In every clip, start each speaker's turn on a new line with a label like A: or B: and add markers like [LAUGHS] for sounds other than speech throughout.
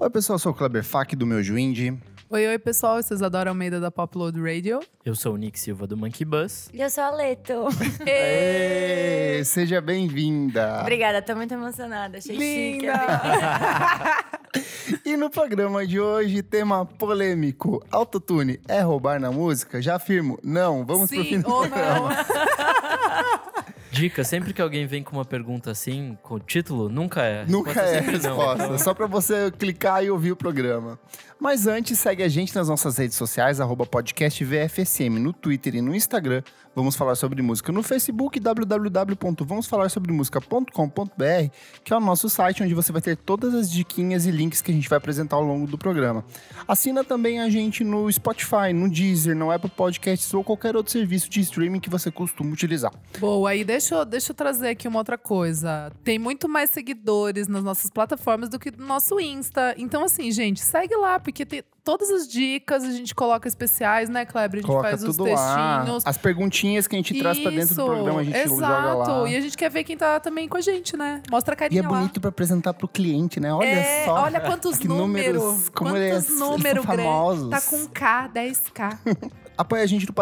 A: Oi, pessoal, eu sou o Kleber Fak do meu Juindy.
B: Oi, oi, pessoal. Vocês adoram Almeida da Popload Radio?
C: Eu sou o Nick Silva do Monkey Bus.
D: E eu sou a Leto. [LAUGHS]
A: Ê, Seja bem-vinda!
D: Obrigada, tô muito emocionada. Achei chique.
A: E no programa de hoje, tema polêmico: autotune é roubar na música? Já afirmo, não. Vamos pro
B: Sim
A: fim do
B: ou
A: programa.
B: não?
C: Dica, sempre que alguém vem com uma pergunta assim, com o título, nunca é.
A: Nunca
C: Resposta
A: é a
C: sempre não.
A: resposta.
C: Então,
A: Só pra você clicar e ouvir o programa. Mas antes, segue a gente nas nossas redes sociais, arroba podcast VFSM, no Twitter e no Instagram. Vamos falar sobre música no Facebook, www.vamosfalarsobremusica.com.br, que é o nosso site onde você vai ter todas as diquinhas e links que a gente vai apresentar ao longo do programa. Assina também a gente no Spotify, no Deezer, no Apple Podcasts ou qualquer outro serviço de streaming que você costuma utilizar.
B: [LAUGHS] Boa, e deixa, eu- deixa eu trazer aqui uma outra coisa. Tem muito mais seguidores nas nossas plataformas do que no nosso Insta. Então, assim, gente, segue lá, porque tem todas as dicas, a gente coloca especiais, né, Kleber? A gente
A: Coloca
B: faz os
A: tudo lá.
B: textinhos.
A: As perguntinhas que a gente traz pra dentro do
B: Isso,
A: programa, a gente
B: exato.
A: joga lá.
B: E a gente quer ver quem tá também com a gente, né? Mostra a
A: E
B: carinha
A: é bonito pra apresentar pro cliente, né?
B: lá.
A: Olha
B: É,
A: só.
B: olha quantos
A: que números,
B: números.
A: como eles-
B: quantos
A: eles
B: números
A: são famosos.
B: grandes. Tá com K, 10K.
A: Apoia a gente no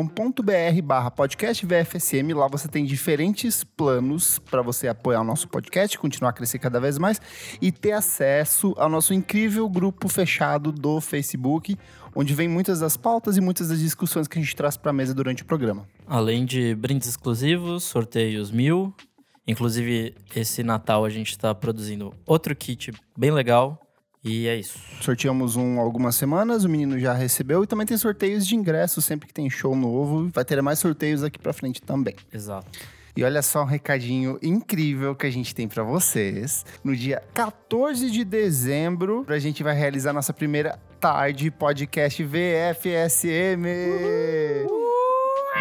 A: padrim.com.br barra podcast VFSM. Lá você tem diferentes planos pra você apoiar o nosso podcast, continuar a crescer cada vez mais e ter acesso ao nosso incrível grupo fechado do Facebook, onde vem muitas das pautas e muitas das discussões que a gente traz pra mesa durante o programa.
C: Além de brindes exclusivos, sorteios mil. Inclusive, esse Natal a gente tá produzindo outro kit bem legal. E é isso.
A: Sorteamos um há algumas semanas, o menino já recebeu e também tem sorteios de ingressos sempre que tem show novo. Vai ter mais sorteios aqui pra frente também.
C: Exato.
A: E olha só um recadinho incrível que a gente tem pra vocês. No dia 14 de dezembro, a gente vai realizar nossa primeira tarde podcast VFSM.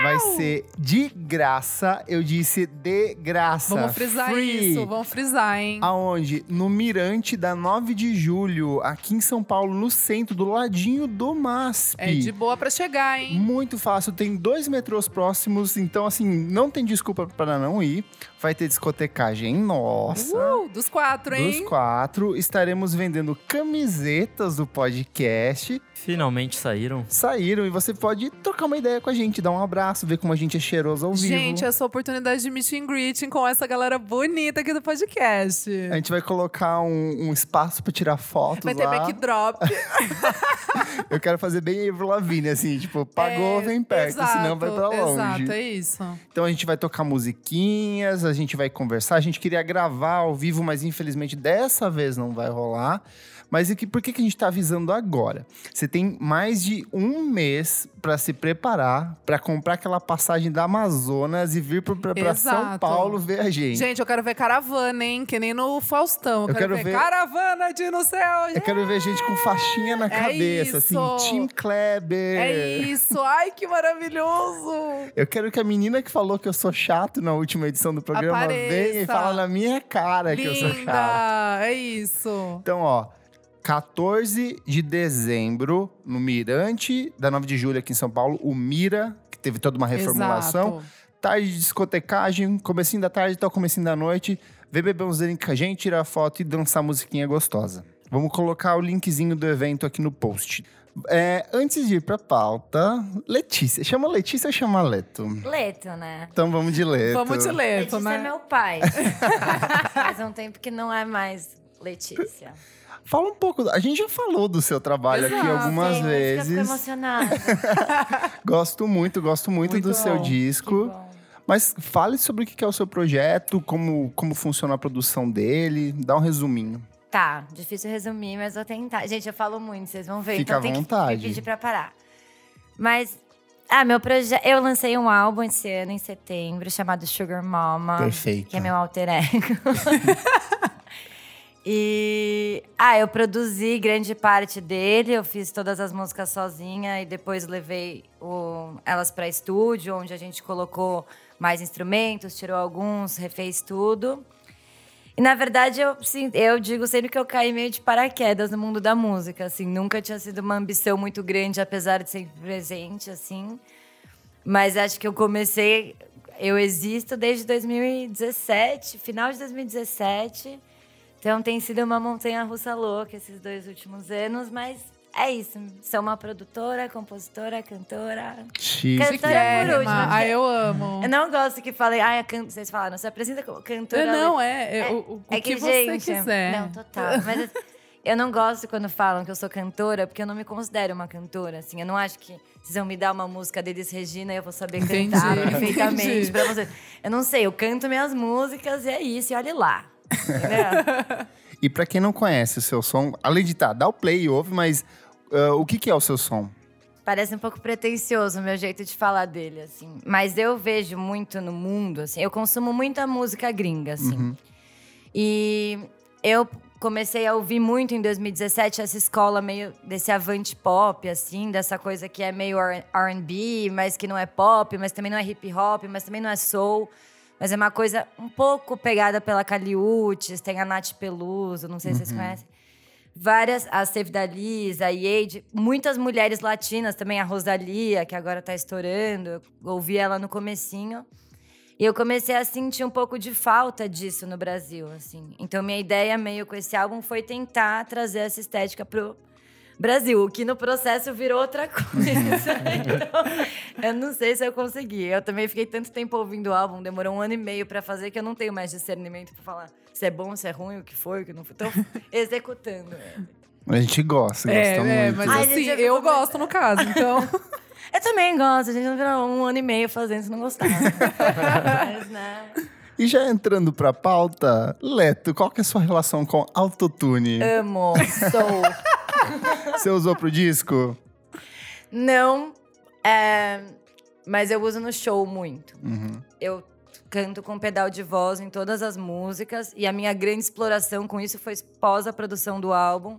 A: Vai ser de graça, eu disse de graça.
B: Vamos frisar
A: Free.
B: isso, vamos frisar, hein?
A: Aonde? No Mirante da 9 de julho, aqui em São Paulo, no centro, do ladinho do MASP.
B: É de boa pra chegar, hein?
A: Muito fácil, tem dois metrôs próximos, então assim, não tem desculpa para não ir. Vai ter discotecagem, nossa.
B: Uh, dos quatro,
A: Dos
B: hein?
A: quatro, estaremos vendendo camisetas do podcast.
C: Finalmente saíram.
A: Saíram e você pode trocar uma ideia com a gente, dar um abraço, ver como a gente é cheiroso ao vivo.
B: Gente, essa oportunidade de meet and greeting com essa galera bonita aqui do podcast.
A: A gente vai colocar um, um espaço para tirar fotos
B: Vai ter
A: lá. [LAUGHS]
B: backdrop.
A: Eu quero fazer bem Avril Lavigne, assim, tipo, pagou,
B: É,
A: vem perto,
B: exato,
A: senão vai pra longe.
B: Exato, é isso.
A: Então a gente vai tocar musiquinhas, a gente vai conversar. A gente queria gravar ao vivo, mas infelizmente dessa vez não vai rolar. Mas e que, por que, que a gente tá avisando agora? Você tem mais de um mês para se preparar, para comprar aquela passagem da Amazonas e vir pro- pra pra São
B: Exato.
A: Paulo ver a gente.
B: Gente, eu quero ver caravana, hein? Que nem no Faustão. Eu,
A: Eu
B: quero,
A: quero
B: ver,
A: ver- É
B: caravana de no céu.
A: Eu quero ver gente com faixinha na cabeça,
B: é isso.
A: assim, Tim Kleber.
B: É isso. Ai, que maravilhoso.
A: Eu quero que a menina que falou que eu sou chato na última edição do programa venha e
B: Apareça.
A: fala na minha cara É que eu sou chato.
B: Linda. É isso.
A: Então, ó, 14 de dezembro, no Mirante, da 9 de julho aqui em São Paulo, o Mira, que teve toda uma reformulação.
B: Exato.
A: Tarde de discotecagem, comecinho da tarde até o comecinho da noite. Vê beber uns drinks com a gente, tirar foto e dançar musiquinha gostosa. Vamos colocar o linkzinho do evento aqui no post. É, antes de ir pra pauta, Letícia. Chama Letícia ou chama Leto?
D: Leto, né?
A: Então vamos de Leto.
B: Vamos de Leto,
D: Letícia é
B: né?
D: meu pai. [LAUGHS] Faz um tempo que não é mais Letícia.
A: Fala um pouco. A gente já falou do seu trabalho aqui
B: Exato,
A: algumas
D: Sim, mas Eu fico
A: vezes.
D: emocionada.
A: Gosto muito, gosto muito,
B: Muito
A: do seu
B: bom.
D: Que
A: disco.
D: bom.
A: Mas fale sobre o que é o seu projeto, como, como funciona a produção dele, dá um resuminho.
D: Tá, difícil resumir, mas vou tentar. Gente, eu falo muito, vocês vão ver.
A: Fica
D: então
A: à
D: tem
A: vontade.
D: que me pedir pra parar. Mas, ah, meu projeto. Eu lancei um álbum esse ano, em setembro, chamado Sugar Mama.
A: Perfeito.
D: Que é meu alter ego. [LAUGHS] e. Ah, eu produzi grande parte dele, eu fiz todas as músicas sozinha e depois levei o- elas pra estúdio, onde a gente colocou mais instrumentos, tirou alguns, refez tudo. E na verdade, eu, sim, eu digo sempre que eu caí meio de paraquedas no mundo da música, assim, nunca tinha sido uma ambição muito grande, apesar de sempre presente, assim. Mas acho que eu comecei. Eu existo desde 2017, final de 2017. Então tem sido uma montanha russa louca esses dois últimos anos, mas é isso. Sou uma produtora, compositora, cantora.
A: Chique.
D: Cara,
B: Chiquérrima.
D: por último,
B: Ah,
D: porque-
B: eu amo.
D: Eu não gosto que falem, ah, can... vocês falaram, você apresenta como cantora.
B: Eu não, é, é, o, o- o
D: É
B: que,
D: que,
B: você
D: gente,
B: quiser.
D: Não, total. Mas eu não gosto quando falam que eu sou cantora, porque eu não me considero uma cantora, assim. Eu não acho que vocês vão me dar uma música deles, Regina, e eu vou saber
B: Entendi,
D: cantar perfeitamente
B: entendi.
D: pra vocês. Eu não sei, eu canto minhas músicas e é isso, e olhe lá. Entendeu?
A: E pra quem não conhece o seu som, além de tá, dá o play e ouve, mas ah, o que, que é o seu som?
D: Parece um pouco pretencioso o meu jeito de falar dele, assim. Mas eu vejo muito no mundo, assim. Eu consumo muita música gringa, assim. E eu comecei a ouvir muito em 2017 essa escola meio desse avante pop, assim, dessa coisa que é meio R- RB, mas que não é pop, mas também não é hip hop, mas também não é soul. Mas é uma coisa um pouco pegada pela Caliutes, tem a Nath Peluso, não sei se vocês conhecem. Várias, a Steve Dalis, a Yade, muitas mulheres latinas também, a Rosalia, que agora tá estourando, eu ouvi ela no comecinho. E eu comecei a sentir um pouco de falta disso no Brasil, assim. Então, minha ideia meio com esse álbum foi tentar trazer essa estética pro Brasil, o que no processo virou outra coisa. então, eu não sei se eu consegui. Eu também fiquei tanto tempo ouvindo o álbum, demorou um ano e meio pra fazer, que eu não tenho mais discernimento pra falar se é bom, se é ruim, o que foi, o que não foi. Tô executando.
A: A gente gosta,
B: É,
A: gosta
B: é,
A: muito.
B: mas
D: Ai,
B: assim,
D: gente, eu
B: eu
D: vou começar.
B: gosto no caso, então.
D: Eu também gosto, a gente não virou um ano e meio fazendo se não gostar. Mas, né?
A: E já entrando pra pauta, Leto, qual que é a sua relação com autotune?
B: É.
D: Amo, sou.
A: Você usou pro disco?
D: Não, é, mas eu uso no show muito.
A: Uhum.
D: Eu canto com pedal de voz em todas as músicas e a minha grande exploração com isso foi pós a produção do álbum.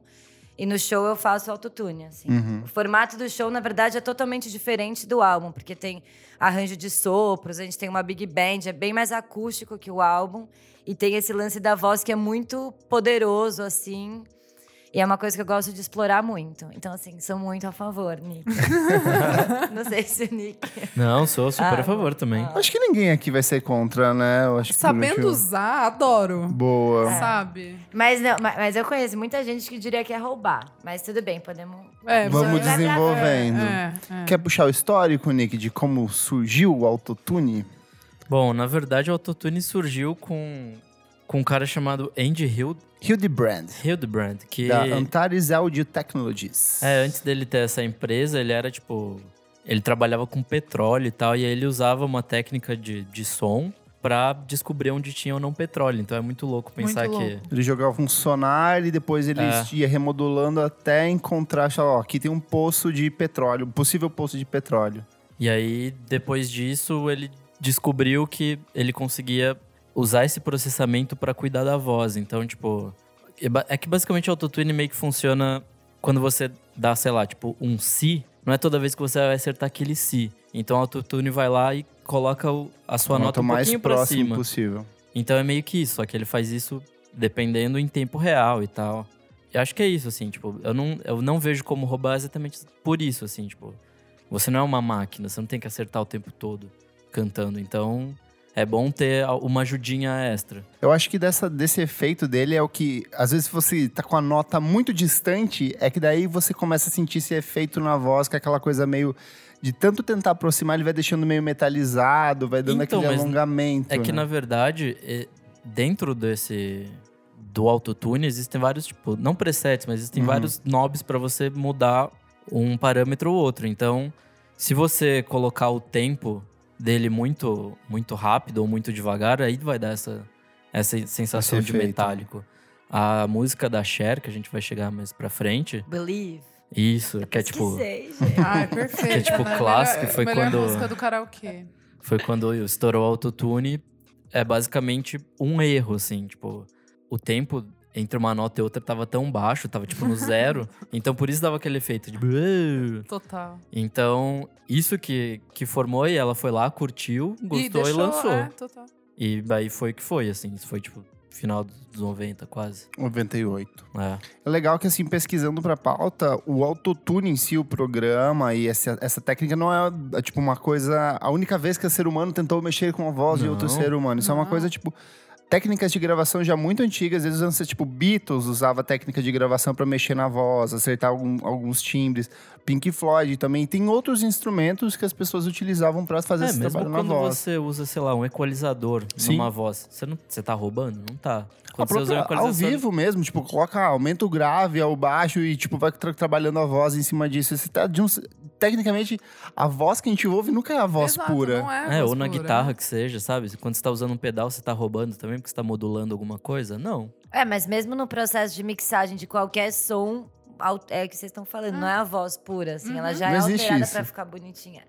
D: E no show eu faço autotune, assim.
A: Uhum.
D: O formato do show, na verdade, é totalmente diferente do álbum, porque tem arranjo de sopros, a gente tem uma big band, é bem mais acústico que o álbum. E tem esse lance da voz que é muito poderoso, assim. E é uma coisa que eu gosto de explorar muito. Então, assim, sou muito a favor, Nick. [LAUGHS] Não sei se o Nick.
C: Não, sou super
D: Ah,
C: a favor também.
A: Acho que ninguém aqui vai ser contra, né? Eu É. acho que
B: Sabendo
A: tudo que-
B: usar, adoro.
A: Boa.
B: Sabe?
D: Mas, não, ma- mas eu conheço muita gente que diria que é roubar. Mas tudo bem, podemos.
B: É,
A: Vamos
B: vai-
A: desenvolvendo.
B: É, é.
A: Quer puxar o histórico, Nick, de como surgiu o autotune?
C: Bom, na verdade, o autotune surgiu com, com um cara chamado Andy Hild-
A: Hildebrand,
C: Hildebrand, que...
A: da Antares Audio Technologies.
C: É, antes dele ter essa empresa, ele era tipo. Ele trabalhava com petróleo e tal, e aí ele usava uma técnica de, de som pra descobrir onde tinha ou não petróleo. Então é muito louco pensar
B: Muito
C: que.
B: louco.
A: Ele jogava um sonar e depois ele
C: É.
A: ia remodulando até encontrar, achar, ó, aqui tem um poço de petróleo, um possível poço de petróleo.
C: E aí, depois disso, ele descobriu que ele conseguia usar esse processamento pra cuidar da voz. Então, tipo. é ba- É que basicamente o autotune meio que funciona quando você dá, sei lá, tipo, um si. Não é toda vez que você vai acertar aquele si. Então o autotune vai lá e coloca o- a sua
A: Quanto
C: nota um
A: mais
C: pouquinho pra
A: próximo
C: cima.
A: possível.
C: Então é meio que isso, só que ele faz isso dependendo em tempo real e tal. Eu acho que é isso, assim, tipo, eu não, eu não vejo como roubar exatamente por isso, assim, tipo, você não é uma máquina, você não tem que acertar o tempo todo cantando. Então é bom ter a- uma ajudinha extra.
A: Eu acho que dessa, desse efeito dele é o que, às vezes, se você tá com a nota muito distante, é que daí você começa a sentir esse efeito na voz, que é aquela coisa meio. De tanto tentar aproximar, ele vai deixando meio metalizado, vai dando
C: Então,
A: aquele
C: mas
A: alongamento.
C: É que,
A: né?
C: na verdade, é- dentro desse. do autotune, existem vários, tipo, não presets, mas existem
A: Uhum.
C: vários knobs pra você mudar um parâmetro ou outro. Então, se você colocar o tempo dele muito muito rápido ou muito devagar, aí vai dar essa, essa sensação
A: Esse
C: de
A: efeito.
C: metálico. A música da Cher, que a gente vai chegar mais pra frente,
D: Believe.
C: isso, que é tipo.
D: Pesquisei, gente.
B: Ai, perfeito.
C: Que é tipo
B: né?
C: clássico,
B: Melhor-
C: foi
B: melhor
C: quando-
B: música do karaokê.
C: foi quando estourou o autotune. É basicamente um erro, assim, tipo, o tempo entre uma nota e outra tava tão baixo, tava tipo
B: [LAUGHS]
C: no zero. então por isso dava aquele efeito de. "Bruh".
B: Total.
C: Então, isso que, que formou e ela foi lá, curtiu, gostou e,
B: deixou-
C: lançou.
B: é, total.
C: E aí foi o que foi, assim. Isso foi tipo final dos 90, quase.
A: 98.
C: É.
A: É legal que, assim, pesquisando pra pauta, o autotune em si, o programa e essa, essa técnica não é, é, tipo, uma coisa... A única vez que o ser humano tentou mexer com a voz de outro
C: Não.
A: ser humano. Isso é uma
B: Não.
A: coisa, tipo... Técnicas de gravação já muito antigas, às vezes, tipo, Beatles usava técnica de gravação pra mexer na voz, acertar algum- alguns timbres. Pink Floyd também. Tem outros instrumentos que as pessoas utilizavam pra fazer
C: É,
A: esse
C: mesmo
A: trabalho na
C: quando
A: voz.
C: você usa, sei lá, um equalizador
A: Sim.
C: numa voz, você, não, você tá roubando? Não tá.
A: A
C: Quando você usa um
A: própria- ao
C: equalizador.
A: vivo mesmo, tipo, coloca, aumenta o grave ao baixo e, tipo, vai tra- trabalhando a voz em cima disso. Você tá de um- tecnicamente, a voz que a gente ouve nunca é a voz
B: Exato,
A: pura.
B: não é,
C: É,
B: voz
C: ou na
B: pura.
C: guitarra que seja, sabe? Quando você tá usando um pedal, você tá roubando também porque você tá modulando alguma coisa? Não.
D: É, mas mesmo no processo de mixagem de qualquer som, al- é o que vocês estão falando, não é
B: Ah.
D: a voz pura, assim,
B: Uhum.
D: ela já
A: Não
D: é
A: existe
D: alterada
A: isso.
D: pra ficar bonitinha.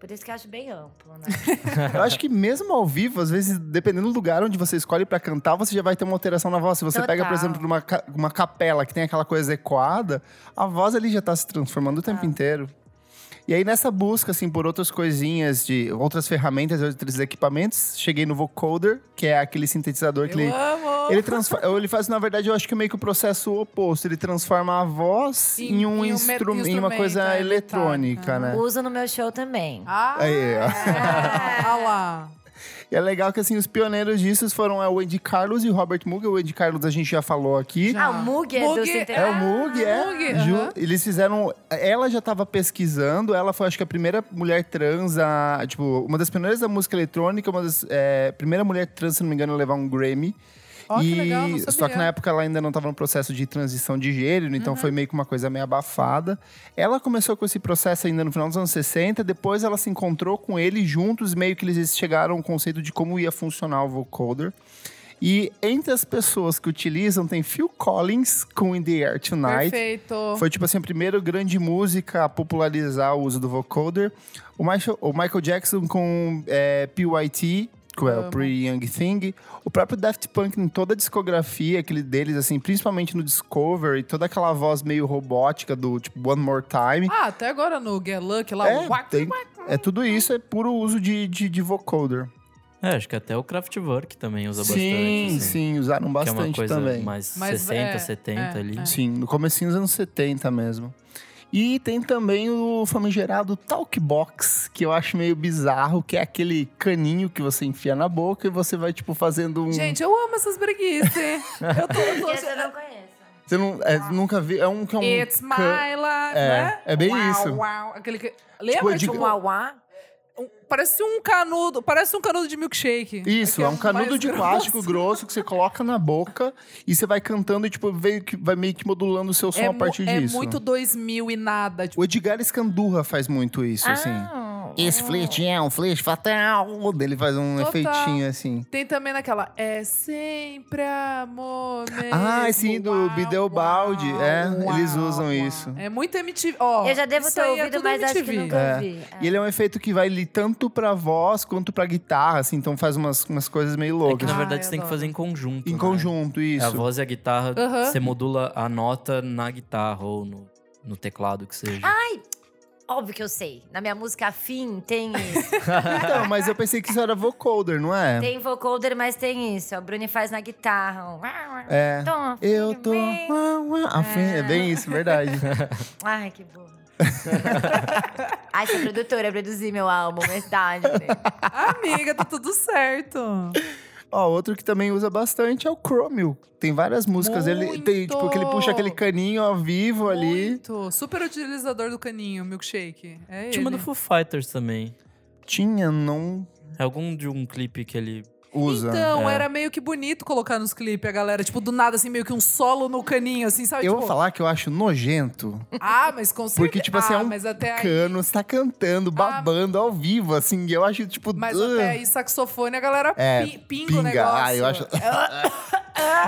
D: Por isso que eu acho bem amplo,
A: [LAUGHS]
D: né?
B: é.
A: Eu acho que mesmo ao vivo, às vezes, dependendo do lugar onde você escolhe pra cantar, você já vai ter uma alteração na voz. Se você pega, por
D: Total.
A: exemplo, uma, ca- uma capela que tem aquela coisa ecoada, a voz ali já tá se transformando o
B: É.
A: tempo inteiro. E aí, nessa busca, assim, por outras coisinhas, de outras ferramentas, outros equipamentos, cheguei no vocoder, que é aquele sintetizador que ele...
B: Eu amo!
A: Ele, transforma, ele faz, na verdade, eu acho que meio que o processo oposto. Ele transforma a voz em,
B: Em- em um
A: um
B: me-
A: instru- em uma
B: instrumento,
A: coisa
B: é,
A: eletrônica, né?
D: Uso no meu show também.
B: Ah,
A: Aí, ó.
B: é. Olha lá.
A: E é legal que, assim, os pioneiros disso foram é, o Andy Carlos e o Robert Moog. O Andy Carlos a gente já falou aqui.
B: Já.
D: Ah, o Mug é do
B: Moog
D: Sinter...
A: É o Moog, é.
B: Moog,
A: Ju-
B: aham.
A: Eles fizeram. Ela já tava pesquisando, ela foi, acho que, a primeira mulher trans, a, tipo, uma das pioneiras da música eletrônica, uma das. é, primeira mulher trans, se não me engano, a levar um Grammy.
B: Ó, que
A: e
B: legal, não
A: só que
B: sabia. Uhum.
A: na época ela ainda não estava no processo de transição de gênero, então foi meio que uma coisa meio abafada. Ela começou com esse processo ainda no final dos anos 60, depois ela se encontrou com ele juntos, meio que eles chegaram ao conceito de como ia funcionar o vocoder. E entre as pessoas que utilizam tem Phil Collins com In The Air Tonight.
B: Perfeito.
A: Foi, tipo assim, a primeira grande música a popularizar o uso do vocoder. O Michael, o Michael Jackson com é, PYT, que é o
B: Amo.
A: Pretty Young Thing. O próprio Daft Punk em toda a discografia aquele deles, assim, principalmente no Discovery, toda aquela voz meio robótica do, tipo, One More Time.
B: Ah, até agora no Get Lucky lá,
A: É,
B: o Wack,
A: tem-
B: Wack.
A: É tudo isso, é puro uso de, de, de vocoder.
C: É, acho que até o Kraftwerk também usa
A: sim,
C: bastante. assim,
A: sim, usaram
C: Que é uma
A: bastante
C: coisa
A: também.
C: mais
B: Mas,
C: 60,
B: é,
C: 70
B: é,
C: ali.
B: é.
A: Sim, no comecinho dos anos 70 mesmo. E tem também o famigerado Talkbox, que eu acho meio bizarro, que é aquele caninho que você enfia na boca e você vai, tipo, fazendo um...
B: Gente, eu amo essas
A: [LAUGHS]
B: preguiças. eu tô, eu tô assim,
D: Esse eu não conheço.
A: Você não, é, nunca vi É um que é um...
B: It's my
A: can-
B: life,
A: É,
B: né?
A: é bem
B: Uau,
A: isso. Tipo,
B: uau. Aquele que... Lembra
A: de-
B: de um
D: Um auá?
B: um- Parece um canudo, parece um canudo de milkshake.
A: Isso,
B: que
A: é um canudo
B: mais
A: de
B: grosso.
A: plástico grosso que você coloca na boca e você vai cantando e, tipo, veio que- vai meio que modulando o seu som
B: É,
A: a partir
B: mu- é
A: disso.
B: muito 2000 e nada. Tipo,
A: O Edgar Escandurra faz muito isso, assim.
D: Ah,
A: Esse flerte é um flerte fatal. Ele faz um
B: Total.
A: efeitinho, assim.
B: tem também naquela É sempre amor mesmo.
A: Ah, sim, do
B: uau,
A: Bideobaldi,
B: uau,
A: é,
B: uau,
A: eles usam
B: uau.
A: isso.
B: É muito MTV. ó,
D: Eu já devo
B: isso
D: ter
B: aí é
D: ouvido,
B: tudo
D: mas acho que
B: MTV.
D: nunca
A: É.
D: ouvi. É.
A: E ele é um efeito que vai ali tanto pra voz quanto pra guitarra, assim, então faz umas, umas coisas meio
C: É que
A: loucas.
C: na
B: Ah,
C: verdade
B: eu
C: você tem que
B: adoro.
C: fazer em conjunto.
A: em
C: né?
A: conjunto,
C: É
A: isso.
C: a voz e a guitarra,
B: Aham.
C: você modula a nota na guitarra ou no, no teclado que seja.
B: Ah,
D: Óbvio que eu sei. Na minha música Fim
A: [LAUGHS]
D: tem isso.
A: Então, mas eu pensei que isso era vocoder, não é?
D: tem vocoder, mas tem isso. É O Bruni faz na guitarra. um-
A: É.
D: Tom,
A: Eu
D: filho,
A: tô.
D: vem.
A: afim. É bem isso,
C: [LAUGHS]
A: verdade.
D: Ai, que burro. [LAUGHS] Ai, sou produtora, produzi meu álbum, verdade.
B: Amiga, tá tudo certo.
A: [LAUGHS] Ó, outro que também usa bastante é o Chromio. Tem várias músicas. Ele tem,
B: Muito!
A: tipo, que ele puxa aquele caninho ao vivo ali.
B: Muito. Super utilizador do caninho, milkshake. É ele.
C: Tinha uma do Foo Fighters também.
A: Tinha, não
C: É algum de um clipe que ele.
A: usa.
B: Então,
C: É.
B: era meio que bonito colocar nos clipes a galera, tipo, do nada, assim, meio que um solo no caninho, assim, sabe?
A: eu
B: Tipo,
A: vou falar que eu acho nojento.
B: Ah, mas com certeza.
A: Porque, tipo assim, é
B: ah,
A: um
B: mas até aí-
A: Cano está cantando, babando ao vivo, assim. e Eu acho, tipo.
B: Ah. Mas
A: ugh.
B: até aí, saxofone, a galera
A: É,
B: pi- pinga o
A: pinga.
B: negócio.
A: Ah, eu acho-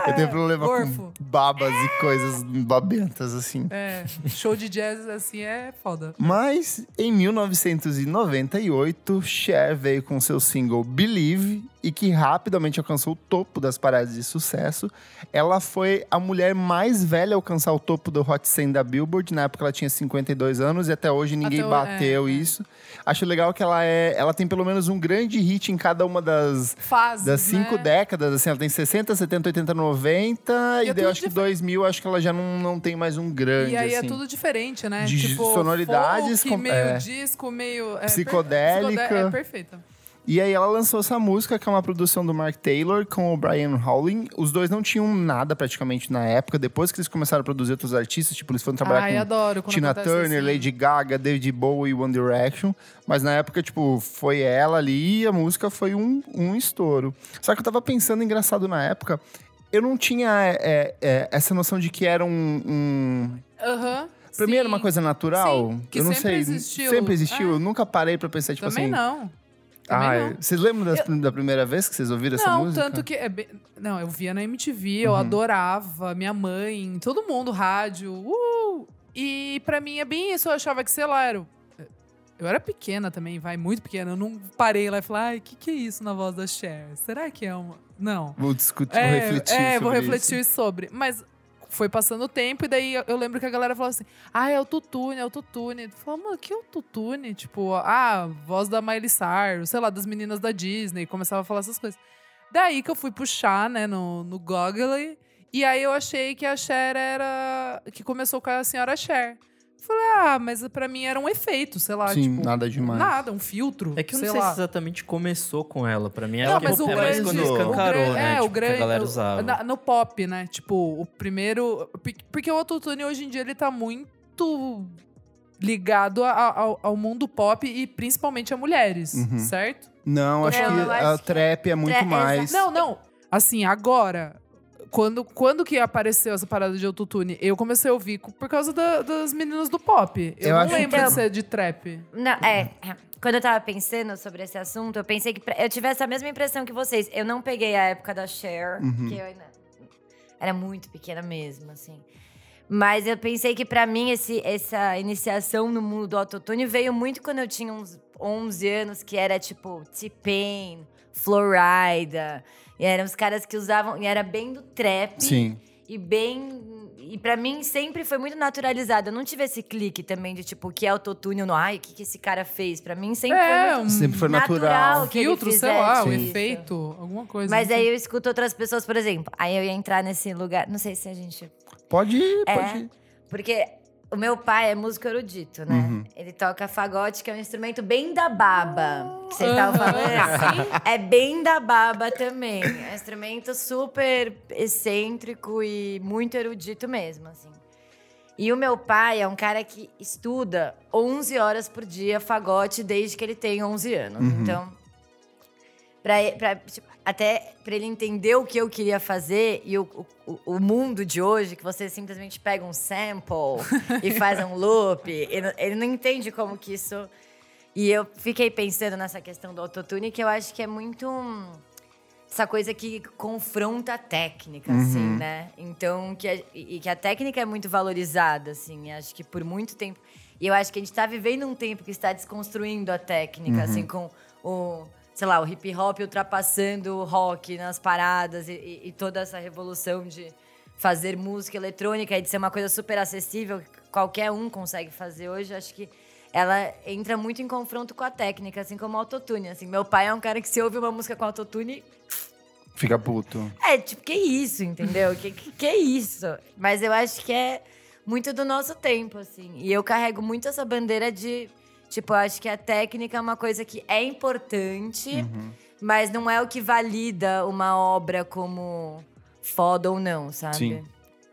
A: Eu tenho problema
B: É,
A: com
B: Gorfo.
A: babas e coisas babentas, assim.
B: [LAUGHS] É, show de jazz, assim, é foda.
A: Mas em 1998, Cher veio com seu single Believe e que rapidamente alcançou o topo das paradas de sucesso. Ela foi a mulher mais velha a alcançar o topo do Hot 100 da Billboard. Na época ela tinha 52 anos e até hoje ninguém
B: Até o-
A: bateu
B: é, é.
A: isso. Acho legal que ela é, ela tem pelo menos um grande hit em cada uma das
B: Fases,
A: das cinco
B: né?
A: décadas, assim, ela tem 60, 70, 80, 90,
B: E
A: e,
B: é
A: daí
B: tudo
A: eu acho que
B: difer-
A: 2000, acho que ela já não, não tem mais um grande,
B: E aí
A: assim.
B: é tudo diferente, né?
A: De sonoridades
B: folk,
A: com-
B: meio
A: é.
B: disco, meio... é per-
A: Psicodélica.
B: psicodé- É perfeita.
A: E aí ela lançou essa música, que é uma produção do Mark Taylor com o Brian Howling. Os dois não tinham nada praticamente na época, depois que eles começaram a produzir outros artistas, tipo, eles foram trabalhar
B: Ai,
A: com
B: adoro quando
A: Tina
B: acontece
A: Turner,
B: assim.
A: Lady Gaga, David Bowie, One Direction. Mas na época, tipo, foi ela ali e a música foi um, um estouro. Só que eu tava pensando, engraçado, na época, eu não tinha é, é, essa noção de que era um- um
B: Aham.
A: Pra mim era
B: sim.
A: uma coisa natural.
B: Sim, que
A: eu não
B: sempre
A: sei.
B: existiu.
A: Sempre existiu.
B: É.
A: Eu nunca parei pra pensar, tipo
B: Também
A: assim.
B: não. Também
A: Ah,
B: não.
A: vocês lembram das- da primeira vez que vocês ouviram essa
B: Não,
A: música? Uhum.
B: tanto que. é bem- Não, eu via na MTV, eu adorava, minha mãe, todo mundo, rádio. Uh! E pra mim é bem isso, eu achava que, sei lá, era. o- Eu era pequena também, vai, muito pequena. Eu não parei lá e falei, ai, o que, que é isso na voz da Cher? Será que é uma. Não.
A: Vou discutir,
B: é,
A: vou refletir.
B: é, vou
A: sobre
B: refletir sobre. Mas foi passando o tempo, e daí eu- eu lembro que a galera falou assim: ah, é autotune, é autotune. Eu falava, mano, que autotune? Tipo, ah, voz da Miley Cyrus, sei lá, das meninas da Disney. Começava a falar essas coisas. Daí que eu fui puxar, né, no, no Google. E aí eu achei que a Cher era. que começou com a senhora Cher. Falei, ah, mas pra mim era um efeito, sei lá.
A: Isso. Sim,
B: tipo,
A: nada demais.
B: Nada, um filtro.
C: É que eu
B: sei
C: não sei
B: lá.
C: se exatamente começou com ela, pra mim.
B: Não,
C: ela
B: mas o
C: é
B: grande...
C: mais quando escancarou,
B: o gran-
C: né?
B: É,
C: tipo,
B: o grande...
C: Que a galera
B: o-
C: usava.
B: na- no pop, né? Tipo, o primeiro... pe- Porque o autotune, hoje em dia, ele tá muito ligado a- a- ao, ao mundo pop e principalmente a mulheres,
A: Uhum.
B: certo?
A: Não, acho
B: É,
D: Não,
A: que
D: eu
A: a
D: acho que-
A: trap é muito
D: É,
A: mais.
B: Não, não. Assim, agora... Quando, quando que apareceu essa parada de autotune? Eu comecei a ouvir co- por causa da- das meninas do pop. Eu,
A: Eu
B: não
A: acho
B: lembro
D: que-
B: de ser de trap.
D: Não, é. Quando eu tava pensando sobre esse assunto, eu pensei que pra- eu tivesse a mesma impressão que vocês. Eu não peguei a época da Cher, que eu ainda era muito pequena mesmo, assim. Mas eu pensei que pra mim esse, essa iniciação no mundo do autotune veio muito quando eu tinha uns 11 anos, que era tipo T-Pain, Florida, e eram os caras que usavam, e era bem do trap
A: Sim.
D: e bem. E pra mim sempre foi muito naturalizado. Eu não tive esse clique também de tipo, o que é autotune? Eu não, ai, o que, que esse cara fez? Pra mim sempre
B: É,
D: foi muito
B: um
A: Sempre foi natural.
D: natural. que ele
B: filtro, sei
D: fizesse
B: lá, um
D: isso.
B: efeito, alguma coisa. assim.
D: Mas
B: não sei.
D: aí eu escuto outras pessoas, por exemplo. Aí eu ia entrar nesse lugar. Não sei se a gente.
A: Pode ir,
D: É.
A: pode ir.
D: Porque o meu pai é músico erudito, né?
A: Uhum.
D: Ele toca fagote, que é um instrumento bem da
B: Ah.
D: baba. Que vocês estavam
B: Aham.
D: falando. É bem da baba também. É um instrumento super excêntrico e muito erudito mesmo, assim. E o meu pai é um cara que estuda 11 horas por dia fagote desde que ele tem 11 anos.
A: Uhum.
D: Então, pra, e- pra, tipo, até pra ele entender o que eu queria fazer e o, o, o mundo de hoje, que você simplesmente pega um sample e faz um loop, ele, não- ele não entende como que isso. E eu fiquei pensando nessa questão do autotune, que eu acho que é muito. hum, essa coisa que confronta a técnica, assim, né? Então, que a, e e que a técnica é muito valorizada, assim, acho que por muito tempo. E eu acho que a gente tá vivendo um tempo que está desconstruindo a técnica, assim, com o, sei lá, o hip hop ultrapassando o rock nas paradas e, e- e toda essa revolução de fazer música eletrônica e de ser uma coisa super acessível, que qualquer um consegue fazer hoje, acho que ela entra muito em confronto com a técnica, assim como o autotune, assim. Meu pai é um cara que se ouve uma música com autotune,
A: Fica puto.
D: é, tipo, que isso, entendeu? Que, que, que isso? Mas eu acho que é muito do nosso tempo, assim. E eu carrego muito essa bandeira de. Tipo, eu acho que a técnica é uma coisa que é importante,
A: Uhum.
D: mas não é o que valida uma obra como foda ou não, sabe?
A: Sim.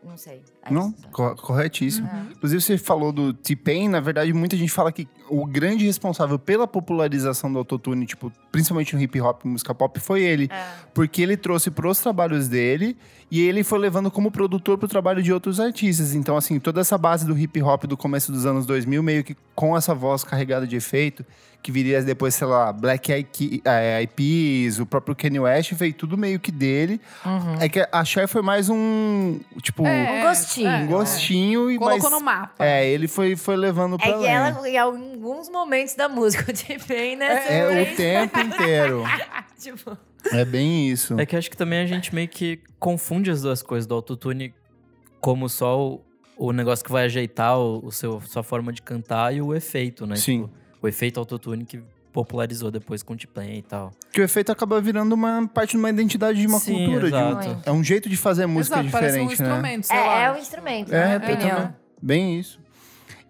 D: Não sei.
A: Não, co- corretíssimo. Inclusive, você falou do T-Pain. Na verdade, muita gente fala que o grande responsável pela popularização do autotune, tipo, principalmente no hip hop e música pop, foi ele. Porque ele trouxe pros trabalhos dele e ele foi levando como produtor pro trabalho de outros artistas. Então, assim, toda essa base do hip hop do começo dos anos 2000, meio que com essa voz carregada de efeito, que viria depois, sei lá, Black Eyed Ke- eh, Eyed Peas, o próprio Kanye West, veio tudo meio que dele. É que a Cher foi mais um, tipo,
B: É,
D: Um gostinho.
B: é.
A: um gostinho e
B: Colocou
A: mais...
B: no mapa.
A: É, ele foi, foi levando pra
D: É que
A: além.
D: ela, em [LAUGHS]
B: é
D: alguns momentos da música, o T-Pain, né?
A: É o tempo é, inteiro.
D: [LAUGHS] Tipo,
A: É bem isso.
C: É que acho que também a gente meio que confunde as duas coisas do autotune como só o, o negócio que vai ajeitar o, o seu, sua forma de cantar e o efeito, né?
A: Sim.
C: Tipo, o efeito autotune que popularizou depois com o T-Pain e tal.
A: Que o efeito acaba virando uma parte de uma identidade de uma
C: Sim,
A: cultura. de um-
C: exato.
D: Muito.
A: é um jeito de fazer música
B: Exato, parece um
A: diferente, né?
B: instrumento, sei lá.
D: É, é um instrumento,
A: É,
D: na minha
A: tem
D: opinião.
A: também. Bem isso.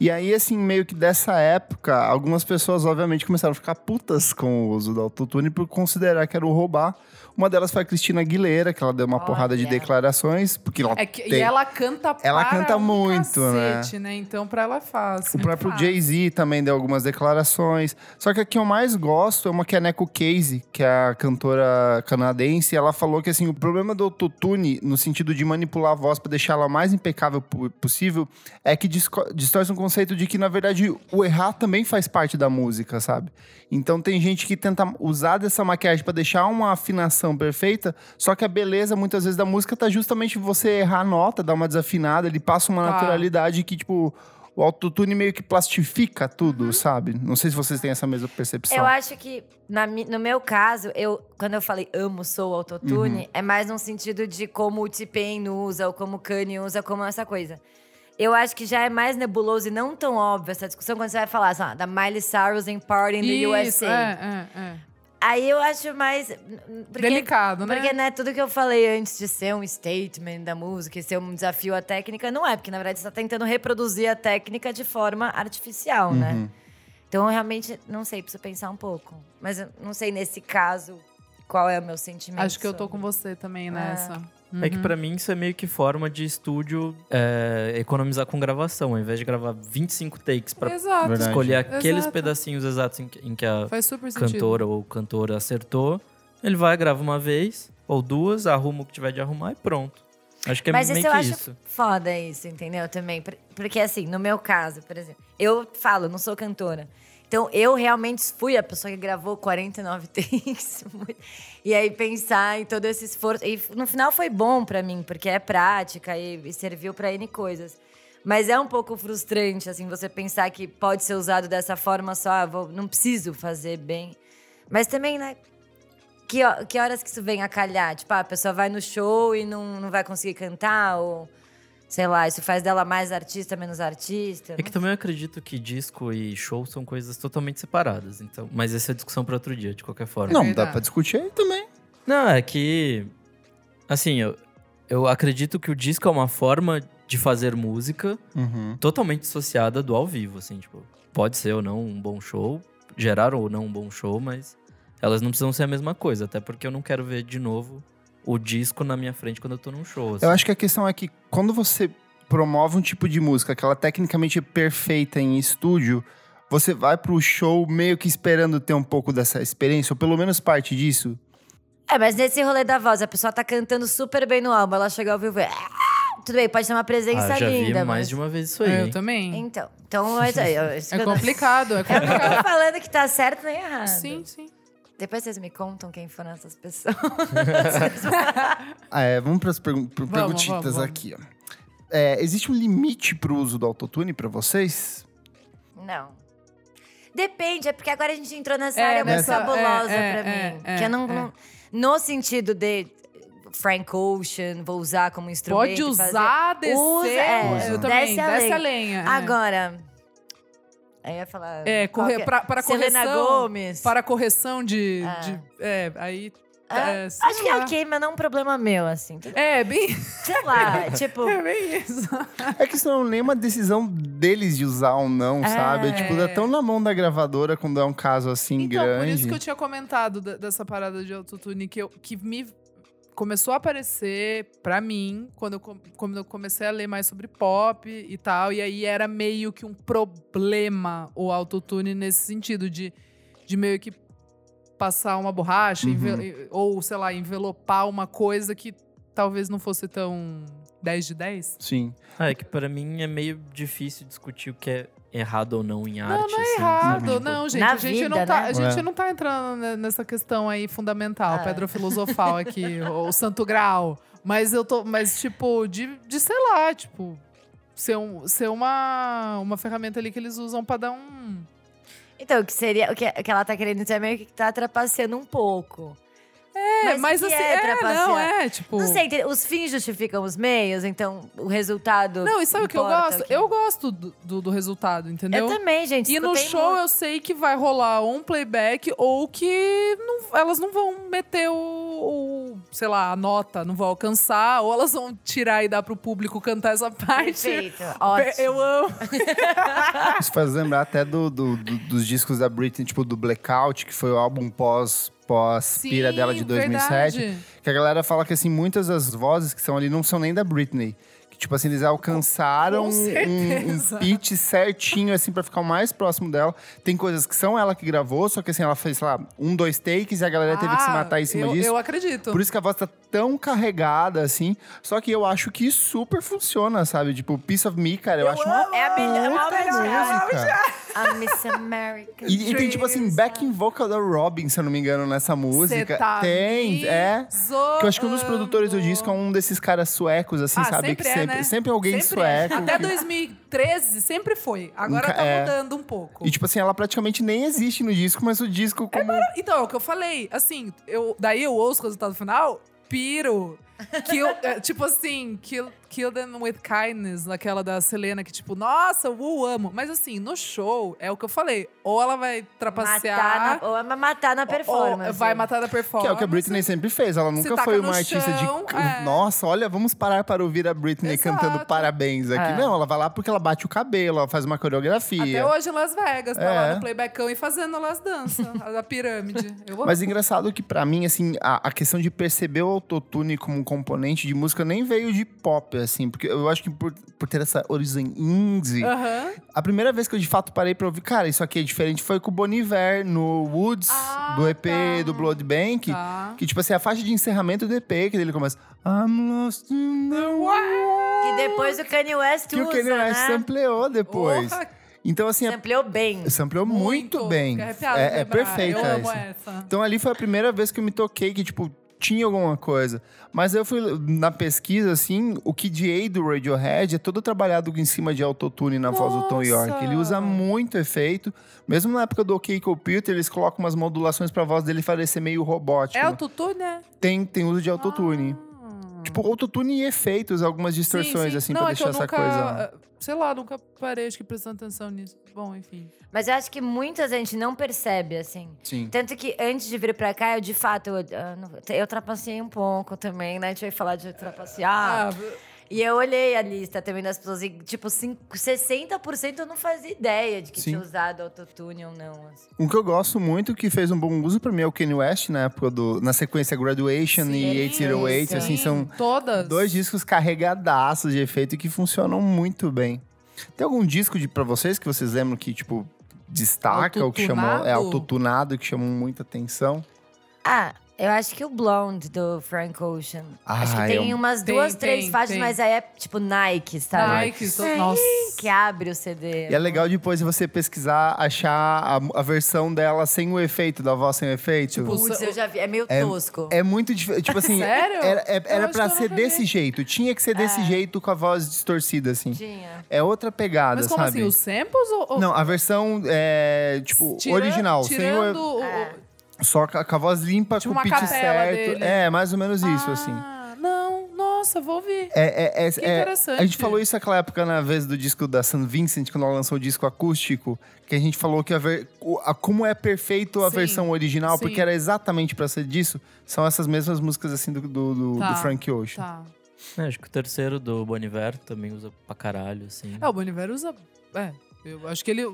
A: E aí, assim, meio que dessa época, algumas pessoas, obviamente, começaram a ficar putas com o uso do autotune por considerar que era um roubar. Uma delas foi a Cristina Aguilera, que ela deu uma
D: Olha.
A: porrada de declarações, porque ela
B: É que- e
A: tem-
B: ela canta
A: Ela
B: para
A: canta
B: um
A: muito, né?
B: cacete, né? Então, pra ela é fácil.
A: O
B: muito
A: próprio
B: fácil.
A: Jay-Z também deu algumas declarações. Só que a que eu mais gosto é uma que é a Neko Casey, que é a cantora canadense. Ela falou que assim, o problema do autotune, no sentido de manipular a voz para deixar ela mais impecável po- possível, é que disco- distorce um conceito de que, na verdade, o errar também faz parte da música, sabe? Então tem gente que tenta usar dessa maquiagem para deixar uma afinação perfeita, só que a beleza, muitas vezes, da música tá justamente você errar a nota, dar uma desafinada, ele passa uma
B: Tá.
A: naturalidade que, tipo, o autotune meio que plastifica tudo,
B: Uhum.
A: sabe? Não sei se vocês têm essa mesma percepção.
D: Eu acho que, na mi- no meu caso, eu, quando eu falei amo, sou
B: Uhum.
D: autotune, é mais num sentido de como o T-Pain usa, ou como o Kanye usa, como essa coisa. Eu acho que já é mais nebuloso e não tão óbvio essa discussão quando você vai falar, sei lá, da Miley Cyrus em Party in the
B: Isso,
D: USA.
B: é, é, é.
D: Aí eu acho mais... porque-
B: Delicado, né?
D: Porque, né, tudo que eu falei antes de ser um statement da música e ser um desafio à técnica, não é, porque na verdade você tá tentando reproduzir a técnica de forma artificial,
A: Uhum.
D: né? Então eu realmente não sei, preciso pensar um pouco. Mas eu não sei nesse caso qual é o meu sentimento.
B: Acho que eu tô
D: sobre.
B: com você também nessa.
C: É que pra mim isso é meio que forma de estúdio é, economizar com gravação, ao invés de gravar 25 takes pra
B: Exato.
A: Verdade.
C: escolher aqueles
B: Exato.
C: pedacinhos exatos em que, em que a
B: Faz super sentido.
C: cantora ou cantora acertou. Ele vai, grava uma vez ou duas, arruma o que tiver de arrumar e pronto. Acho que é
D: Mas
C: meio
D: isso eu
C: que
D: acho
C: isso.
D: foda isso, entendeu? Também. Por- Porque, assim, no meu caso, por exemplo, eu falo, não sou cantora. Então, eu realmente fui a pessoa que gravou 49 [LAUGHS] takes. muito- e aí, pensar em todo esse esforço. E no final foi bom pra mim, porque é prática e, e serviu pra N coisas. Mas é um pouco frustrante, assim, você pensar que pode ser usado dessa forma só, ah, vou- não preciso fazer bem. Mas também, né? Que, ho- que horas que isso vem a calhar? Tipo, ah, a pessoa vai no show e não, não vai conseguir cantar, ou sei lá, isso faz dela mais artista, menos artista.
C: É que também eu acredito que disco e show são coisas totalmente separadas. Então, mas essa é discussão pra outro dia, de qualquer forma.
A: Não, dá
B: É verdade.
A: pra discutir aí também.
C: Não, é que. Assim, eu, eu acredito que o disco é uma forma de fazer música
A: Uhum.
C: totalmente dissociada do ao vivo, assim, tipo, pode ser ou não um bom show, gerar ou não um bom show, mas elas não precisam ser a mesma coisa, até porque eu não quero ver de novo o disco na minha frente quando eu tô num show. assim.
A: Eu acho que a questão é que quando você promove um tipo de música que ela tecnicamente é perfeita em estúdio, você vai pro show meio que esperando ter um pouco dessa experiência, ou pelo menos parte disso.
D: É, mas nesse rolê da voz, a pessoa tá cantando super bem no álbum, ela chega ao vivo e. "Ah!" Tudo bem, pode ter uma presença
C: Ah, já
D: linda.
C: vi mais
D: mas...
C: de uma vez isso aí.
B: É,
C: hein?
B: eu também.
D: Então, então mas aí, eu- isso que
B: É
D: eu não-
B: complicado, é
D: Eu
B: complicado.
D: não tô falando que tá certo nem errado.
B: [LAUGHS] sim, sim.
D: Depois vocês me contam quem foram essas pessoas.
A: Ah, é, vamos pras pergun pro-
B: Vamos,
A: perguntitas
B: vamos, vamos.
A: aqui, ó. É, existe um limite pro uso do autotune pra vocês?
D: Não. Depende, é porque agora a gente entrou nessa
B: É,
D: área
A: nessa-
D: muito cabulosa
B: é,
D: pra
B: é,
D: mim.
B: é,
D: que eu não,
B: é.
D: não- No sentido de Frank Ocean, vou usar como instrumento.
B: Pode
D: e fazer-
B: usar, descer.
D: Usa, é,
A: Usa.
B: Eu também,
D: desce
B: desce
D: a
B: a
D: lenha.
B: lenha. é.
D: Agora. Aí eu ia falar.
B: É, corre,
D: qualquer-
B: pra, para correção.
D: Selena Gomes.
B: Para correção de.
D: Ah.
B: de- é, aí.
D: Ah,
B: é, sei
D: Acho que é
B: lá.
D: ok, mas não é um problema meu, assim.
B: É, bem, [LAUGHS]
D: Sei lá, tipo.
B: é bem isso.
A: É que isso não é nenhuma decisão deles de usar ou não,
D: É.
A: sabe? É, tipo, dá tão na mão da gravadora quando é um caso assim
B: Então,
A: grande.
B: por isso que eu tinha comentado da- dessa parada de autotune que, eu, que me começou a aparecer pra mim quando eu, com- quando eu comecei a ler mais sobre pop e tal. E aí era meio que um problema o autotune nesse sentido de, de meio que passar uma borracha
A: Uhum.
B: enve- ou, sei lá, envelopar uma coisa que talvez não fosse tão 10 de 10.
A: Sim.
C: Ah, é que pra mim é meio difícil discutir o que é errado ou não em
B: Não,
C: arte.
B: não é
C: assim,
B: errado.
C: sabe?
B: Não, gente,
D: Na
B: a gente,
D: vida,
B: não tá,
D: né?
B: a gente
A: É.
B: não tá entrando ne- nessa questão aí fundamental,
D: Ah.
B: pedra filosofal aqui,
D: [LAUGHS]
B: ou santo grau. Mas eu tô. Mas, tipo, de, de sei lá, tipo, ser, um, ser uma, uma ferramenta ali que eles usam pra dar um.
D: Então, o que seria. O que, o que ela tá querendo dizer é meio que tá trapaceando um pouco.
B: É,
D: mas,
B: mas
D: o que
B: assim,
D: é,
B: é,
D: trapacear?
B: não, é, tipo...
D: Não sei, tem- os fins justificam os meios, então o resultado.
B: Não, e sabe o que eu
D: importa
B: gosto?
D: aqui.
B: Eu gosto do, do, do resultado, entendeu?
D: Eu também, gente.
B: E no
D: escutei
B: show
D: muito.
B: eu sei que vai rolar ou um playback ou que não- elas não vão meter o, o, sei lá, a nota, não vão alcançar, ou elas vão tirar e dar pro público cantar essa parte. [LAUGHS]
D: Perfeito.
B: Per-
D: Ótimo.
B: Eu amo.
A: Isso faz lembrar até do, do- do- dos discos da Britney, tipo do Blackout, que foi o álbum pós, pós
B: Sim,
A: pira dela de 2007.
B: verdade.
A: Que a galera fala que assim, muitas das vozes que são ali não são nem da Britney. Que, tipo assim, eles alcançaram
B: Com
A: um,
B: certeza.
A: um pitch certinho, assim, pra ficar o mais próximo dela. Tem coisas que são ela que gravou, só que assim, ela fez, sei lá, um, dois takes e a galera teve que se
B: Ah,
A: matar em cima
B: eu,
A: disso.
B: Eu acredito.
A: Por isso que a voz tá tão carregada, assim. Só que eu acho que super funciona, sabe? Tipo, Piece of Me, cara, eu, acho uma
D: É a melhor, a
A: puta
D: melhor.
A: música.
D: A Miss America.
A: E, e tem, tipo assim, backing vocal da Robin, se eu não me engano, nessa música.
B: Cê tá
A: tem,
B: me
A: é.
B: zoando.
A: Que eu acho que um dos produtores do disco é um desses caras suecos, assim,
B: Ah,
A: sabe?
B: sempre
A: que
B: é,
A: sempre,
B: né?
A: sempre alguém
B: Sempre é.
A: sueco.
B: Até
A: que-
B: 2013 sempre foi. Agora
A: Nunca-
B: tá
A: é.
B: mudando um pouco.
A: E tipo assim, ela praticamente nem existe no disco, mas o disco como.
B: Então, é o que eu falei, assim, eu, daí eu ouço o resultado final, piro. Kill, [LAUGHS] é, tipo assim, kill, kill them with kindness, naquela da Selena, que tipo, nossa, eu amo. Mas assim, no show, é o que eu falei, ou ela vai
D: Matar
B: trapacear,
D: na, ou é matar na
B: ou-
D: performance.
B: ou vai matar da
A: Que
B: performance.
A: é o que a Britney sempre fez. Ela nunca
B: taca
A: foi
B: no
A: uma artista
B: chão,
A: de.
B: é.
A: Nossa, olha, vamos parar para ouvir a Britney
B: Exato.
A: cantando parabéns aqui.
D: É.
A: Não, ela vai lá porque ela bate o cabelo, ela faz uma
B: Até
A: coreografia.
B: hoje em Las Vegas, tá
A: É.
B: lá no playbackão e fazendo elas danças, [LAUGHS] a da pirâmide. Eu amo.
A: Mas engraçado que pra mim, assim, a, a questão de perceber o autotune como um componente de música nem veio de pop, assim, porque eu acho que por, por ter essa origem indie,
B: Aham.
A: a primeira vez que eu de fato parei pra ouvir, cara, isso aqui é diferente, foi com o Boniver no Woods,
B: Ah,
A: do EP
B: tá.
A: do Blood Bank.
B: Tá.
A: Que, tipo assim, a faixa de encerramento do EP, que ele começa. I'm lost in the world.
D: E depois o Kanye West
A: Que
D: usa,
A: o Kanye West
D: né?
A: sampleou depois.
B: Porra, é
A: Então, assim, a-
D: Sampleou bem.
A: sampleou muito, bem.
B: Fiquei arrepiada de
A: É, é
B: lembrar.
A: perfeita
B: Eu amo
A: essa.
B: essa.
A: Então ali foi a primeira vez que eu me toquei que, tipo, tinha alguma coisa. Mas eu fui na pesquisa, assim, o KDA do Radiohead é todo trabalhado em cima de autotune na voz do Tom
B: Nossa!
A: York. Ele usa muito efeito. Mesmo na época do OK Computer, eles colocam umas modulações pra voz dele parecer meio robótica.
B: É o tutu, né?
A: Tem, tem uso de autotune.
B: Ah.
A: Tipo, autotune e efeitos, algumas distorções,
B: Sim, sim.
A: assim,
B: Não,
A: pra
B: é que
A: deixar
B: eu
A: essa
B: nunca,
A: coisa...
B: eh, Sei lá, nunca parei, acho que prestando atenção nisso. Bom, enfim.
D: Mas eu acho que muita gente não percebe, assim.
A: Sim.
D: Tanto que antes de vir pra cá, eu de fato, eu, eu, não- eu trapaceei um pouco também, né? A gente vai falar de trapacear.
B: Ah,
D: E eu olhei a lista também das pessoas e, tipo, cinco- 60% eu não fazia ideia de que
A: Sim.
D: tinha usado autotune ou não. assim.
A: Um que eu gosto muito, que fez um bom uso pra mim, é o Kanye West, na época do... Na sequência Graduation e 808, assim,
B: Sim,
A: são...
B: Todas.
A: Dois discos carregadaços de efeito e que funcionam muito bem. Tem algum disco de para vocês que vocês lembram que tipo destaca ou que chamou é
B: Autotunado?
A: autotunado que chamou muita atenção?
D: Ah, eu acho que o Blonde do Frank Ocean.
A: Ah,
D: acho que
A: é
D: tem
A: um-
D: umas
B: Tem,
D: duas,
B: tem,
D: três faixas,
B: tem.
D: mas aí é tipo Nike, sabe?
B: Nike, so- nossa.
D: Que abre o CD.
A: E é legal depois você pesquisar, achar a, a versão dela sem o efeito, da voz sem o efeito.
D: Putz, eu já vi. É meio tosco.
A: É muito diferente. Tipo assim,
B: [LAUGHS] Sério?
A: era, é-
B: Eu
A: era
B: acho
A: pra
B: que eu É.
A: ser
B: nunca vi.
A: desse jeito. Tinha que ser desse jeito com a voz distorcida, assim.
D: Tinha.
A: É outra pegada,
B: Mas como
A: sabe?
B: assim, os samples ou... ou-
A: Não, a versão, é, tipo,
B: tira-
A: original. sem o, é
B: Tirando... o- o-
A: Só com a, com a voz limpa,
B: Tipo
A: com o
B: uma
A: pitch
B: capela
A: certo.
B: dele.
A: É, mais ou menos isso, assim.
B: Ah, não. Nossa, vou ouvir.
A: É, é, é,
B: Que
A: é-
B: interessante.
A: A gente falou isso naquela época, na vez do disco da San Vincent, quando ela lançou o disco acústico, que a gente falou que a ver, o- a- como é perfeito a
B: Sim,
A: versão original, porque
B: sim.
A: era exatamente pra ser disso. São essas mesmas músicas, assim, do, do, do-
B: Tá,
A: do Frank Ocean.
B: Tá.
C: É, acho que o terceiro do Boniver também usa pra caralho, assim.
B: É, o Boniver usa... É, eu acho que ele...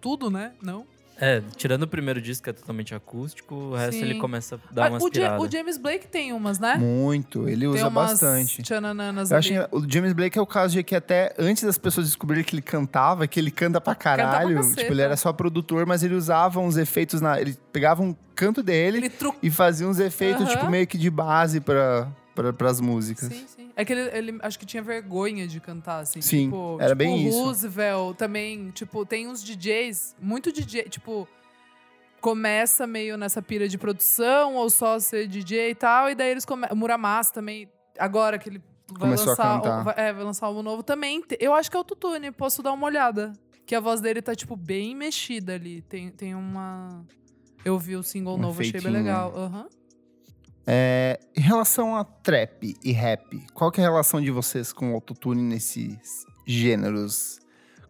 B: Tudo, né? Não?
C: É, tirando o primeiro disco, que é totalmente acústico, o resto
B: Sim.
C: ele começa a dar
B: Ah,
C: umas
B: o, Ja-
C: piradas.
B: o James Blake tem umas, né?
A: Muito, ele
B: tem
A: usa
B: umas
A: bastante.
B: tchanananas
A: Eu acho
B: ali.
A: que o James Blake é o caso de que até antes das pessoas descobrirem que ele cantava, que ele canta pra
B: pra
A: caralho.
B: caceta.
A: tipo, ele era só produtor, mas ele usava uns efeitos na. Ele pegava um canto dele
B: Ele trucou.
A: e fazia uns efeitos,
B: Aham.
A: tipo, meio que de base pra, pra, pras músicas.
B: Sim, sim. É que ele, ele acho que tinha vergonha de cantar, assim.
A: Sim,
B: tipo,
A: era
B: tipo
A: bem
B: o
A: isso.
B: Roosevelt também, tipo, tem uns DJs, muito DJ, tipo, começa meio nessa pira de produção, ou só ser DJ e tal, e daí eles começam. Muramasa também, agora que ele vai
A: Começou a
B: lançar.
A: cantar.
B: o- vai- é, vai lançar algo novo também. te- Eu acho que é autotune, posso dar uma olhada. Que a voz dele tá, tipo, bem mexida ali. Tem, tem uma. Eu vi o single
A: Um
B: novo, achei bem
A: efeitinho.
B: legal. Aham.
A: É, em relação a trap e rap, qual que é a relação de vocês com o autotune nesses gêneros?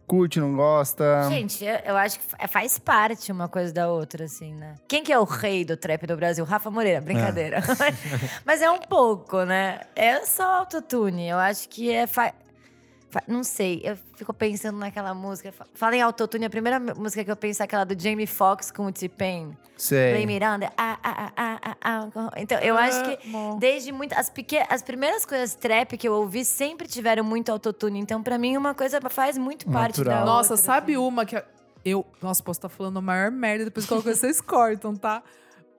A: Curte, não gosta?
D: Gente, eu, eu acho que fa- é, faz parte uma coisa da outra, assim, né? Quem que é o rei do trap do Brasil? Rafa Moreira, brincadeira. [LAUGHS] Mas é um pouco, né? É só autotune. Eu acho que é. fa- fa- Não sei, eu fico pensando naquela música. Fa- Fala em autotune, a primeira mu- música que eu penso é aquela do Jamie Foxx com o T-Pain. Play
A: Sei.
D: Miranda. Ah, ah, ah, ah, ah, ah. Então, eu acho que
B: Amo.
D: desde muito. As, peque, as primeiras coisas trap que eu ouvi sempre tiveram muito autotune. Então, pra mim, uma coisa faz muito parte
A: Natural.
D: da
B: Nossa,
D: outra.
B: sabe uma que eu. Nossa, posso estar falando a maior merda, depois coloco vocês [LAUGHS] cortam, tá?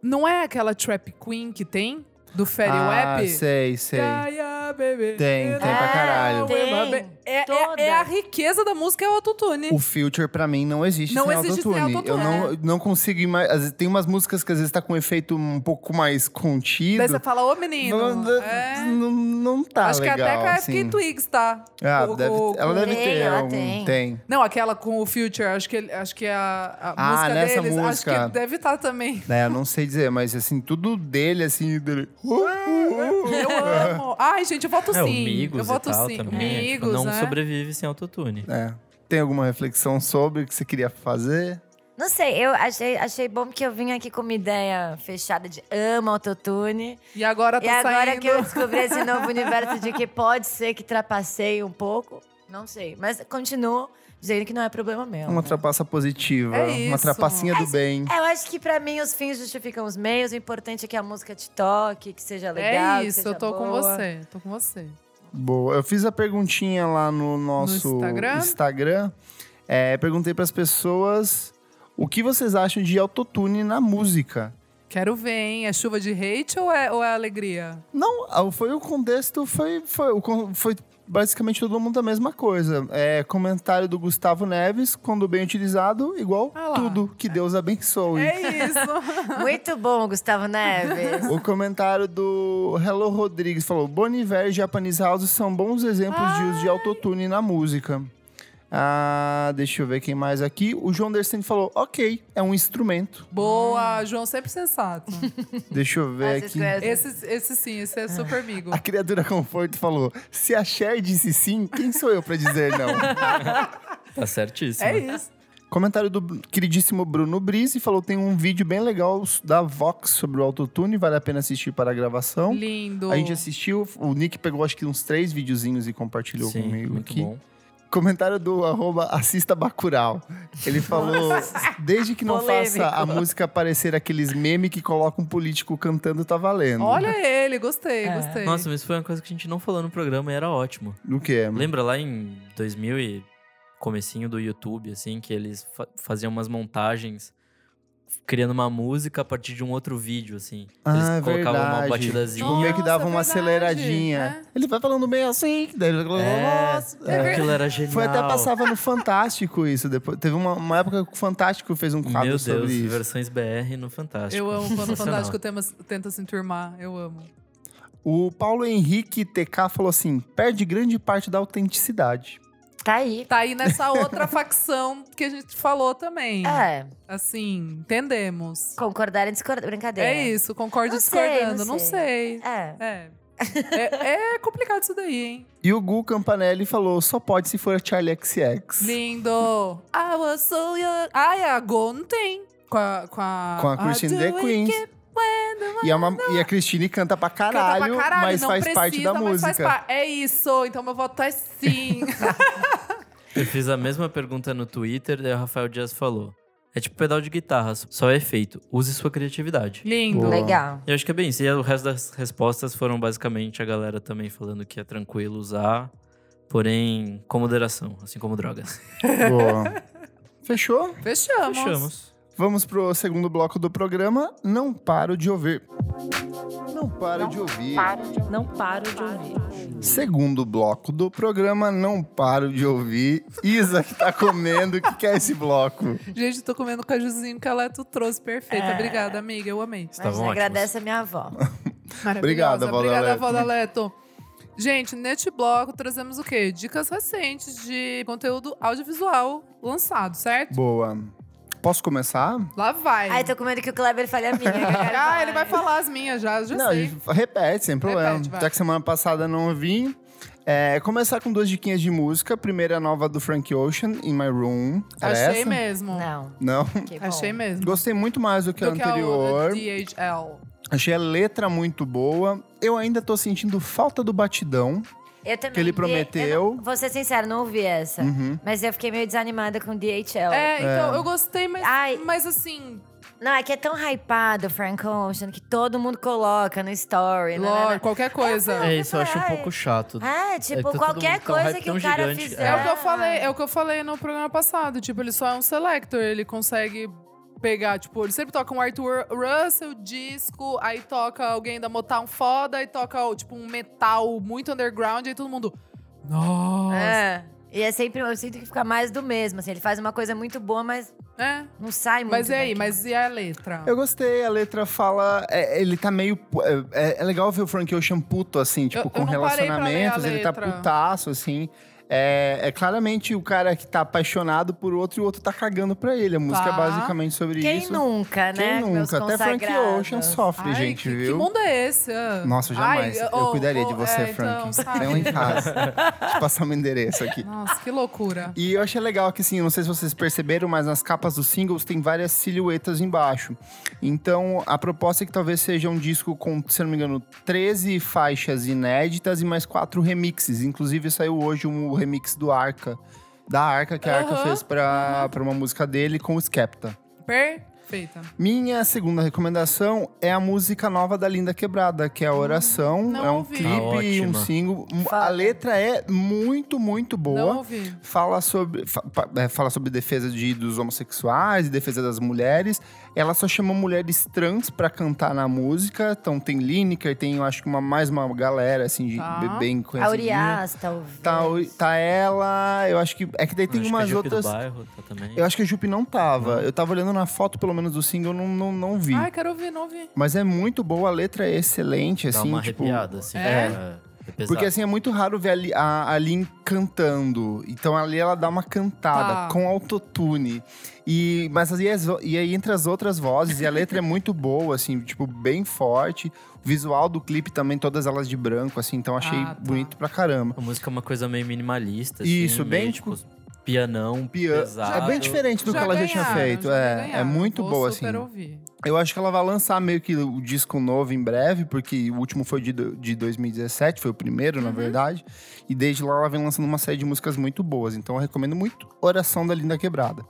B: Não é aquela trap queen que tem? Do Fairy
A: ah,
B: Wap?
A: sei, sei.
B: Yeah, yeah, baby.
A: Tem, tem pra
B: É,
A: caralho.
B: we're
D: Tem,
B: baby. É, é-
D: todas.
B: é a riqueza da música, é o autotune.
A: O Future, pra mim, não existe
B: Não
A: sem
B: existe sem
A: autotune. Eu
B: autotune, é.
A: não, não consigo imaginar. Tem umas músicas que às vezes tá com um efeito um pouco mais contido.
B: Daí você fala, ô menino.
A: não,
B: é.
A: não, não tá
B: Acho
A: legal.
B: que até com a FK
A: assim.
B: Twigs, tá?
A: Ah,
B: O-
A: deve-
B: o-
A: ela
B: o-
A: deve
D: Tem,
A: ter.
D: ela
A: algum-
D: tem.
A: tem.
B: Não, aquela com o Future, acho que, ele- acho que é a, a
A: Ah,
B: música
A: nessa
B: deles, acho
A: música.
B: que deve estar também.
A: É, eu não sei dizer, mas assim, tudo dele, assim, dele. Uh, uh, uh.
C: [LAUGHS]
B: Eu amo. Ai, gente, eu voto
C: é, o
B: sim.
C: Migos
B: eu voto
C: e tal
B: sim.
C: também. é, tipo,
B: Migos,
C: não
B: né?
C: sobrevive sem autotune.
A: É. Tem alguma reflexão sobre o que você queria fazer?
D: Não sei, eu achei, achei bom que eu vim aqui com uma ideia fechada de amo autotune.
B: E agora tá
D: E É agora
B: saindo.
D: que eu descobri esse novo universo de que pode ser que trapaceie um pouco. Não sei, mas continuo dizendo que não é problema meu.
A: Uma
D: né?
A: trapaça positiva,
B: É
A: uma
B: isso.
A: trapacinha do bem.
D: É, eu acho que pra mim os fins justificam os meios. O importante é que a música te toque, que seja
B: É
D: legal. que
B: isso,
D: seja
B: eu tô com
D: boa.
B: você. Tô com você.
A: Boa. Eu fiz a perguntinha lá no nosso
B: Instagram?
A: Instagram. É, perguntei pras pessoas o que vocês acham de autotune na música.
B: Quero ver, hein? É chuva de hate ou é, ou é alegria?
A: Não, ah, foi o contexto, foi, foi, o con- foi basicamente todo mundo a mesma coisa. É comentário do Gustavo Neves, quando bem utilizado, igual
B: Ah lá.
A: tudo, que Deus abençoe.
B: É isso.
D: Muito bom,
A: [LAUGHS]
D: Gustavo Neves.
A: O comentário do Hello Rodrigues falou: Boniver e Japanese House são bons exemplos de uso de autotune na música. Ah, deixa eu ver quem mais aqui. O João Dersen falou: ok, é um instrumento.
B: [LAUGHS]
D: Hum.
B: Boa, João, sempre
D: [LAUGHS]
B: sensato.
A: Deixa eu
D: Ah,
A: ver
D: vocês
A: aqui.
D: conhecem?
B: Esse, é esse sim, esse é super amigo.
A: A criatura conforto falou: se a Cher disse sim, quem sou eu pra dizer
B: [LAUGHS]
A: não?
C: Tá certíssimo.
B: É isso.
A: Comentário do queridíssimo Bruno Brise falou: tem um vídeo bem legal da Vox sobre o autotune, vale a pena assistir para a
C: Então,
A: gravação.
B: Lindo.
A: A gente assistiu, o Nick pegou acho que uns três videozinhos e compartilhou
C: Sim,
A: comigo
C: muito
A: aqui.
C: bom.
A: Comentário do arroba assista Bacurau. Ele falou: desde que não faça a música parecer aqueles memes que coloca um político cantando, tá valendo.
B: Olha ele, gostei,
D: É.
B: gostei.
C: né? Nossa, mas foi uma coisa que a gente não falou no programa e era ótimo.
A: O quê?
C: Lembra lá em 2000 e comecinho do YouTube, assim, que eles fa- faziam umas montagens criando uma música a partir de um outro vídeo, assim. Eles
A: Ah, é
C: colocavam
A: verdade.
C: uma batidazinha.
A: Tipo, meio que dava
B: Nossa,
A: uma
B: verdade, né?
A: aceleradinha. Ele vai falando meio assim, daí ele falou,
C: É,
A: nossa.
B: é verdade.
C: Aquilo era genial.
A: Foi até passava no Fantástico isso. Depois, teve uma, uma época que o Fantástico fez um quadro
C: Meu Deus,
A: sobre isso.
C: versões BR no Fantástico.
B: Eu amo quando o
C: é Sensacional.
B: Fantástico tema- tenta se enturmar. Eu amo.
A: O Paulo Henrique TK falou assim: perde grande parte da autenticidade.
D: Tá aí.
B: Tá aí nessa
C: [LAUGHS]
B: outra facção que a gente falou também.
D: É,
B: Assim, entendemos.
D: concordar e discordar. Brincadeira.
B: É isso, concordo
D: Não sei,
B: discordando.
D: não
B: Não sei.
D: É.
B: É. É, é complicado isso daí, hein?
A: E o Gu Campanelli falou: só pode se for Charlie XX.
B: Lindo! I was so young. Ai, a Go não tem. Com a. Com a,
A: Com a Christine
B: Ah,
A: The
B: do
A: Queen.
B: it when the-
A: E, é uma- e a Cristine canta pra caralho,
B: Canta pra caralho,
A: mas
B: não
A: faz
B: precisa,
A: parte da
B: mas
A: música.
B: Faz par... É isso, então meu voto é sim.
C: Eu fiz a mesma pergunta no Twitter, daí o Rafael Dias falou. É tipo pedal de guitarra, só é efeito. Use sua criatividade.
B: Lindo.
A: Boa.
D: Legal.
C: Eu acho que é bem isso. E o resto das respostas foram basicamente a galera também falando que é tranquilo usar, porém com moderação, assim
A: [LAUGHS]
C: como drogas.
B: [LAUGHS]
A: Boa. Fechou?
B: Fechamos.
C: Fechamos.
A: Vamos pro segundo bloco do programa. Não paro de ouvir. Não paro de ouvir.
E: Não paro de ouvir.
A: Segundo bloco do programa, não paro de ouvir. Isa que tá comendo, o que, que é esse bloco?
B: Gente, tô comendo o cajuzinho que a Leto trouxe. Perfeita. Obrigada, amiga. Eu amei.
D: Mas
C: Estavam ótimos.
D: agradece a minha avó.
B: Maravilhosa.
A: Obrigada, Valda
B: Obrigada,
A: Leto.
B: Valda Leto. Gente, neste bloco trazemos o quê? Dicas recentes de conteúdo audiovisual lançado, certo?
A: Boa. Posso começar?
B: Lá
A: É.
B: vai.
D: Ai, tô com medo que o Kleber fale a minha.
A: [LAUGHS]
D: que eu quero
B: Ah, ele vai
D: várias.
B: falar as minhas já, já
A: não,
B: sei.
A: repete, sem problema.
B: vai.
A: Já que semana passada eu não vim. É, começar com duas diquinhas de música. Primeira é a nova do Frank Ocean, In My Room. Era
B: Achei
A: essa?
B: mesmo.
D: Não,
A: Não. [LAUGHS]
D: que bom.
B: Achei mesmo.
A: Gostei muito mais do que a
B: Do que é a
A: anterior.
B: outra, DHL.
A: Achei a letra muito boa. Eu ainda tô sentindo falta do batidão.
D: Eu também
A: Que ele
D: vi-
A: prometeu. Uhum.
D: eu não- vou ser sincera, não ouvi essa. Mas eu fiquei meio desanimada com DHL.
B: É, então, eu gostei, mas,
D: Ai.
B: mas assim,
D: Não, é que é tão hypado o Frank Ocean que todo mundo coloca no story. né, né,
B: lore,
D: né.
B: qualquer coisa.
D: É,
C: É isso, eu acho um pouco chato.
D: É, tipo,
C: É, tá todo
D: qualquer
C: mundo tão
D: coisa
C: hype,
D: que
C: tão
D: o cara
C: gigante.
D: fizer.
B: É o que eu falei, é o que eu falei no programa passado. Tipo, ele só é um selector, ele consegue pegar, tipo, ele sempre toca um Arthur Russell disco, aí toca alguém da Motown foda, aí toca, tipo, um metal muito underground, aí todo mundo. Nossa!
D: É. E é sempre, eu sinto que fica mais do mesmo, assim. Ele faz uma coisa muito boa, mas
B: É.
D: não sai muito.
B: Mas e aí,
D: daqui.
B: mas e a letra?
A: Eu gostei, a letra fala. é, ele tá meio. É, é legal ver o Frank Ocean puto, assim, tipo,
B: Eu-
A: com
B: eu não parei pra ler a
A: relacionamentos. Ele tá
B: letra.
A: putaço, assim. É, é claramente o cara que tá apaixonado por outro e o outro tá cagando pra ele. A música
B: Tá.
A: é basicamente sobre
D: Quem
A: isso.
D: nunca, né?
A: Quem
D: Meus
A: nunca? Até Frank
D: consagrados.
A: Ocean sofre,
B: Ai,
A: gente,
B: que,
A: viu?
B: que mundo é esse? Ah.
A: Nossa, jamais.
B: Ai,
A: eu
B: oh,
A: cuidaria
B: oh,
A: de você,
B: é, então,
A: Frank. um
B: sabe?
A: Vem lá em [LAUGHS] casa. Deixa eu passar meu endereço aqui.
B: Nossa, que loucura.
A: E eu achei legal que, assim, não sei se vocês perceberam, mas nas capas dos singles tem várias silhuetas embaixo. Então, a proposta é que talvez seja um disco com, se eu não me engano, 13 faixas inéditas e mais quatro remixes. Inclusive, saiu hoje um remix do Arca. Da Arca, que a Arca
B: Aham.
A: fez pra, pra uma música dele com o Skepta.
B: Perfeita.
A: Minha segunda recomendação é a música nova da Linda Quebrada, que é a Oração.
B: Hum, não
A: é um
B: ouvi.
A: clipe
C: Ah,
A: e um
C: ótima.
A: single. A
D: Fala.
A: letra é muito, muito boa.
B: Não ouvi.
A: Fala sobre, fa- pa- é, fala sobre defesa de, dos homossexuais e defesa das mulheres. Ela só chamou mulheres trans pra cantar na música. Então tem Lineker, tem eu acho que uma, mais uma galera assim de
B: Tá.
A: be- bem conhecida.
D: Auriás, talvez.
A: Tá, o- tá ela, eu acho que. É que daí tem
C: Acho que a
A: umas
C: Jupe
A: outras.
C: Do bairro, tá também.
A: Eu acho que a Jupe não tava. Eu tava olhando na foto, pelo menos, do single, eu não, não, não vi.
B: Ai, quero ouvir, não ouvi.
A: Mas é muito boa, a letra é excelente,
C: Dá
A: assim.
C: uma
A: tipo,
C: arrepiada, assim.
B: É?
C: é pesado.
A: Porque assim, é muito raro ver a Li- a Alin cantando. Então ali ela dá uma
B: Tá.
A: cantada com autotune. E, mas aí, as o- e aí entre as outras vozes, e a letra é muito [LAUGHS] boa, assim, tipo, bem forte. O visual do clipe também, todas elas de branco, assim, então achei
B: Ah, tá.
A: bonito pra caramba.
C: A música é uma coisa meio minimalista, assim,
A: Isso,
C: meio,
A: bem,
C: tipo... Pianão,
A: Pia-
C: pesado.
A: é bem diferente do que ela já tinha
B: ganharam,
A: feito.
B: já
A: é, é
B: ganharam.
A: muito
B: Vou
A: boa, assim.
B: super Ouvir.
A: Eu acho que ela vai lançar meio que o disco novo em breve, porque o último foi de, do- de 2017, foi o primeiro,
B: Uhum.
A: na verdade. E desde lá ela vem lançando uma série de músicas muito boas. Então eu recomendo muito Oração da Linda Quebrada.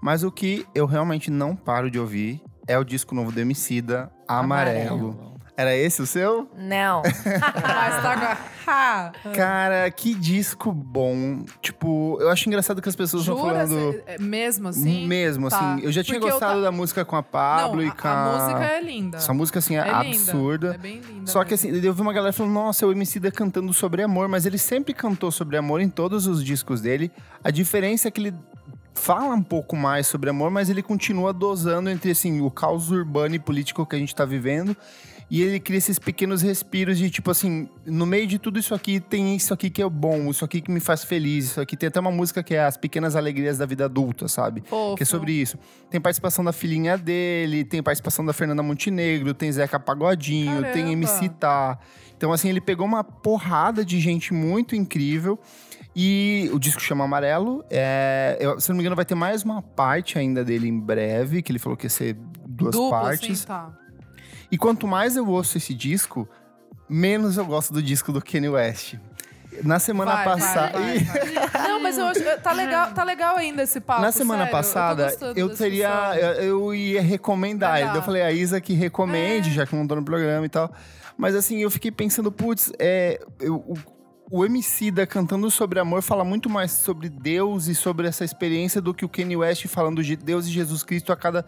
A: Mas o que eu realmente não paro de ouvir é o disco novo do Emicida, Amarelo. Era esse o seu?
D: Não.
B: Mas tá com a- [LAUGHS] Ha!
A: Cara, que disco bom. Tipo, eu acho engraçado que as pessoas estão
B: Jura?
A: falando...
B: cê- é Mesmo assim?
A: Mesmo,
B: Tá.
A: assim. Eu já tinha
B: Porque eu
A: gostado
B: ta-
A: da música com a
B: Não,
A: Pablo e
B: a,
A: com
B: a música é linda.
A: Essa música, assim, é,
B: é linda.
A: absurda.
B: É bem linda.
A: Só que
B: mesmo.
A: assim, eu vi uma galera falando, nossa, é o MC da cantando sobre amor, mas ele sempre cantou sobre amor em todos os discos dele. A diferença é que ele fala um pouco mais sobre amor, mas ele continua dosando entre assim, o caos urbano e político que a gente tá vivendo. E ele cria esses pequenos respiros de tipo assim, no meio de tudo isso aqui tem isso aqui que é bom, isso aqui que me faz feliz, isso aqui tem até uma música que é As Pequenas Alegrias da Vida Adulta, sabe?
B: Fofo.
A: Que é sobre isso. Tem participação da filhinha dele, tem participação da Fernanda Montenegro, tem Zeca Pagodinho, tem
B: Caramba.
A: MC Tá. Então, assim, ele pegou uma porrada de gente muito incrível. E o disco chama Amarelo. É, eu- se não me engano, vai ter mais uma parte ainda dele em breve, que ele falou que ia ser duas
B: Duplo,
A: partes.
B: Assim, tá.
A: E quanto mais eu ouço esse disco, menos eu gosto do disco do Kanye West. Na semana
B: Vai, vai,
A: passada. [LAUGHS]
B: vai, vai. Não, mas eu acho que tá legal, tá legal ainda esse papo.
A: Na semana
B: sério,
A: passada,
B: eu, tô
A: eu, teria. Eu, eu ia recomendar.
B: Vai
A: ele.
B: lá.
A: Eu falei a Isa que
B: É.
A: recomende, já que eu não tô no programa e tal. Mas assim, eu fiquei pensando, putz, é, eu- o, o MC da cantando sobre amor fala muito mais sobre Deus e sobre essa experiência do que o Kanye West falando de Deus e Jesus Cristo a cada,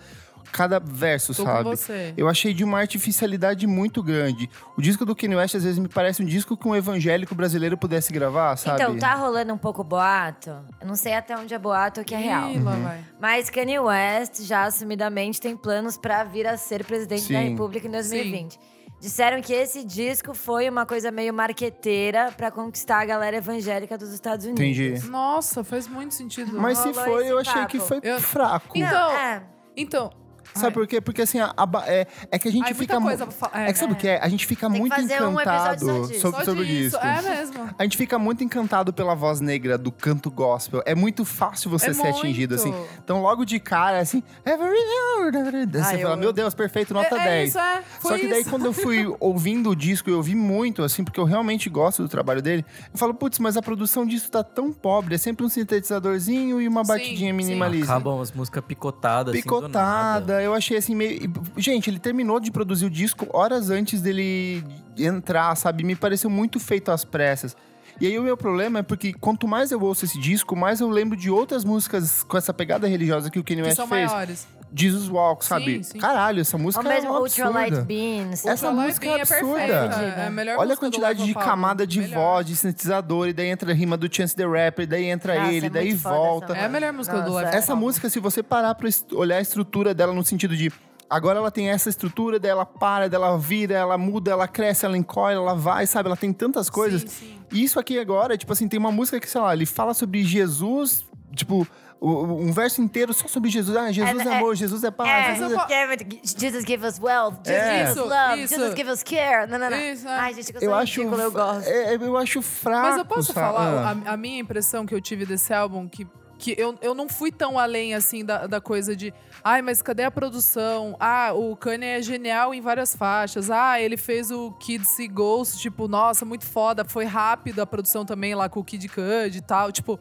A: cada verso,
B: Tô
A: sabe?
B: com você.
A: Eu achei de uma artificialidade muito grande. O disco do Kanye West, às vezes, me parece um disco que um evangélico brasileiro pudesse gravar, [LAUGHS] sabe?
D: Então, tá rolando um pouco boato. Eu não sei até onde é boato ou o que é real.
B: Ih, lá
A: Uhum.
B: vai.
D: Mas Kanye West já assumidamente tem planos pra vir a ser presidente da
A: Sim.
D: República em 2020. Disseram que esse disco foi uma coisa meio marqueteira pra conquistar a galera evangélica dos Estados Unidos.
A: Entendi.
B: Nossa, faz muito sentido.
A: Mas se
D: rolou
A: foi,
D: esse
A: eu achei que
D: papo.
A: foi
B: Eu-
A: fraco.
B: Então-
D: Não, é.
B: Então.
A: Sabe por quê? Porque assim, a- a ba- é, é que a gente
B: Ai,
A: fica.
B: muita
A: mu-
B: coisa pra né? falar.
A: É que sabe o que é? A gente fica
D: Tem que
A: muito
D: fazer um
A: encantado
D: episódio só disso.
A: sobre, sobre o disco.
B: É mesmo.
A: A gente fica muito encantado pela voz negra do canto gospel. É muito fácil você
B: É
A: ser atingido, assim.
B: muito.
A: Então, logo de cara, assim, every hour, você
D: Ah, eu
A: fala,
D: amo.
A: meu Deus, perfeito, nota
B: é,
A: 10.
B: É isso, é. Foi
A: Só que daí,
B: isso.
A: quando eu
B: [LAUGHS]
A: fui ouvindo o disco, eu ouvi muito, assim, porque eu realmente gosto do trabalho dele. Eu falo, putz, mas a produção disso tá tão pobre. É sempre um sintetizadorzinho e uma
B: Sim,
A: batidinha
B: sim.
A: minimalista.
C: Acabam as músicas picotadas, assim, do nada.
A: Picotada, eu achei assim meio. e, Gente, ele terminou de produzir o disco horas antes dele entrar, sabe? Me pareceu muito feito às pressas. E aí o meu problema é porque quanto mais eu ouço esse disco, mais eu lembro de outras músicas com essa pegada religiosa que o Kanye
B: Que
A: West
B: são
A: fez.
B: maiores.
A: Jesus Walk, sabe?
B: sim.
A: Caralho, essa música
D: Ou mesmo
A: é uma
D: Ultralight
A: absurda.
D: Beans.
A: Essa
B: Pra lá
A: música
B: bem,
A: é absurda.
B: perfeita, É a melhor
A: Olha a
B: música do
A: quantidade de
B: Lava Palma,
A: camada de
B: melhor.
A: voz, de sintetizador, e daí entra a rima do Chance the Rapper, e daí entra
D: Nossa,
A: ele,
D: é
A: daí
D: muito foda essa
A: volta.
D: música.
B: É a melhor música do
D: Nossa,
B: Left
A: Essa música, se você parar pra est- olhar a estrutura dela no sentido de. Agora ela tem essa estrutura, daí ela para, daí ela vira, ela muda, ela cresce, ela encolhe, ela vai, sabe? Ela tem tantas coisas.
B: Sim, sim.
A: E isso aqui agora, tipo assim, tem uma música que, sei lá, ele fala sobre Jesus, tipo, o- um verso inteiro só sobre Jesus. Ah, Jesus é,
D: É, é-
A: amor, Jesus é paz.
D: É,
A: Jesus
B: eu
A: é...
B: po-
D: give it- Jesus give us wealth, Jesus
A: É.
D: give us
B: Isso,
D: love,
B: isso.
D: Jesus give us care. Não, não, não.
B: Isso, é.
D: Ai, gente, que eu sou
A: Eu acho,
D: ridícula, eu gosto.
A: é, é, eu acho fraco.
B: Mas eu posso
A: sabe?
B: falar
A: Ah.
B: a, a minha impressão que eu tive desse álbum, que, que eu, eu não fui tão além assim da, da coisa de ai, mas cadê a produção? Ah, o Kanye é genial em várias faixas. Ah, ele fez o Kid See Ghost, tipo, nossa, muito foda, foi rápido a produção também lá com o Kid Cudi e tal, tipo.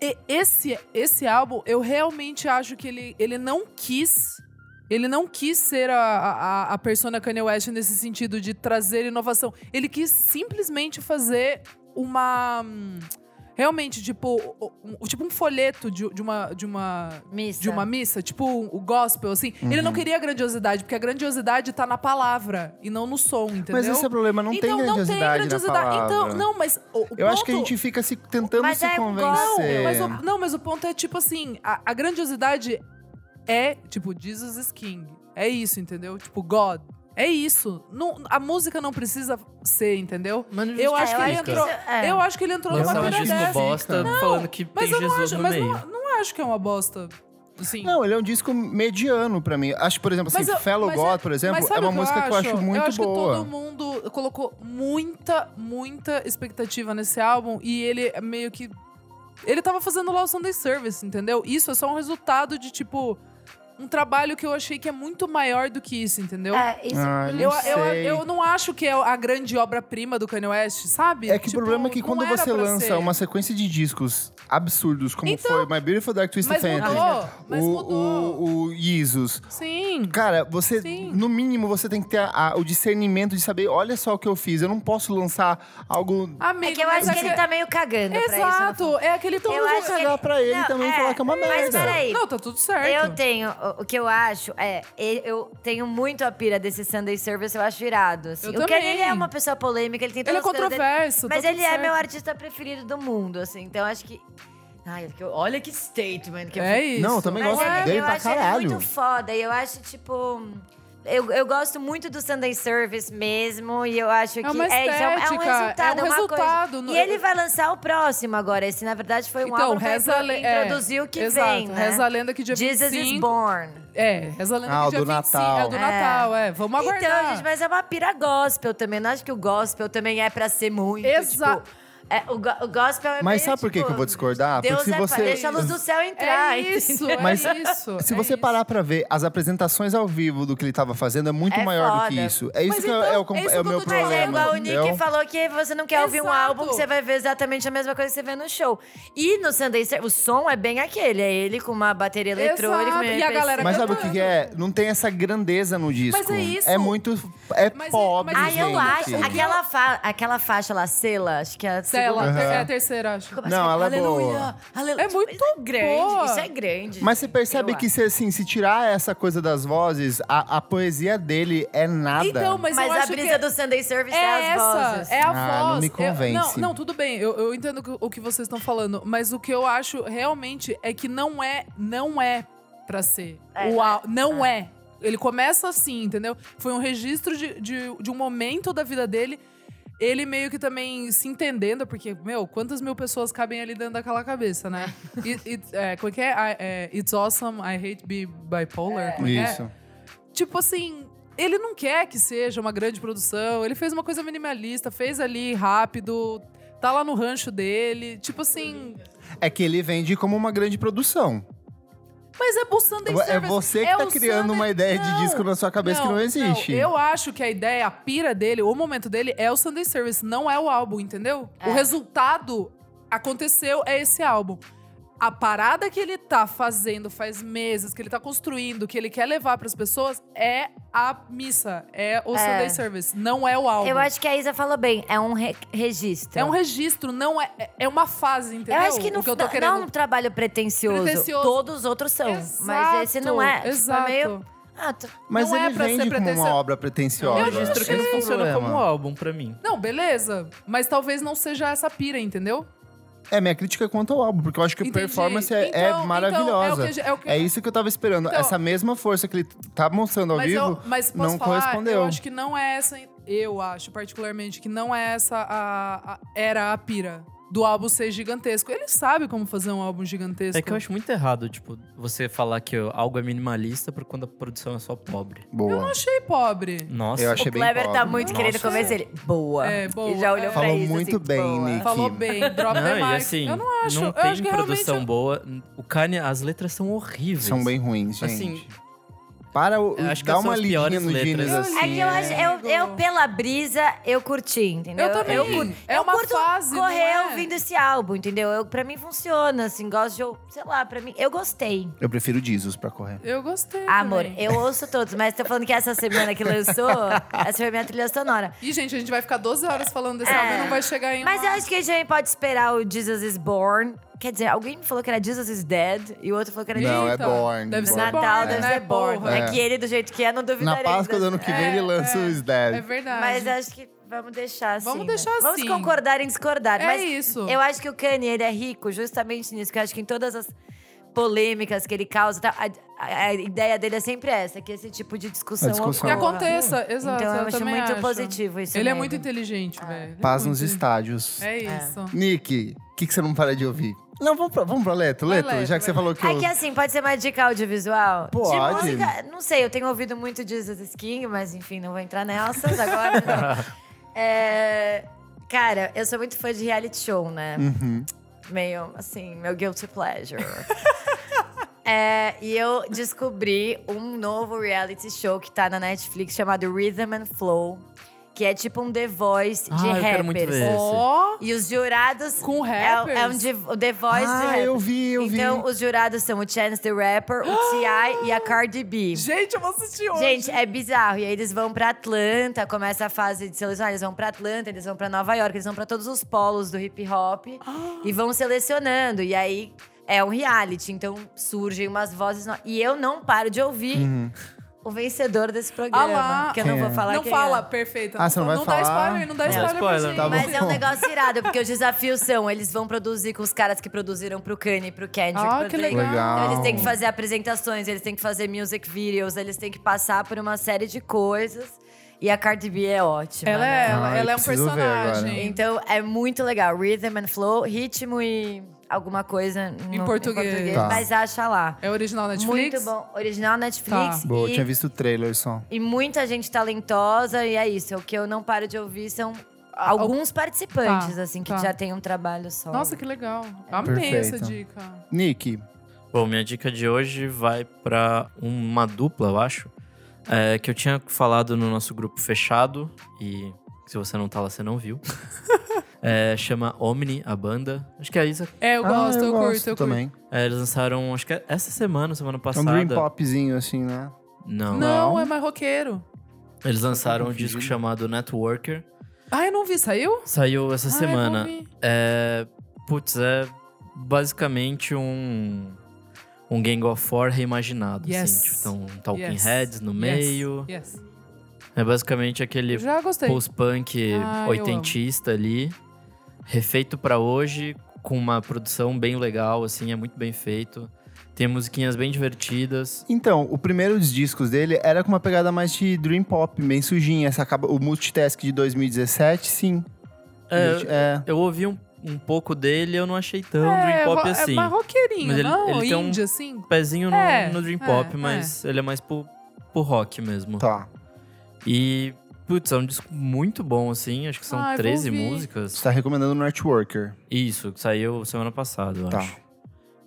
B: e- esse, esse álbum, eu realmente acho que ele, ele não quis. Ele não quis ser a, a, a persona Kanye West nesse sentido de trazer inovação. Ele quis simplesmente fazer uma. hum, Realmente, tipo, um, um- tipo um folheto de, de uma. De uma
D: Missa.
B: de uma missa, tipo o gospel, assim. Ele
A: Uhum.
B: não queria grandiosidade, porque a grandiosidade tá na palavra e não no som, entendeu?
A: Mas esse é o problema, não tem grandiosidade. Na palavra.
B: Então, não, mas o, o
A: Eu acho que a
B: ponto-
A: gente fica se, tentando
D: Mas
A: se
D: é igual,
A: convencer.
B: mas o, não, mas o ponto é tipo assim, a, a grandiosidade é tipo Jesus is King. É isso, entendeu? Tipo God. É isso. Não- a música não precisa ser, entendeu?
C: Mas
B: Eu
D: É,
B: acho que
D: eu
B: ele
D: acho que
B: entrou,
D: isso- é.
B: eu acho que ele entrou numa
C: Lançar um
A: Mas
B: pira
A: é
C: disco
A: verdade.
B: dessa.
C: bosta falando que tem
B: Mas eu não
C: Jesus
B: acho,
C: no
B: mas
C: meio.
B: não, não acho que é uma bosta. Assim.
A: Não, ele é um disco mediano pra mim. Acho, por exemplo, assim,
B: Mas eu-
A: Fellow
B: mas
A: God,
B: é-
A: por exemplo,
B: mas
A: é
B: sabe
A: uma
B: o que
A: música que eu acho muito
B: Eu acho
A: boa.
B: que todo mundo colocou muita, muita expectativa nesse álbum e ele é meio que. Ele tava fazendo lá o Sunday Service, entendeu? Isso é só um resultado de, tipo, um trabalho que eu achei que é muito maior do que isso, entendeu?
D: É, isso.
A: Ah,
B: Eu,
A: não
B: eu,
A: sei.
B: eu não acho que é a grande obra-prima do Kanye West, sabe?
A: É que
B: Tipo,
A: o problema é que
B: não
A: quando
B: era
A: você
B: pra
A: lança
B: ser. Então,
A: uma sequência de discos absurdos, como foi My Beautiful Dark Twisted
B: Mas
A: Fantasy,
B: mudou, mas
A: o,
B: mudou.
A: o, o Jesus.
B: Sim.
A: Cara, você,
B: Sim.
A: no mínimo, você tem que ter a- o discernimento de saber, olha só o que eu fiz, eu não posso lançar algo...
B: Amigo,
D: É que eu
B: mas
D: acho que ele
B: aquele-
D: tá meio cagando pra isso. no
B: Exato, é aquele tom
D: Eu
B: do-
D: acho que
A: cagar pra ele
D: Não,
A: também e
D: é,
A: falar que é uma merda.
D: Mas peraí.
B: Não, tá tudo certo.
D: Eu tenho, o- o que eu acho é, e- eu tenho muito a pira desse Sunday Service, eu acho irado. assim.
B: Eu
D: o Kanye,
B: também.
D: ele é uma pessoa polêmica, ele tem
B: Ele é
D: todas as coisas dele,
B: controverso, tá
D: Mas
B: tudo
D: ele é
B: certo.
D: meu artista preferido do mundo, assim, então eu acho que... Ai, que eu- olha que statement que eu
B: É
D: fiz.
B: isso.
A: Não, tá- eu também
D: Mas
A: gosto
D: é,
A: dele
D: eu
A: pra
D: acho ele
A: caralho.
D: muito foda. E eu acho, tipo. Eu, eu gosto muito do Sunday Service mesmo. E eu acho que
B: uma
D: é, isso, é um- é um
B: estética,
D: resultado.
B: é um
D: uma
B: resultado,
D: Coisa.
B: não-
D: E ele vai lançar o próximo agora. Esse, na verdade, foi um álbum pra
B: Então, reza a le- é,
D: introduzir o que
B: exato,
D: vem. né?
B: Reza a lenda que dia
D: Jesus
B: 25...
D: is born.
B: É, reza a lenda
A: Ah, o
B: que dia
A: do
B: 25
A: Natal.
B: É o do Natal, é. Vamos aguardar.
D: Então, gente, mas é uma pira gospel também. Não acho que o gospel também é pra ser muito.
B: Exa-
D: tipo, é, o, go- o gospel é
A: Mas
D: meio,
A: sabe por que
D: tipo,
A: que eu vou discordar? Porque
D: Deus
A: se
D: é
A: você-
D: pai, deixa a luz do céu entrar.
B: É isso,
D: entendeu?
A: Mas
B: é isso.
A: Se
B: é
A: você
B: isso.
A: parar pra ver, as apresentações ao vivo do que ele tava fazendo é muito
D: É
A: maior do que
D: foda.
A: isso. É isso
B: Mas
A: que
B: então,
A: é,
B: é
A: o, com-
B: isso
A: é o
B: que
A: meu
B: eu tô te falando.
A: problema.
D: Mas é igual o Nick
A: entendeu?
D: falou que você não quer ouvir um
B: Exato.
D: álbum que você vai ver exatamente a mesma coisa que você vê no show. E no Sunday Service, o som é bem aquele. É ele com uma bateria
B: Exato.
D: eletrônica. um
B: E a galera
A: Mas sabe o
B: cantando.
A: que que é? Não tem essa grandeza no disco.
B: Mas é isso.
A: É muito. É
B: Mas é-
A: pobre.
B: mas
D: Aí eu
A: gente.
D: acho. Aquela, fa- aquela faixa lá, Sela, acho que é a
B: Cela,
D: segunda.
B: é a terceira, acho.
D: Começa
A: Não,
D: com
A: ela é
D: Aleluia,
A: boa.
D: Aleluia.
B: É
D: Tipo,
B: muito
D: isso é grande.
B: boa.
D: Isso é grande.
A: Mas você percebe
D: Eu
A: que,
D: acho.
A: se, assim, se tirar essa coisa das vozes, a, a poesia dele é nada.
B: Então, mas,
D: Mas
B: eu
D: a
B: acho
D: brisa
B: que...
D: do Sunday Service é,
B: É
D: as
B: essa,
D: vozes.
B: é a
A: Ah, não
B: voz.
A: me
B: Eu-
A: convence.
B: não, não, tudo bem, eu, eu entendo o que- o que vocês estão falando, mas o que eu acho realmente é que não é, não é pra ser.
D: É,
B: o
D: não é.
B: al- não é. ele começa assim, entendeu? Foi um registro de, de, de um momento da vida dele. Ele meio que também se entendendo, porque, meu, quantas mil pessoas cabem ali dentro daquela cabeça,
D: [LAUGHS]
B: né? It, it, é, como é que é? I- é, It's awesome, I hate be bipolar. como é que é?
A: Isso.
B: tipo assim, ele não quer que seja uma grande produção. Ele fez uma coisa minimalista, fez ali rápido, tá lá no rancho dele. Tipo assim.
A: É que ele vende como uma grande produção.
B: Mas é o Sunday
A: É
B: Service.
A: você que
B: é
A: tá
B: o
A: criando
B: Sunday-
A: uma ideia de
B: Não,
A: disco na sua cabeça que não existe.
B: eu acho que a ideia, a pira dele, o momento dele é o Sunday Service, não é o álbum, entendeu? O resultado aconteceu é esse álbum. A parada que ele tá fazendo faz meses, que ele tá construindo, que ele quer levar pras pessoas, é a missa, é o Sunday Service, não é o álbum.
D: Eu acho que a Isa falou bem, é um re- registro.
B: É um registro, não é, é- é uma fase, entendeu?
D: Eu acho que não,
B: o que eu tô
D: não-
B: querendo.
D: não é um trabalho pretencioso.
B: Pretencioso.
D: Todos os outros são.
B: Exato,
D: mas esse não é. Tipo, é
B: Exato.
D: meio. Ah, t-
A: Mas
B: não é
A: ele
B: pra ser
A: vende como
B: pretencio-
A: uma obra pretensiosa.
C: É um registro que não
A: Esse é o
C: funciona
A: problema.
C: como álbum pra mim.
B: Não, beleza. Mas talvez não seja essa pira, entendeu?
A: É, minha crítica é quanto ao álbum, porque eu acho que a
B: Entendi.
A: performance é,
B: Então-
A: é
B: então,
A: maravilhosa.
B: é o que- é o que-
A: isso que eu tava esperando.
B: Então-
A: Essa mesma força que ele tá mostrando ao
B: mas
A: vivo
B: eu, mas posso
A: não
B: falar,
A: correspondeu.
B: eu acho que não é essa. Eu acho, particularmente, que não é essa a, a- era a pira do álbum ser gigantesco. Ele sabe como fazer um álbum gigantesco.
C: É que eu acho muito errado, tipo, você falar que ó, algo é minimalista por quando a produção é só pobre.
B: Eu
A: Boa.
B: não achei pobre.
C: Nossa.
A: Eu achei
D: o
A: bem
D: Kleber tá
A: pobre.
D: muito
C: Nossa.
D: querendo começar ele. Boa.
B: É, boa,
D: E já olhou
B: é.
D: pra
A: Falou
D: isso,
A: muito
D: assim,
A: bem,
D: boa.
A: Nick.
B: Falou bem, drop
C: Não,
B: the
C: e
B: mic.
C: assim,
B: eu não acho.
C: não
B: eu
C: tem
B: acho que
C: produção
B: realmente.
C: boa. O Kanye, as letras são horríveis.
A: São bem ruins, gente.
C: Assim,
A: Para o,
C: eu acho que
A: dá
C: são
A: uma
C: as
A: lidinha
C: piores
A: no Genius
C: letras,
A: assim.
C: assim.
D: É que eu, acho, eu, eu, pela brisa, eu curti, entendeu?
B: Eu também.
D: curto-
B: É
D: eu
B: uma
D: curto
B: fase, não
D: correr
B: é?
D: ouvindo esse álbum, entendeu? Eu, pra mim funciona, assim, gosto de. eu- Sei lá, pra mim. Eu gostei.
A: Eu prefiro Jesus pra correr.
B: Eu gostei.
D: Amor,
B: também.
D: eu ouço todos, mas tô falando que essa semana
B: [LAUGHS]
D: que lançou, essa foi a minha trilha sonora.
B: Ih, gente, a gente vai ficar 12 horas falando desse álbum e não vai chegar em.
D: É. Mas eu
B: uma-
D: acho que a gente pode esperar o Jesus is Born. Quer dizer, alguém me falou que era Jesus is Dead e o outro falou que era
A: Não, é
D: Jesus.
B: Eita,
A: Born.
B: deve ser
A: Born.
D: Natal
B: Born,
D: deve
B: né,
D: ser Born.
B: porra?
D: É. que ele, do jeito que é,
A: Na
D: não duvidarei.
A: Páscoa do ano que vem, ele lança o Sdead.
B: É verdade.
D: Mas acho que vamos deixar assim.
B: Vamos
D: né?
B: deixar assim.
D: Vamos concordar em discordar.
B: É
D: mas
B: isso.
D: Eu acho que o Kanye, ele é rico justamente nisso. Que eu acho que em todas as polêmicas que ele causa, e tal, a, a- a ideia dele é sempre essa. Que esse tipo de discussão...
A: A discussão.
B: Que
D: ocorra.
B: aconteça, exato.
D: Então eu acho
B: também
D: muito
B: acho.
D: positivo isso
B: Ele é
D: nele.
B: muito inteligente, velho. é
A: Paz
B: Muito
A: nos
B: inteligente.
A: estádios.
B: É isso.
A: Nick, o que, que você não para de ouvir? Não, vamos pra, vamos pra Leto.
B: Vai,
A: Leto,
B: Leto,
A: já que você
B: vai.
A: falou que
D: É
C: um-
A: eu...
D: que assim, pode ser uma dica audiovisual?
A: Pode.
D: De música, não sei, eu tenho ouvido muito Jesus is King, mas enfim, não vou entrar nessas agora.
C: [LAUGHS]
D: É, cara, eu sou muito fã de reality show, né?
C: Uhum.
D: Meio assim, meu guilty pleasure. [LAUGHS] É, e eu descobri um novo reality show que tá na Netflix chamado Rhythm and Flow, que é tipo um The Voice de
C: Ah, eu
D: rappers.
C: quero muito ver.
B: Ó,
D: E os jurados.
B: Com
D: é, é um
B: rappers?
D: div- o The Voice de
A: Ah,
D: rappers.
A: eu vi, eu vi.
D: Então, os jurados são o Chance the Rapper, o T.I. e a Cardi B.
B: [GASPS] gente, eu vou assistir hoje.
D: Gente, é bizarro. E aí eles vão pra Atlanta, começa a fase de selecionar. Eles vão pra Atlanta, eles vão pra Nova York, eles vão pra todos os polos do hip hop
B: Ah.
D: e vão selecionando. E aí é um reality, então surgem umas vozes. no- E eu não paro de ouvir o vencedor desse programa.
B: Uhum. Ah lá.
D: Que eu não
A: Quem
D: vou
A: é?
D: falar
B: não
D: quem
B: fala,
D: é.
B: perfeita.
A: Ah, você não vai
B: não dá
A: falar?
B: spoiler, não dá
C: Não.
B: spoiler. pra
C: Spoiler,
B: gente.
A: tá bom.
D: Mas é um negócio irado, porque os desafios são: eles vão produzir com os caras que produziram pro Kanye, pro Kendrick,
B: Ah,
D: pro
B: que
D: Drake.
B: legal.
A: Legal.
D: Então, eles têm que fazer apresentações, eles têm que fazer music videos, eles têm que passar por uma série de coisas. E a Cardi B é ótima.
B: Ela é,
D: né?
B: ela,
A: Ah, eu
B: ela é um
A: preciso ver
B: personagem.
D: Então é muito legal. Rhythm and flow, ritmo e alguma coisa no-
B: Em português.
A: Tá.
D: Mas acha lá.
B: É original Netflix?
D: Muito bom. Original Netflix.
B: Tá.
A: Boa, eu
D: e,
A: tinha visto o trailer só.
D: e muita gente talentosa. E é isso. O que eu não paro de ouvir são alguns participantes,
B: Ah, Tá,
D: assim, que
B: tá.
D: já tem um trabalho só.
B: Nossa, que legal. Amei
A: Perfeito.
B: essa dica.
A: Nick,
C: Bom, minha dica de hoje vai pra uma dupla, eu acho, é, que eu tinha falado no nosso grupo fechado e se você não tá lá, você não
B: [LAUGHS]
C: viu. É, chama Omni, a banda. Acho que é isso.
B: É, eu gosto,
A: ah,
B: eu,
A: gosto
B: curto, eu curto.
A: também.
C: É, eles lançaram, acho que é essa semana, semana
A: É um dream
C: passada.
A: popzinho, assim, né?
C: Não.
B: Não,
A: Não.
B: é mais roqueiro.
C: Eles lançaram um
A: Confundi.
C: disco chamado Networker.
B: Ah, eu não vi, saiu?
C: Saiu
B: Ah,
C: essa
B: eu
C: semana.
B: não vi.
C: É. Putz, é basicamente um. Um Gang of Four reimaginado,
B: Yes.
C: assim. Tipo, tem um Talking
B: Yes.
C: Heads no
B: Yes,
C: meio.
B: Yes.
C: É basicamente aquele
B: Já gostei.
C: post-punk
B: Ah, eu
C: oitentista ali, refeito pra hoje, com uma produção bem legal, assim, é muito bem feito. Tem musiquinhas bem divertidas.
A: Então, o primeiro dos discos dele era com uma pegada mais de dream pop, bem sujinha. Essa acaba, o Multitask de 2017, sim.
C: É,
A: Gente, é.
C: Eu ouvi um, um pouco dele eu não achei tão dream
B: ro-
C: pop
B: é
C: assim.
B: mais roqueirinho,
C: Mas ele-
B: não?
C: ele tem um-
B: Indie, assim?
C: Pezinho no,
B: É,
C: no dream
B: é,
C: pop,
B: é.
C: mas ele é mais pro, pro rock mesmo.
A: Tá.
C: E, putz, é um disco muito bom, assim. Acho que são
B: Ai, Ah, vou
C: 13
B: ouvir.
C: músicas.
A: Você tá recomendando no Artworker.
C: Isso, que saiu semana passada, eu
A: Tá.
C: acho.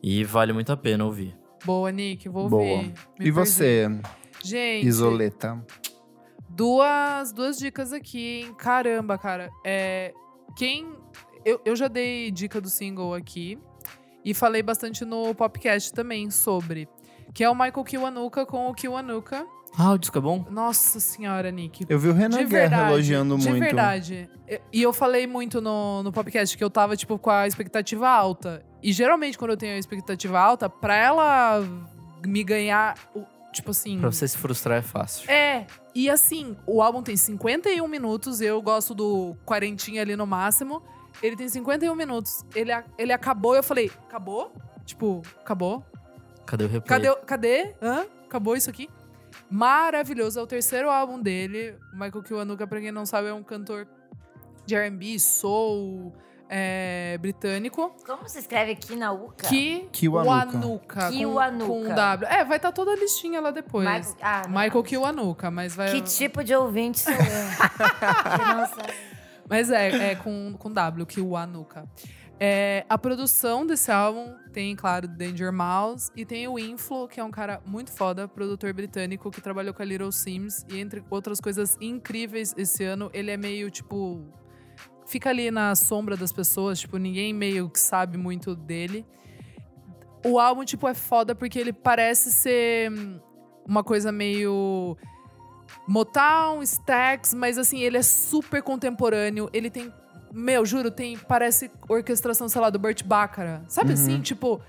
C: E vale muito a pena ouvir.
B: Boa, Nick, vou
A: Boa.
B: ouvir. Me
A: e você,
B: perdi. Gente,
A: Isoleta?
B: duas, duas dicas aqui, hein? Caramba, cara. É, quem... Eu, eu já dei dica do single aqui. E falei bastante no podcast também sobre. Que é o Michael Kiwanuka com o Kiwanuka.
C: Ah, o disco é bom?
B: Nossa senhora, Nick.
A: Eu vi o Renan
B: De
A: Guerra
B: verdade,
A: elogiando
B: de
A: muito.
B: verdade. E- E eu falei muito no, no podcast que eu tava, tipo, com a expectativa alta. E geralmente, quando eu tenho a expectativa alta, pra ela me ganhar, o- tipo assim.
C: Pra você se frustrar é fácil.
B: É. E assim, o álbum tem 51 minutos, eu gosto do quarentinha ali no máximo. Ele tem 51 minutos. Ele, a- ele acabou, eu falei, acabou? Tipo, acabou?
C: Cadê o replay?
B: Cadê? o- Cadê? Hã? Acabou isso aqui? Maravilhoso. É o terceiro álbum dele. O Michael Kiwanuka, pra quem não sabe, é um cantor de R&B, soul, é, britânico.
D: Como se escreve aqui na UCA?
B: Que
A: Kiwanuka.
B: Kiwanuka, com-
D: Kiwanuka.
B: Com, W. É, vai estar toda a listinha lá depois.
D: Michael, ah, não.
B: Michael é. Kiwanuka, mas vai...
D: Que tipo de ouvinte
B: [LAUGHS]
D: sou eu? Que não sabe.
B: Mas é, é com, com W, que o Anuka. É, a produção desse álbum tem, claro, Danger Mouse e tem o Inflo, que é um cara muito foda, produtor britânico que trabalhou com a Little Sims e entre outras coisas incríveis esse ano, ele é meio tipo fica ali na sombra das pessoas, tipo, ninguém meio que sabe muito dele. O álbum tipo é foda porque ele parece ser hum, uma coisa meio Motown, Stax, mas assim, ele é super contemporâneo. Ele tem. Meu, juro, tem. Parece orquestração, sei lá, do Burt Bacharach.
C: Uhum.
B: Sabe assim? Tipo.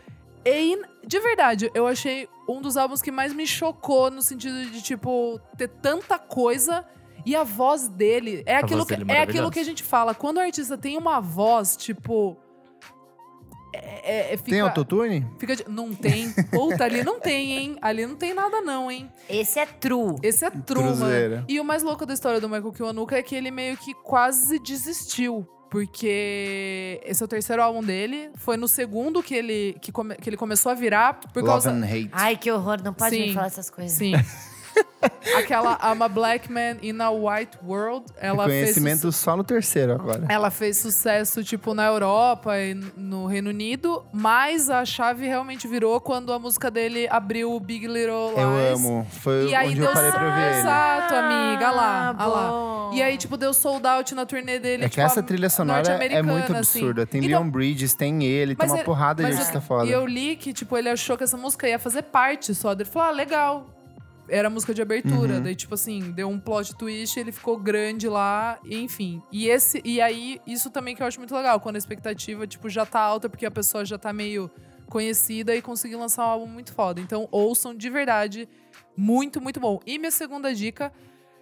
B: é in- De verdade, eu achei um dos álbuns que mais me chocou no sentido de, tipo, ter tanta coisa. E a voz dele. É, aquilo,
C: voz dele
B: que,
C: é
B: é aquilo que a gente fala. Quando o artista tem uma voz, tipo. É, é- é- fica,
A: Tem autotune?
B: fica de- Não tem. Puta, ali não tem, hein? Ali não tem nada, não, hein?
D: Esse é true.
B: Esse é truma.
A: Cruzeira.
B: E o mais louco da história do Michael Kiwanuka é que ele meio que quase desistiu. Porque esse é o terceiro álbum dele. Foi no segundo que ele, que come- que ele começou a virar por
A: Love
B: causa.
A: and Hate.
D: Ai, que horror. Não pode
B: Sim.
D: me falar essas coisas.
B: Sim. Aquela I'm a Black Man in a White World. Ela fez,
A: Conhecimento só no terceiro agora.
B: ela fez sucesso, tipo, na Europa e no Reino Unido. Mas a chave realmente virou quando a música dele abriu o Big Little Lies.
A: Eu amo. Foi
B: E aí
A: onde
B: deu
A: eu parei pra ver ele.
B: Exato, Ah, amiga. Lá,
D: Ah,
B: ah, lá.
D: bom.
B: E aí, tipo, deu sold out na turnê dele.
A: É
B: tipo,
A: que essa
B: a-
A: trilha sonora é
B: norte-americana,
A: muito
B: assim.
A: absurda. Tem
B: Então,
A: Leon Bridges, tem ele, tem
B: mas
A: uma
B: ele-
A: porrada de
B: mas
A: artista
B: eu-
A: foda.
B: E eu li que, tipo, ele achou que essa música ia fazer parte só dele. Falou, ah, legal. Era a música de abertura.
A: Uhum.
B: Daí, tipo assim, deu um plot twist, ele ficou grande lá, e enfim. E esse e aí, isso também que eu acho muito legal, quando a expectativa, tipo, já tá alta, porque a pessoa já tá meio conhecida e conseguiu lançar um álbum muito foda. Então, ouçam de verdade. Muito, muito bom. E minha segunda dica,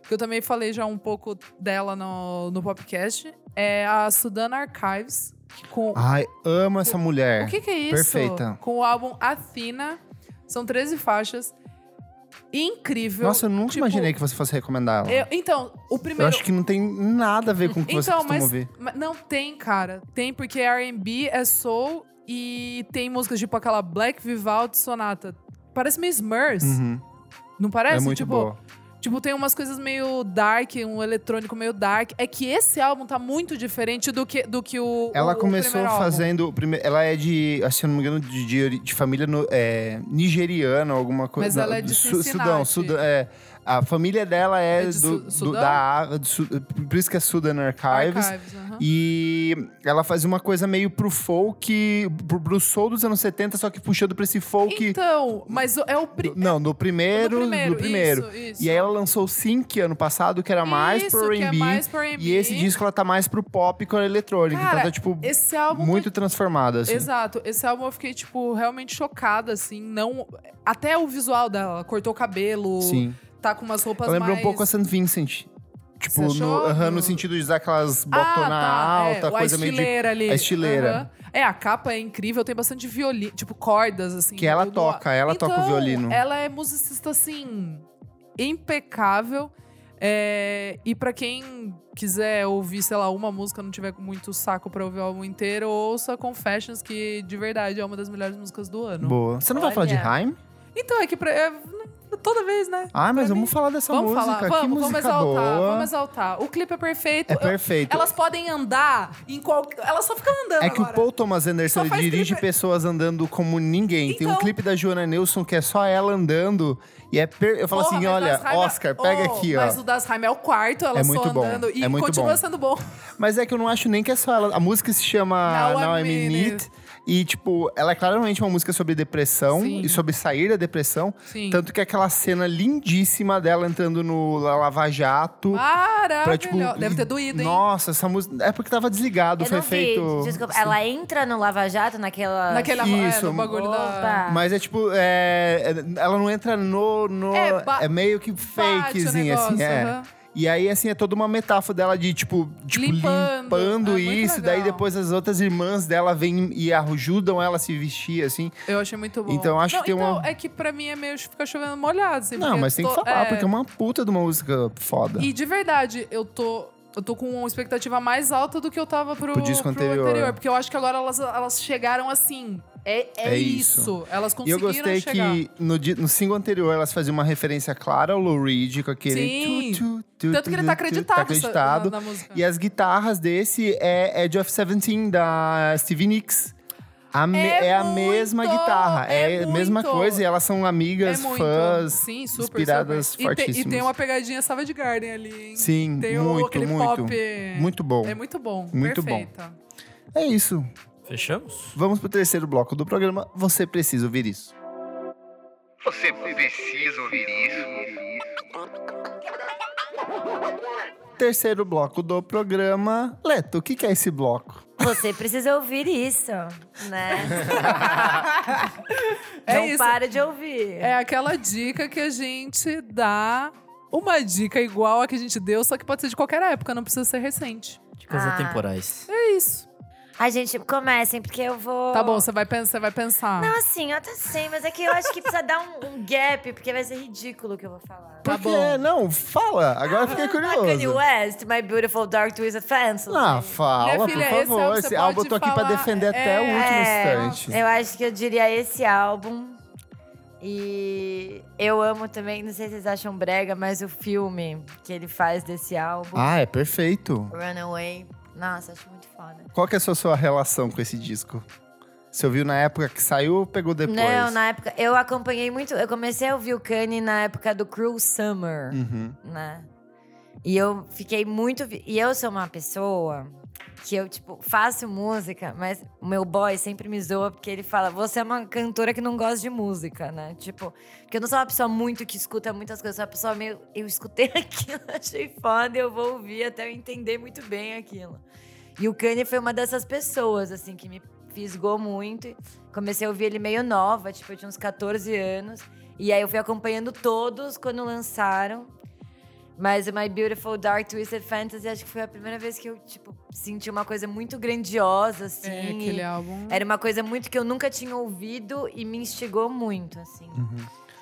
B: que eu também falei já um pouco dela no, no podcast, é a Sudan Archives, que com
A: Ai, amo essa mulher.
B: o que, que é isso?
A: perfeita.
B: Com o álbum Athena. São 13 faixas. Incrível.
A: Nossa, eu nunca
B: Tipo,
A: imaginei que você fosse recomendar ela.
B: eu- então, o
A: Eu
B: primeiro.
A: acho que não tem nada a ver com o que você
B: então,
A: costuma
B: mas,
A: ouvir.
B: mas não tem, cara. Tem porque R&B é soul e tem músicas tipo aquela Black Vivaldi Sonata. Parece meio Smurfs,
A: Uhum.
B: não parece?
A: é muito
B: tipo,
A: boa.
B: Tipo, tem umas coisas meio dark, um eletrônico meio dark. É que esse álbum tá muito diferente do que, do que o.
A: Ela
B: o
A: começou
B: primeiro álbum.
A: fazendo. o prime- Ela é de, acho que se eu não me engano, de, de ori- de família no- é, nigeriana, alguma coisa.
B: Mas ela
A: Não,
B: é de
A: do
B: Cincinnati.
A: Sudão, Sudão. é. a família dela é,
B: É
A: do,
B: de Su-
A: do-
B: Sudão?
A: da África. do Su- Por isso que é Sudan Archives.
B: Archives aham.
A: E ela fazia uma coisa meio pro folk, pro, pro soul dos anos 70, só que puxando pra esse folk.
B: Então, mas o- é o. Pri...
A: do- não, do primeiro. Do primeiro.
B: Isso, isso.
A: E aí ela lançou o Sync ano passado, que era mais
B: Isso,
A: pro
B: que é
A: R&B.
B: mais pro R&B.
A: e esse disco ela tá mais pro pop com a eletrônica.
B: Cara,
A: então tá, tipo,
B: Esse álbum.
A: muito transformada, assim.
B: Exato. Esse álbum eu fiquei, tipo, realmente chocada, assim. Não. Até o visual dela. Cortou o cabelo,
A: Sim. um
B: tá com umas roupas
A: Ela lembrou
B: mais.
A: um pouco a St. Vincent. Tipo,
B: Você
A: no,
B: achou?
A: aham, no sentido de dar aquelas
B: ah,
A: botona
B: tá, é,
A: alta,
B: o- a
A: coisa meio de
B: estileira ali.
A: a estileira.
B: Aham. É, a capa é incrível, tem bastante violino, tipo cordas, assim.
A: Que ela
B: tudo.
A: toca, ela
B: Então,
A: toca o violino.
B: Ela é musicista, assim, impecável. É, e pra quem quiser ouvir, sei lá, uma música, não tiver muito saco pra ouvir o álbum inteiro, ouça Confessions, que de verdade é uma das melhores músicas do ano.
A: Boa. Você não vai falar de
D: Olha.
A: Haim?
B: Então, é que pra- é, toda vez, né?
A: Ah, mas
B: Pra
A: vamos falar dessa
B: vamos
A: música.
B: falar,
A: que
B: vamos,
A: música
B: vamos exaltar,
A: boa.
B: vamos exaltar. O clipe é perfeito.
A: É
B: Eu-
A: perfeito.
B: Elas podem andar em qualquer. Elas só ficam andando.
A: É que o
B: agora.
A: Paul Thomas Anderson
B: Só
A: ele
B: faz
A: dirige
B: clipe-
A: pessoas andando como ninguém. Tem um
B: Então-
A: clipe da Joana Nilson que é só ela andando. E é per... Eu falo
B: Porra,
A: assim:
B: mas
A: olha,
B: Das Heim é-
A: Oscar, pega
B: Oh,
A: aqui, ó.
B: Mas o Das Heim é o quarto, elas
A: É muito
B: só
A: bom,
B: andando. E
A: é muito
B: continua
A: bom.
B: sendo bom.
A: Mas é que eu não acho nem que é só ela. A música se chama
B: Now I'm
A: Now I'm
B: in
A: In It. E, tipo, ela é claramente uma música sobre depressão
B: Sim.
A: e sobre sair da depressão.
B: Sim.
A: Tanto que é aquela cena lindíssima dela entrando no La- Lava Jato. pra,
B: Maravilhoso.
A: tipo,
B: Ah, Deve ter doído, hein?
A: Nossa, essa música. É porque tava desligado,
D: Eu
A: foi
D: não vi,
A: feito.
D: desculpa. Ela entra no Lava Jato, naquela...
B: Naquela
A: Isso,
B: é, no bagulho da.
D: Opa.
A: Mas é tipo, é, é- ela não entra no. no
B: É,
A: é,
B: ba-
A: meio que fakezinho,
B: negócio,
A: assim, é.
B: aham.
A: E aí, assim, é toda uma metáfora dela de, tipo, tipo
B: Limpando.
A: limpando,
B: Ah, muito
A: isso. Daí
B: legal.
A: depois as outras irmãs dela vêm e ajudam ela a se vestir, assim.
B: Eu achei muito bom.
A: Então, acho
B: Não,
A: que tem
B: então,
A: uma-
B: é que pra mim é meio que fica chovendo molhado. Assim,
A: Não,
B: porque
A: mas tem que
B: tô-
A: falar,
B: é.
A: porque é uma puta de uma música foda.
B: E de verdade, eu tô. Eu tô com uma expectativa mais alta do que eu tava pro,
A: Pro disco anterior.
B: Porque eu acho que agora elas, elas chegaram assim. É, é,
A: É isso.
B: isso. Elas
A: E eu
B: conseguiram
A: gostei
B: chegar.
A: que no, di- no single anterior elas faziam uma referência clara ao Lou Reed com aquele.
B: Sim.
A: tu,
B: Tanto que ele
A: tu,
B: tá
A: tu,
B: acreditado,
A: Tá
B: essa-
A: acreditado.
B: na, na música.
A: E as guitarras desse é Edge of 17, da Stevie Nicks. A me- é,
B: É
A: a mesma
B: muito,
A: guitarra, é,
B: é
A: a mesma
B: muito.
A: coisa, e elas são amigas, fãs.
B: É Sim, super,
A: inspiradas
B: super. E tem- E, tem
A: fortíssimas.
B: uma pegadinha Savage Garden ali, hein?
A: Sim,
B: tem o-
A: muito,
B: aquele
A: muito.
B: pop.
A: Muito bom.
B: É muito bom.
A: Muito bom.
B: perfeita.
A: É isso.
C: Fechamos?
A: Vamos pro terceiro bloco do programa. Você precisa ouvir isso.
F: Você precisa ouvir isso.
A: Terceiro bloco do programa. Leto, o que, que é esse bloco?
D: Você precisa ouvir isso,
B: [LAUGHS]
D: né?
B: É
D: não
B: isso.
D: para de ouvir.
B: É aquela dica que a gente dá. Uma dica igual a que a gente deu, só que pode ser de qualquer época, não precisa ser recente.
C: Dicas
D: Ah.
C: Tipo atemporais.
B: É isso.
D: Ai, gente, comecem, porque eu vou...
B: Tá bom, você vai pensar, você vai pensar.
D: Não, assim, eu até sei, mas é que eu acho que precisa dar um, um gap, porque vai ser ridículo o que eu vou falar.
B: Tá
A: Porque,
B: bom.
A: não, fala. Agora fiquei
D: Ah, Kanye
A: curioso.
D: West, My Beautiful Dark Twisted Fantasy.
A: Ah, fala,
B: Minha filha,
A: por
B: esse álbum
A: favor.
B: você
A: Esse álbum eu
B: pode
A: tô aqui pra
B: falar,
A: defender até o
B: é,
A: último um instante.
D: Eu acho que eu diria esse álbum. E eu amo também, não sei se vocês acham brega, mas o filme que ele faz desse álbum,
A: Ah, é perfeito.
D: Runaway. Nossa, acho muito foda.
A: Qual que é a sua, sua relação com esse disco? Você ouviu na época que saiu ou pegou depois?
D: Não, na época. Eu acompanhei muito. Eu comecei a ouvir o Kanye na época do Cruel Summer,
A: Uhum.
D: né? E eu fiquei muito. vi- E eu sou uma pessoa que eu, tipo, faço música, mas o meu boy sempre me zoa porque ele fala: você é uma cantora que não gosta de música, né? Tipo, porque eu não sou uma pessoa muito que escuta muitas coisas, eu sou uma pessoa meio. Eu escutei [LAUGHS] aquilo, achei foda, eu vou ouvir até eu entender muito bem aquilo. E o Kanye foi uma dessas pessoas, assim, que me fisgou muito. Comecei a ouvir ele meio nova, tipo, eu tinha uns 14 anos. E aí eu fui acompanhando todos quando lançaram. Mas o My Beautiful Dark Twisted Fantasy, acho que foi a primeira vez que eu, tipo, senti uma coisa muito grandiosa, assim.
B: É, aquele
D: e
B: álbum.
D: era uma coisa muito que eu nunca tinha ouvido e me instigou muito, assim.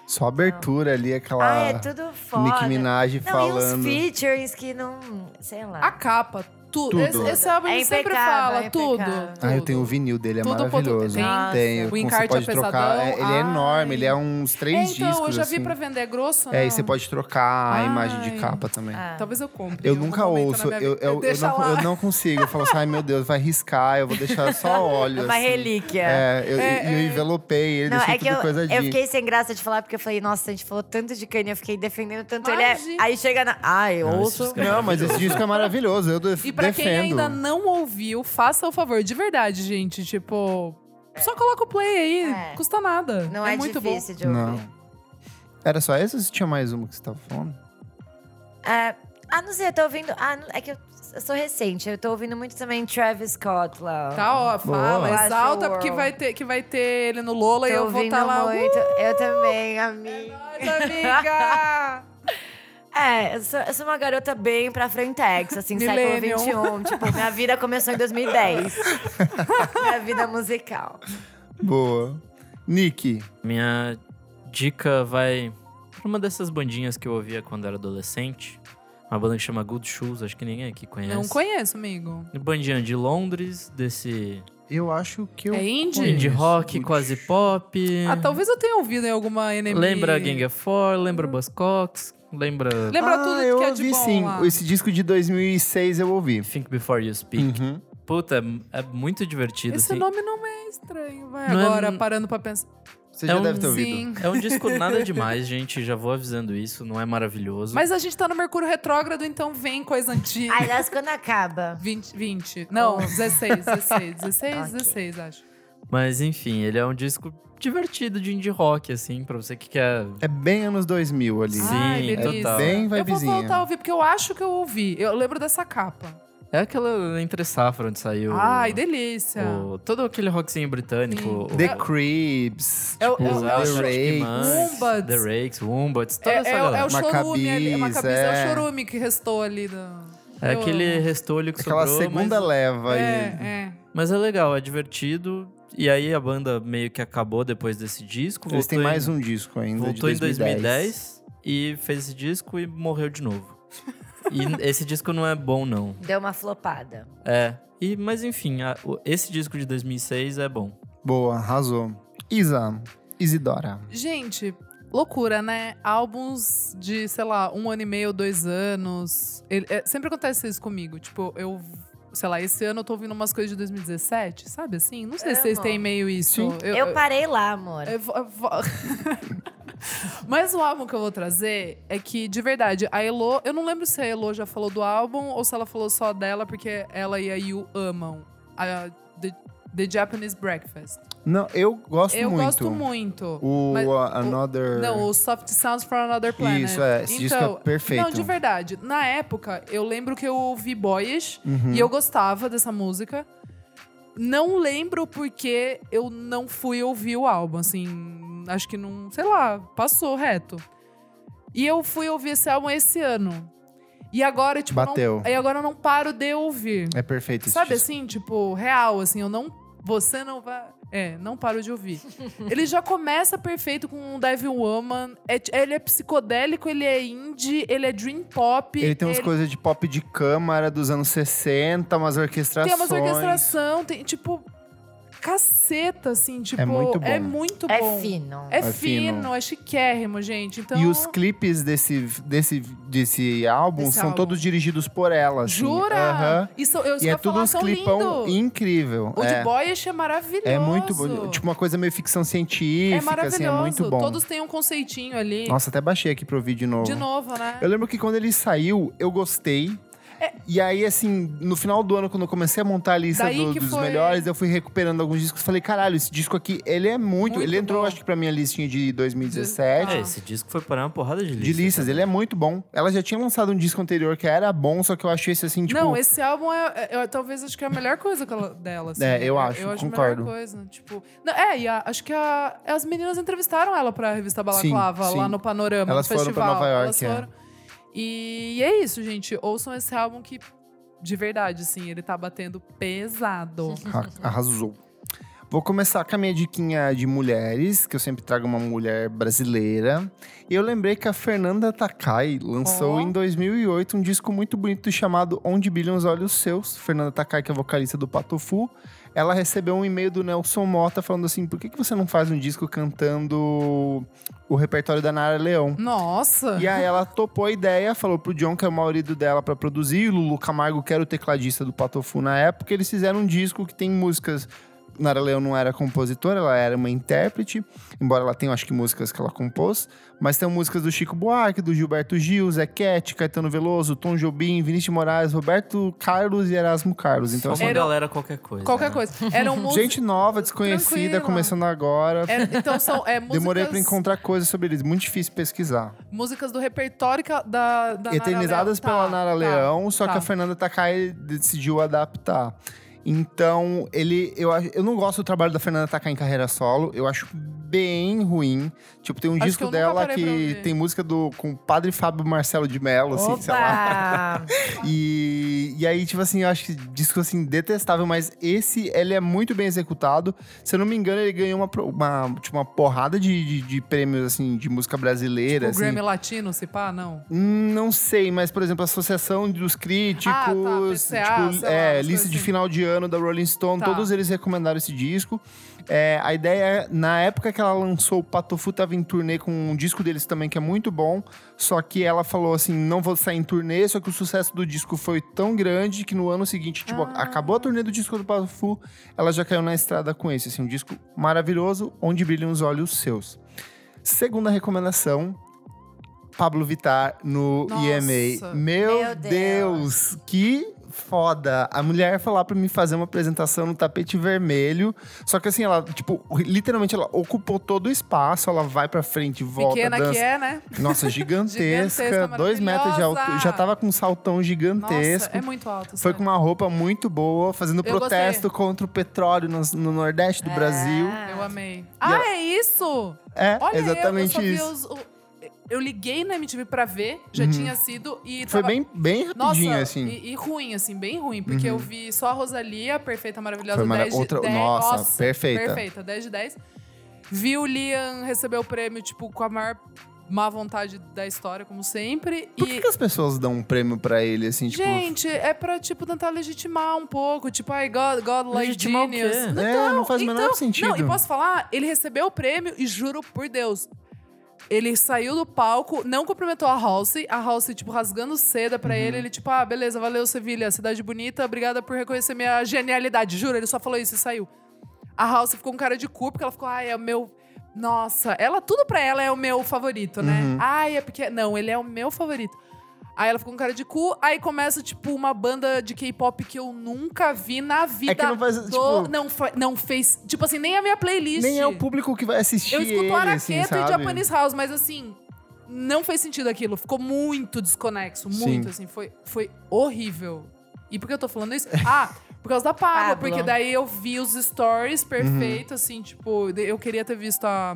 A: Só a abertura ali, aquela.
D: Ah, é tudo foda.
A: Nicki Minaj
D: não, e
A: falando.
D: uns features que não. Sei lá.
B: A capa, tudo.
A: Tudo.
B: Esse, esse álbum
D: É
B: ele sempre
D: impecável,
B: fala,
D: é
B: tudo.
D: impecável.
A: Ah, eu tenho o vinil dele, é
B: Tudo quanto
A: maravilhoso.
B: tem.
D: Nossa.
A: Tenho,
B: O
A: como você
B: encarte
A: pode
B: é
A: trocar.
B: pesadão.
A: É, ele é
B: Ai.
A: enorme, ele é uns
B: É,
A: três
B: então,
A: discos.
B: eu já vi
A: assim.
B: pra vender é grosso.
A: É,
B: né?
A: e você pode trocar a imagem de
B: Ai.
A: capa também.
D: Ah.
B: Talvez eu compre.
A: Eu
B: em algum
A: nunca
B: momento na
A: ouço,
B: minha
A: eu,
B: vida.
A: eu, eu,
B: Deixa
A: não,
B: lá.
A: eu não consigo. Eu falo assim, ai meu Deus, vai riscar, eu vou deixar só óleo.
D: É uma
A: assim.
D: relíquia.
A: É, tipo eu, e eu envelopei, ele
D: Não,
A: deixou
D: é que
A: tudo
D: eu,
A: coisadinho.
D: eu fiquei sem graça de falar, porque eu falei, nossa, a gente falou tanto de Kanye, eu fiquei defendendo tanto ele. é,
B: Imagina.
D: Aí chega na. Ai, eu
C: Não,
D: ouço.
C: esses caras-
A: Não, mas esse disco é maravilhoso, eu def-
B: E pra
A: defendo.
B: quem ainda não ouviu, faça o favor, de verdade, gente. Tipo, só coloca o play aí,
D: É.
B: custa nada.
D: Não
B: é,
D: é,
B: muito
D: difícil de
A: Não.
D: ouvir.
A: Era só essa ou você tinha mais uma que você tava falando?
D: É, ah, não sei, eu tô ouvindo. Ah, não- é que eu, eu sou recente, eu tô ouvindo muito também Travis Scott lá.
B: bom. Tá, ó, fala,
A: Boa.
B: exalta,
D: Flash
B: porque
D: World.
B: vai ter, que vai ter ele no Lola e
D: tô
A: tá
B: eu vou tá
D: ouvindo
A: Uh!
B: estar lá.
D: muito. Eu também, amigo.
A: [LAUGHS]
B: Uh, nós, amiga!
D: É, eu sou, eu sou uma garota bem pra frentex, assim,
B: Millennium.
D: século XXI. Tipo, minha vida começou
B: [LAUGHS]
D: em 2010. minha vida musical.
A: Boa. Nick,
C: Minha dica vai pra uma dessas bandinhas que eu ouvia quando era adolescente. Uma banda que chama Good Shoes, acho que ninguém aqui conhece.
B: Não conheço, amigo.
C: Bandinha de Londres, desse
A: eu acho que eu.
B: É indie?
A: conheço.
C: indie rock,
A: Good-
C: quase pop.
B: Ah, talvez eu tenha ouvido em alguma NME.
C: Lembra Gang of Four,
B: Hum.
C: lembra Buzzcocks, lembra
B: Lembra
A: ah,
B: tudo
A: eu
B: que é de
A: ouvi
B: bom
A: sim.
B: lá.
A: Esse disco de 2006 eu ouvi.
C: Think Before You Speak.
A: Uhum.
C: Puta, é, é muito divertido.
B: Esse
C: assim.
B: nome não é estranho, vai.
C: Não é-
B: Agora, parando pra pensar.
A: Você
C: É
A: já
C: um
A: deve ter ouvido.
B: Sim.
C: É um disco nada demais, [LAUGHS] gente. Já vou avisando isso, não é maravilhoso.
B: Mas a gente tá no Mercúrio Retrógrado, então vem coisa antiga.
D: Aliás, quando acaba.
B: 20, 20. Não, 16,
D: [LAUGHS]
B: 16, 16,
D: Oh. Ok.
B: 16, acho.
C: Mas enfim, ele é um disco divertido de indie rock, assim, pra você que quer.
A: É bem anos 2000 ali.
C: Sim,
B: Ai,
A: é
B: delícia.
C: total.
A: bem
B: Eu vou
A: vibezinha.
B: voltar a ouvir, porque eu acho que eu ouvi. Eu lembro dessa capa.
C: É aquela entre safra onde saiu.
B: Ai, delícia.
C: o- Todo aquele rockzinho britânico. o-
A: The Creeps.
B: É o-
A: tipo,
B: é o- é
C: os
B: o-
A: The
C: Elastic
A: Rakes.
C: Monkeys,
B: Wombats.
C: The Rakes, Wombats, toda
B: É,
C: essa
B: é, o-
C: galera.
B: é o chorume ali. É,
A: Maccabees,
B: Maccabees, é
A: é.
B: o chorume que restou ali. Da...
C: É aquele restolho que
A: Aquela
C: sobrou,
A: segunda
C: mas,
A: leva aí.
B: É, é.
C: mas é legal, é divertido. E aí a banda meio que acabou depois desse disco.
A: Eles têm
C: voltou em-
A: mais um disco ainda.
C: Voltou
A: de 2010.
C: em 2010 e fez esse disco e morreu de novo. E esse disco não é bom, não.
D: Deu uma flopada.
C: É. E, mas enfim, a- o- esse disco de 2006 é bom.
A: Boa, arrasou. Isa, Isidora.
B: Gente, loucura, né? Álbuns de, sei lá, um ano e meio, dois anos. Ele- é, sempre acontece isso comigo. Tipo, eu, sei lá, esse ano eu tô ouvindo umas coisas de 2017, sabe assim? Não sei se vocês
D: Amo.
B: têm meio isso.
A: Sim.
D: É, Eu, parei lá, amor.
B: eu vo- eu vo- [LAUGHS] Mas o álbum que eu vou trazer é que, de verdade, a Elo. Eu não lembro se a Elo já falou do álbum ou se ela falou só dela, porque ela e a Yu amam. A, the, The Japanese Breakfast.
A: Não, eu gosto
B: eu
A: muito.
B: gosto muito.
A: O
B: Mas-
A: uh, Another.
B: Não, o Soft Sounds from Another Planet. Então,
A: Isso, é, esse disco é perfeito.
B: Não, de verdade. Na época, eu lembro que eu ouvi Boyish
A: Uhum.
B: e eu gostava dessa música. Não lembro porque eu não fui ouvir o álbum, assim. Acho que não. Sei lá, passou reto. E eu fui ouvir esse álbum esse ano. E agora, tipo. não-
A: Bateu.
B: e agora eu não paro de ouvir.
A: É perfeito esse
B: Sabe
A: disco.
B: assim, tipo, real, assim, eu não. Você não vai. É, não paro de
D: [LAUGHS]
B: ouvir. ele já começa perfeito com um Devil Woman. É ti- ele é psicodélico, ele é indie, ele é dream pop.
A: Ele tem umas coisas de pop de câmara dos anos 60, umas orquestrações.
B: Tem umas orquestração, tem tipo. Caceta, assim, tipo.
A: muito bom.
B: É muito
D: é
B: bom.
D: fino.
B: É,
A: É fino.
B: fino, é chiquérrimo, gente. Então.
A: E os clipes desse, desse, desse álbum
B: Desse
A: são
B: álbum.
A: todos dirigidos por ela. assim.
B: Jura?
A: Aham.
B: E são- eu
A: E é
B: ia
A: tudo
B: falar,
A: uns
B: são
A: clipão
B: lindo.
A: incrível.
B: O de
A: é.
B: boy é maravilhoso.
A: é muito bonito. Tipo uma coisa meio ficção científica,
B: é maravilhoso.
A: assim, é muito bom.
B: Todos têm um conceitinho ali.
A: Nossa, até baixei aqui pra ouvir de novo.
B: De novo, né?
A: Oh. Eu lembro que quando ele saiu, eu gostei.
B: É.
A: E aí, assim, no final do ano, quando eu comecei a montar a lista
B: Daí
A: do-
B: que
A: dos
B: foi-
A: melhores, eu fui recuperando alguns discos. Falei, caralho, esse disco aqui, ele é muito.
B: Muito
A: ele entrou,
B: bom.
A: acho que, pra minha listinha de 2017.
C: É,
B: Ah.
C: esse disco foi parar uma porrada de listas.
A: De listas, ele é muito bom. Ela já tinha lançado um disco anterior que era bom, só que eu achei esse assim, tipo.
B: Não, esse álbum é, é- eu talvez acho que é a melhor coisa que ela- dela. assim.
A: É, eu acho,
B: Eu acho
A: concordo.
B: a melhor coisa. Tipo, não, é, e a- acho que a- as meninas entrevistaram ela pra revista Balaclava,
A: Sim, sim.
B: lá no Panorama,
A: Elas
B: no
A: foram pra
B: festival.
A: Nova
B: Elas
A: York, é.
B: foram. E, e é isso, gente. Ouçam esse álbum que, de verdade, assim, ele tá batendo pesado.
A: Ra- Arrasou. Vou começar com a minha diquinha de mulheres, que eu sempre trago uma mulher brasileira. Eu lembrei que a Fernanda Takai lançou
B: Ó.
A: em 2008 um disco muito bonito chamado Onde Brilham os Olhos Seus. Fernanda Takai, que é vocalista do Patofu, ela recebeu um e-mail do Nelson Mota falando assim: por que, que você não faz um disco cantando o repertório da Nara Leão?
B: Nossa!
A: E aí ela topou a ideia, falou pro John, que é o marido dela, pra produzir. O Lulu Camargo, que era o tecladista do Patofu na época, eles fizeram um disco que tem músicas. Nara Leão não era compositora, ela era uma intérprete, embora ela tenha, acho que, músicas que ela compôs. Mas tem músicas do Chico Buarque, do Gilberto Gil, Zé Cat, Caetano Veloso, Tom Jobim, Vinícius de Moraes, Roberto Carlos e Erasmo Carlos. Então,
C: Então,
A: assim,
C: uma galera qualquer coisa.
B: Qualquer
C: né?
B: coisa.
A: [LAUGHS]
B: Eram músicas.
A: gente nova, desconhecida,
B: Tranquila.
A: começando agora.
B: então são é, músicas,
A: [LAUGHS] Demorei pra encontrar coisas sobre eles, muito difícil pesquisar.
B: músicas do repertório que a- da, da Nara
A: eternizadas
B: Leão.
A: pela
B: Tá,
A: Nara
B: tá,
A: Leão, só
B: tá.
A: que a Fernanda Takai decidiu adaptar. Então, ele. Eu, ach- eu não gosto do trabalho da Fernanda Takai em carreira solo. Eu acho bem ruim. Tipo, tem um
B: Acho que
A: disco
B: eu nunca
A: dela
B: parei pra
A: que
B: ouvir.
A: tem música do, com o padre Fábio Marcelo de Mello, assim, sei lá.
D: Opa!
A: E, e aí, tipo assim, eu acho que disco assim, detestável, mas esse ele é muito bem executado. Se eu não me engano, ele ganhou uma, pro- uma, tipo, uma porrada de, de, de prêmios assim de música brasileira.
B: O
A: assim.
B: Tipo, Grammy Latino, se pá, não.
A: Hum, Não sei, mas, por exemplo, a Associação dos Críticos,
B: Ah, tá, PCA,
A: tipo,
B: sei lá,
A: é,
B: umas
A: lista
B: coisas
A: de
B: assim.
A: final de ano da Rolling Stone,
B: Tá.
A: todos eles recomendaram esse disco. É, a ideia é, na época que ela lançou o Patofu, tava em turnê com um disco deles também que é muito bom, só que ela falou assim, não vou sair em turnê, só que o sucesso do disco foi tão grande que no ano seguinte, tipo,
B: Ah.
A: acabou a turnê do disco do Patofu, ela já caiu na estrada com esse, assim, um disco maravilhoso, onde brilham os olhos seus. Segunda recomendação, Pablo Vittar no
B: Nossa.
A: EMA. Meu,
D: Meu
A: Deus.
D: Deus.
A: que foda. A mulher foi lá pra me fazer uma apresentação no tapete vermelho. Só que assim, ela, tipo, literalmente ela ocupou todo o espaço, ela vai pra frente, volta,
B: Pequena
A: dança.
B: que é, né?
A: Nossa, gigantesca,
B: Gigantesca,
A: dois metros de altura.
B: maravilhosa.
A: Já tava com um saltão gigantesco.
B: Nossa, é muito alto.
A: Foi
B: sério.
A: com uma roupa muito boa, fazendo
B: Eu É.
A: protesto contra o petróleo no, no Nordeste do Brasil.
D: É.
B: Eu amei. Ah,
A: ela-
B: é isso!
A: É,
B: Olha,
A: exatamente
B: eu, eu
A: isso. Uhum.
B: só vi os- o- eu liguei na MTV pra ver, já tinha sido e
A: Foi
B: tava-
A: bem, bem
B: Nossa,
A: rapidinho, assim. Uhum.
B: E, e ruim, assim, bem ruim. Porque eu vi só a Rosalia, perfeita, maravilhosa,
A: Foi mara-
B: 10 de
A: outra-
B: 10.
A: nossa, perfeita.
B: Perfeita, 10 de 10. Vi o Liam receber o prêmio, tipo, com a maior má vontade da história, como sempre.
A: Por
B: e...
A: que, que as pessoas dão um prêmio pra ele, assim, tipo...
B: Gente, é pra, tipo, tentar legitimar um pouco. Tipo, ai, God, God like
C: Legitimar o quê?
B: genius.
A: É, não faz o menor sentido.
B: então, Não, e posso falar? Ele recebeu o prêmio e juro por Deus. Ele saiu do palco, não cumprimentou a Halsey. A Halsey, tipo, rasgando seda pra
A: Uhum.
B: ele. Ele, tipo, ah, beleza, valeu, Sevilha, cidade bonita. Obrigada por reconhecer minha genialidade. Juro, ele só falou isso e saiu. A Halsey ficou com cara de cu, porque ela ficou, ai, é o meu... Nossa, ela, tudo pra ela é o meu favorito, né?
A: Uhum.
B: Ai, é porque... Não, ele é o meu favorito. Aí ela ficou com cara de cu, aí começa, tipo, uma banda de K-pop que eu nunca vi na vida.
A: É que não faz,
B: do-
A: tipo-
B: Não, fa- não fez... Tipo assim, nem a minha playlist.
A: Nem é o público que vai assistir
B: Eu escuto
A: ele,
B: Araqueto
A: assim,
B: e
A: sabe?
B: Japanese House, mas assim... Não fez sentido aquilo. Ficou muito desconexo. Muito,
A: Sim.
B: assim. Foi, foi horrível. E por que eu tô falando isso? Ah, por causa da Pablo.
D: Pablo.
B: Porque daí eu vi os
A: Uhum.
B: stories perfeito, assim. Tipo, de- eu queria ter visto a,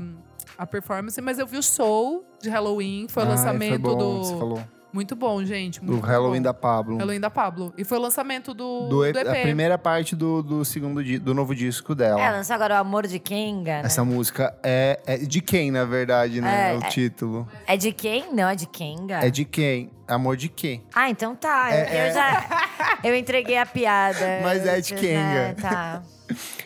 B: a performance, mas eu vi o show de Halloween. Foi o
A: Ah,
B: lançamento
A: foi bom,
B: do...
A: Você falou.
B: Muito bom, gente.
A: Do
B: Muito
A: Halloween
B: bom.
A: da Pablo.
B: Halloween da Pablo. E foi o lançamento do,
A: Do,
B: do
A: e-
B: EP.
A: A primeira parte do, do segundo di- do novo disco dela.
D: É, lançou agora o Amor de Kenga, né?
A: Essa música é, é de quem, na verdade, né? o
D: É, é.
A: título.
D: É de quem? Não, é de Kenga.
A: É de quem? Amor de quem?
D: Ah, então tá.
A: É,
D: eu- eu
A: é.
D: já... Eu entreguei a
A: [LAUGHS]
D: piada.
A: Mas é de Kenga.
D: É, tá.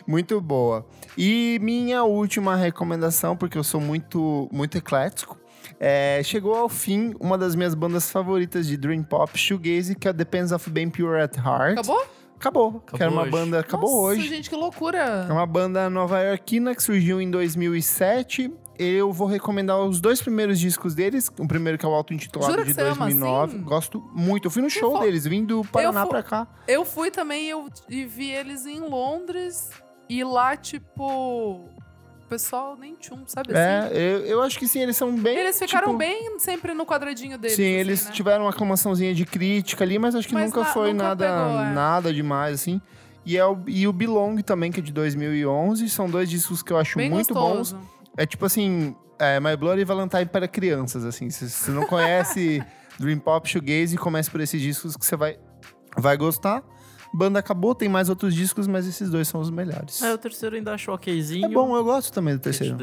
A: Muito boa. E minha última recomendação, porque eu sou muito, muito eclético, é, chegou ao fim uma das minhas bandas favoritas de Dream Pop Shoegaze, que é Depends of Being Pure at Heart.
B: Acabou?
A: Acabou. que era uma
C: hoje.
A: banda. Acabou
B: Nossa,
A: hoje.
B: gente, que loucura.
A: É uma banda nova-iorquina que surgiu em 2007. Eu vou recomendar os dois primeiros discos deles. O primeiro que é o auto-intitulado
B: Jura que
A: de
B: você ama
A: 2009.
B: assim?
A: Gosto muito. Eu fui no show
B: fo-
A: deles, vim do Paraná
B: Eu assim? fu-
A: pra cá.
B: Eu fui também eu, e vi eles em Londres. E lá, tipo... O pessoal nem tchum, sabe
A: É,
B: assim?
A: eu, eu acho que sim, eles são bem.
B: Eles ficaram
A: tipo,
B: bem sempre no quadradinho deles.
A: Sim,
B: assim,
A: eles tipo,
B: né?
A: tiveram uma aclamaçãozinha de crítica ali, mas acho que
B: Mas
A: nunca
B: na-
A: foi
B: nunca
A: nada,
B: pegou, é.
A: nada demais, assim. E, é o, e o Belong também, que é de 2011. São dois discos que eu acho
B: Bem
A: muito bons.
B: gostoso.
A: É tipo assim, é, My Bloody Valentine para crianças, assim. Se você não
B: [LAUGHS]
A: conhece Dream Pop Shoegaze, comece por esses discos que você vai, vai gostar. Banda acabou, tem mais outros discos, mas esses dois são os melhores.
C: É, o terceiro ainda acho okzinho.
A: É bom, eu gosto também do terceiro.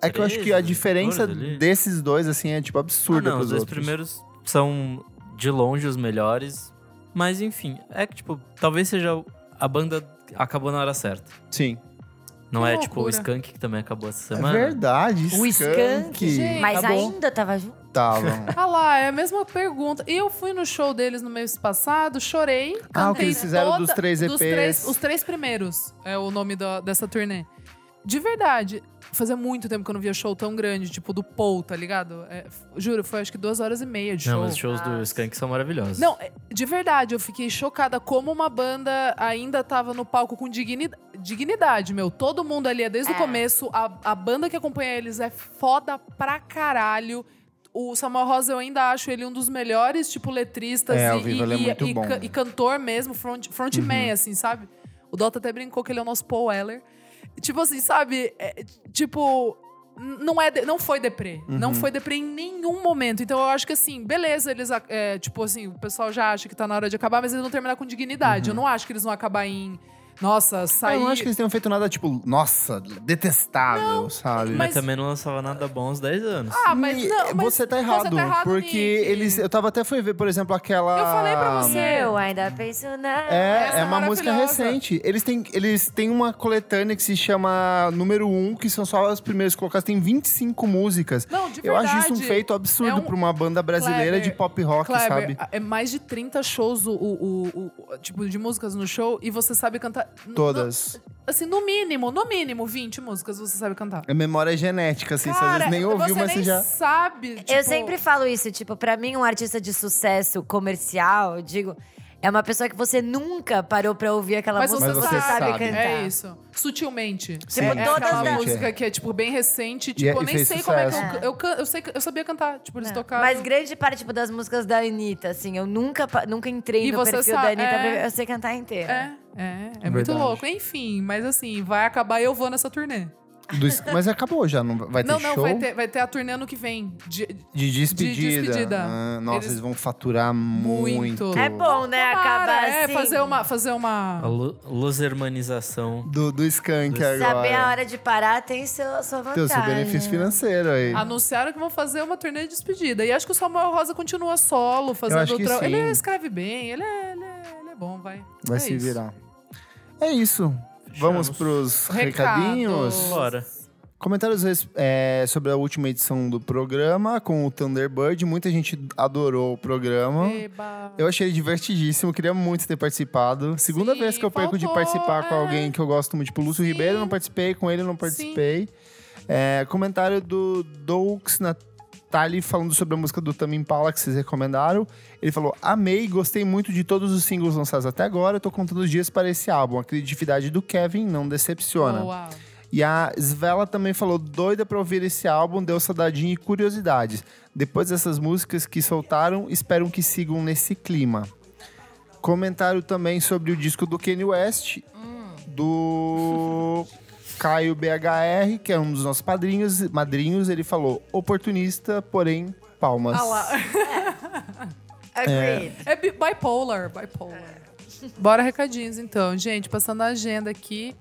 A: É que eu acho que a diferença
C: desse
A: desses dois, assim, é tipo absurda
C: ah, não,
A: pros
C: os dois
A: outros.
C: primeiros são de longe os melhores. Mas enfim, é que tipo, talvez seja a banda acabou na hora certa.
A: Sim.
C: Não
B: Que
C: é tipo o
B: loucura.
C: Skunk que também acabou essa
A: É
C: semana.
A: verdade,
D: O Skank,
A: Skank.
B: gente.
D: Mas
B: Acabou.
D: ainda tava junto.
A: Tava.
B: Ah lá, é a mesma pergunta. E eu fui no show deles no mês passado, chorei.
A: Ah, o
B: cantei
A: que eles fizeram
B: toda-
A: dos três
B: dos
A: EPs.
B: três- os três primeiros é o nome da- dessa turnê. De verdade, fazia muito tempo que eu não via show tão grande, tipo do Paul, tá ligado? É, f- juro, foi acho que duas horas e meia de
C: Não,
B: show.
C: mas os shows do Skunk são maravilhosos.
B: Não, é- de verdade, eu fiquei chocada como uma banda ainda tava no palco com dignidade, dignidade meu. Todo mundo ali é desde o
D: É.
B: começo. A, a banda que acompanha eles é foda pra caralho. O Samuel Rosa, eu ainda acho ele um dos melhores, tipo, letristas
A: É,
B: e,
A: o Viva ele é
B: e-
A: muito
B: e
A: bom. Uhum.
B: ca- e cantor mesmo, front, frontman, assim, sabe? O Dota até brincou que ele é o nosso Paul Weller. Tipo assim, sabe? É, tipo, n- não, é de- não foi deprê.
A: Uhum.
B: Não foi deprê em nenhum momento. Então eu acho que assim, beleza, eles. a- é, tipo assim, o pessoal já acha que tá na hora de acabar, mas eles vão terminar com dignidade. Eu não acho que eles vão acabar em. Nossa, sair.
A: Uhum. Eu não acho que eles tenham feito nada, tipo, nossa, detestável, sabe?
C: Mas,
B: Mas-
C: também não lançava nada bom há uns 10 anos.
B: Ah, mas
A: E
B: não. mas
A: você tá errado, porque
B: Nick.
A: eles. Eu tava até fui ver, por exemplo, aquela.
B: Eu falei pra você.
D: Eu ainda penso na.
A: É,
B: Essa
A: Ah, é
B: é
A: uma música
B: maravilhosa.
A: recente. Eles têm, eles têm uma coletânea que se chama Número 1, que são só as primeiras colocadas. Tem 25 músicas.
B: Não, de
A: Eu
B: verdade.
A: acho isso um feito absurdo
B: É um-
A: pra uma banda brasileira
B: Kleber,
A: de pop rock,
B: Kleber,
A: sabe?
B: É mais de 30 shows, o, o- o- o- tipo, de músicas no show, e você sabe cantar. n-
A: Todas.
B: no- assim, no mínimo, no mínimo, 20 músicas você sabe cantar.
A: É memória genética, assim. você às
B: Cara,
A: vezes nem ouviu,
B: você
A: mas
B: nem
A: você já.
B: sabe.
A: É
D: Eu
B: tipo,
D: sempre falo isso, tipo, pra mim, um artista de sucesso comercial, eu digo, é uma pessoa que você nunca parou pra ouvir aquela
B: Mas você,
D: música
A: Mas
D: que
A: você
D: sabe,
A: sabe.
D: cantar. Tipo,
B: É isso. Sutilmente.
A: Sim,
B: é
D: todas
B: aquela
D: as-
B: música que é, tipo, bem recente. Tipo,
A: é- e
B: eu nem
A: fez
B: sei como é que eu,
A: sucesso.
B: eu, can- eu sei que eu sabia cantar. Tipo, eles tocaram.
D: Mas É. grande parte tipo, das músicas da Anitta, assim, eu nunca, pa- nunca entrei
B: E
D: no
B: você
D: perfil
B: sabe-
D: da Anitta
B: é.
D: pra eu sei cantar inteira.
B: É, é. É muito
C: Verdade.
B: louco. Enfim, mas assim, vai acabar eu vou nessa turnê.
A: Dos- Mas acabou já, não vai ter
B: não, não,
A: show
B: vai ter, vai ter a turnê ano que vem. De-
A: de despedida.
B: despedida.
A: Ah, nossa, eles...
B: Eles-
A: vão faturar muito.
B: Muito.
D: É bom, né?
B: Tomara,
D: acabar
B: é,
D: assim.
B: fazer uma. Fazer uma...
C: A lu- luzermanização.
A: Do, do Skank agora.
D: Saber a hora de parar tem seu, sua vantagem.
A: Tem o seu benefício financeiro aí.
B: Anunciaram que vão fazer uma turnê de despedida. E acho que o Samuel Rosa continua solo,
A: acho
B: fazendo
A: que
B: outra.
A: sim.
B: Ele é escreve bem, ele é, ele é, ele é bom, vai.
A: Vai
B: É
A: se
B: isso.
A: virar. É isso. Vamos pros
B: Recados.
A: recadinhos.
C: Bora.
A: Comentários res- é, sobre a última edição do programa com o Thunderbird. Muita gente adorou o programa.
B: Eba.
A: Eu achei divertidíssimo, queria muito ter participado. Segunda
B: Sim,
A: vez que eu perco de
B: faltou,
A: participar com
B: é.
A: alguém que eu gosto muito, tipo Lúcio
B: Sim.
A: Ribeiro, eu não participei, com ele eu não participei. É, comentário do Doux Natali falando sobre a música do Tame Impala que vocês recomendaram. Ele falou: Amei, gostei muito de todos os singles lançados até agora. Eu tô contando os dias para esse álbum. A criatividade do Kevin não decepciona.
B: Boa.
A: E a Svela também falou: doida pra ouvir esse álbum, deu saudadinha e curiosidades. Depois dessas músicas que soltaram, espero que sigam nesse clima. Comentário também sobre o disco do Kanye West, do Caio BHR, que é um dos nossos padrinhos, madrinhos. Ele falou: oportunista, porém, palmas.
B: Ah lá.
D: Agreed.
B: É bi- bipolar, bipolar. É. Bora recadinhos então, gente. Passando a agenda aqui.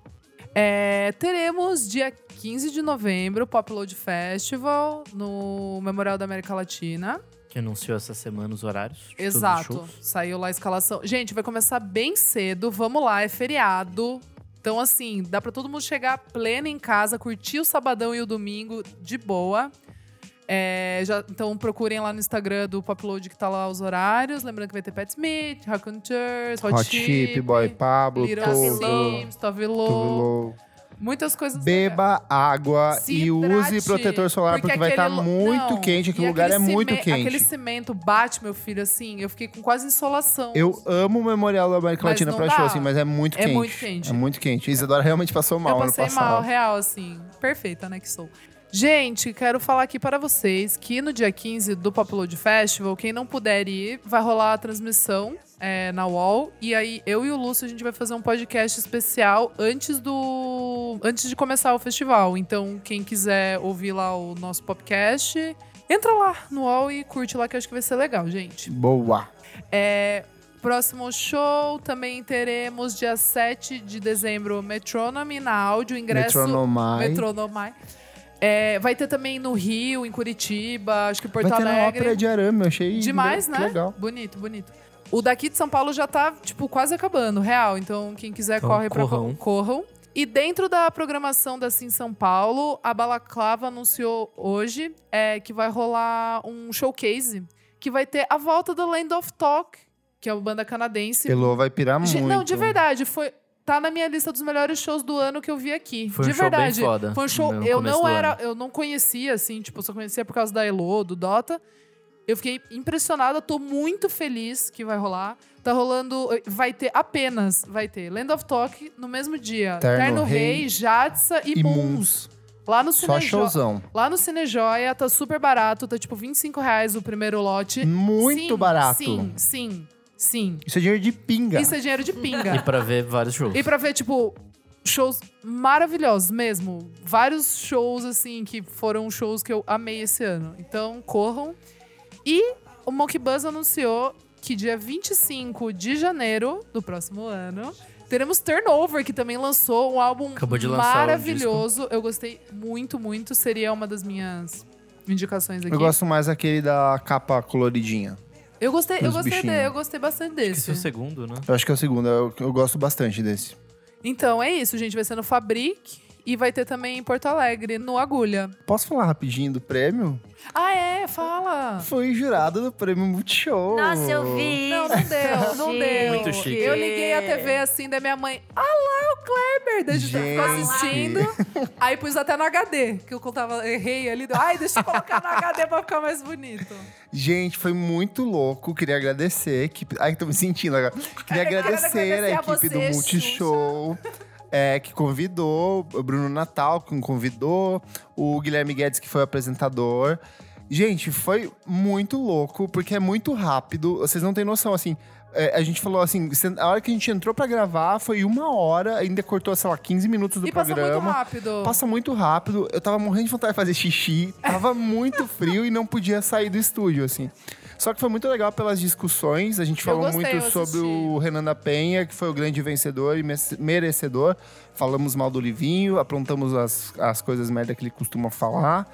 B: É, teremos dia 15 de novembro o Pop Load Festival no Memorial da América Latina.
C: Que anunciou essa semana os horários. de todos os
B: Exato.
C: shows.
B: Saiu lá a escalação. Gente, vai começar bem cedo. Vamos lá, é feriado. Então, assim, dá pra todo mundo chegar pleno em casa, curtir o sabadão e o domingo de boa. É, já- então procurem lá no Instagram do Popload que tá lá os horários. Lembrando que vai ter Pat Smith, Raconteurs, Hot,
A: Hot Chip, Boy Pablo,
B: Little
A: Toto,
B: Sims, Tovilo.
A: Tuvelo.
B: Muitas coisas
A: Beba água
B: se
A: e use
B: hidrate,
A: protetor solar, porque, vai estar
B: aquele lu-
A: muito
B: Não,
A: quente. Aquele
B: e
A: lugar é
B: aquele
A: muito
B: cime-
A: quente.
B: Aquele cimento bate, meu filho, assim. Eu fiquei com quase insolação.
A: Eu amo o Memorial da América
B: Mas
A: Latina
B: não
A: pra
B: dá.
A: show, assim, mas é muito
B: É
A: quente.
B: muito quente.
A: É muito quente. Isadora realmente passou mal
B: Eu
A: ano
B: passei
A: passado.
B: mal, real, assim. Perfeita, né, que sou. Gente, quero falar aqui para vocês que no dia 15 do Pop Load Festival, quem não puder ir, vai rolar a transmissão é, na UOL. E aí, eu e o Lúcio, a gente vai fazer um podcast especial antes do... Antes de começar o festival. Então, quem quiser ouvir lá o nosso podcast, entra lá no UOL e curte lá, que eu acho que vai ser legal, gente.
A: Boa.
B: É, próximo show também teremos dia 7 de dezembro Metronomy na áudio, ingresso
A: Metronomai.
B: Metronomai. É, vai ter também no Rio, em Curitiba, acho que Porto
A: Vai ter na
B: Alegre.
A: ópera de arame, eu achei
B: Demais,
A: le-
B: né?
A: legal.
B: Bonito, bonito. O daqui de São Paulo já tá, tipo, quase acabando, real. Então, quem quiser,
C: Então,
B: corre pra
C: corram.
B: corram. E dentro da programação da Sim São Paulo, a Balaclava anunciou hoje é, que vai rolar um showcase que vai ter a volta do Land of Talk, que é uma banda canadense.
A: Elô vai pirar
B: Ge-
A: muito.
B: Não, de verdade, foi. Tá na minha lista dos melhores shows do ano que eu vi aqui.
C: Foi um
B: de
C: show bem
B: verdade.
C: foda
B: Foi um show.
C: no
B: Eu
C: começo
B: não
C: do
B: era.
C: ano.
B: Eu não conhecia, assim, tipo, eu só conhecia por causa da Elo, do Dota. Eu fiquei impressionada, tô muito feliz que vai rolar. Tá rolando. Vai ter apenas, vai ter Land of Talk no mesmo dia.
A: Terno
B: Terno,
A: Rei
B: Rei, Jatsa e,
A: E
B: Moons.
A: Moons.
B: Lá no
A: Só
B: Cinejoia.
A: showzão.
B: Lá no Cinejoia, tá super barato, tá tipo 25 reais o primeiro lote.
A: Muito
B: Sim,
A: barato.
B: Sim, sim. Sim.
A: Isso é dinheiro de pinga.
B: Isso é dinheiro de
C: E
B: pinga.
C: pra ver vários shows.
B: E pra ver, tipo, shows maravilhosos mesmo. Vários shows, assim, que foram shows que eu amei esse ano. Então, corram. E o Monkey Buzz anunciou que dia 25 de janeiro do próximo ano teremos Turnover, que também lançou um álbum
C: Acabou de lançar o
B: maravilhoso. Eu gostei muito, muito. Seria uma das minhas indicações aqui.
A: Eu gosto mais aquele da capa coloridinha.
B: eu gostei, eu
A: dos
B: gostei,
A: bichinhos.
B: de- eu gostei bastante
C: Esse
B: desse.
C: é o segundo, né?
A: Eu acho que é o segundo, eu, eu gosto bastante desse.
B: Então é isso, gente. Vai ser no Fabric e vai ter também em Porto Alegre, no Agulha.
A: Posso falar rapidinho do prêmio?
B: Ah, é? Fala!
A: Foi jurado do prêmio Multishow.
D: Nossa, eu vi
B: Não, não
D: isso.
B: deu, não deu.
C: Muito chique.
B: Eu liguei a TV assim da minha mãe. Ah lá, o Kleber! Desde que eu fico
A: É. Gente.
B: assistindo. Aí pus até no HD, que eu contava, errei ali. deu, Ai, deixa eu colocar no HD pra ficar mais bonito.
A: Gente, foi muito louco. Queria agradecer a equipe. Ai, tô me sentindo agora. Queria
B: Quero
A: agradecer a
B: agradecer a
A: equipe do
B: você,
A: Multishow. é, que convidou, o Bruno Natal, que convidou, o Guilherme Guedes, que foi o apresentador. Gente, foi muito louco, porque é muito rápido. Vocês não têm noção, assim. é, a gente falou assim, cê- a hora que a gente entrou pra gravar foi uma hora, ainda cortou, sei lá, 15 minutos do
B: e passa
A: programa.
B: muito rápido.
A: Passa muito rápido. Eu tava morrendo de vontade de fazer xixi. Tava muito
B: [LAUGHS]
A: frio e não podia sair do estúdio, assim. Só que foi muito legal pelas discussões. A gente
B: Eu
A: falou
B: gostei, eu
A: muito
B: assisti.
A: sobre o Renan da Penha, que foi o grande vencedor e mes- merecedor. Falamos mal do Livinho, aprontamos as, as coisas merda que ele costuma falar.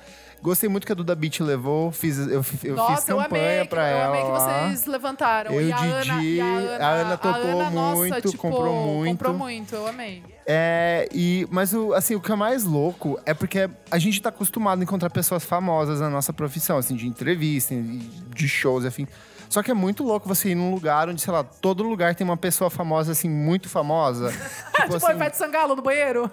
A: Gostei muito que a Duda Beat levou. Fiz, eu, fi- eu
B: Nossa,
A: fiz
B: eu
A: campanha
B: amei, que-
A: pra
B: eu
A: ela.
B: amei que
A: lá.
B: vocês levantaram.
A: Eu,
B: e a Ana,
A: Didi,
B: e a Ana,
A: a Ana topou
B: a Ana, nossa,
A: muito,
B: tipo,
A: comprou muito.
B: Comprou muito, eu amei.
A: É, e, mas o, assim, o que é mais louco é porque a gente tá acostumado a encontrar pessoas famosas na nossa profissão, assim, de entrevista, e de shows, enfim. Só que é muito louco você ir num lugar onde, sei lá, todo lugar tem uma pessoa famosa, assim, muito
B: [LAUGHS]
A: famosa. tipo
B: Tipo,
A: assim,
B: vai de sangalo no banheiro.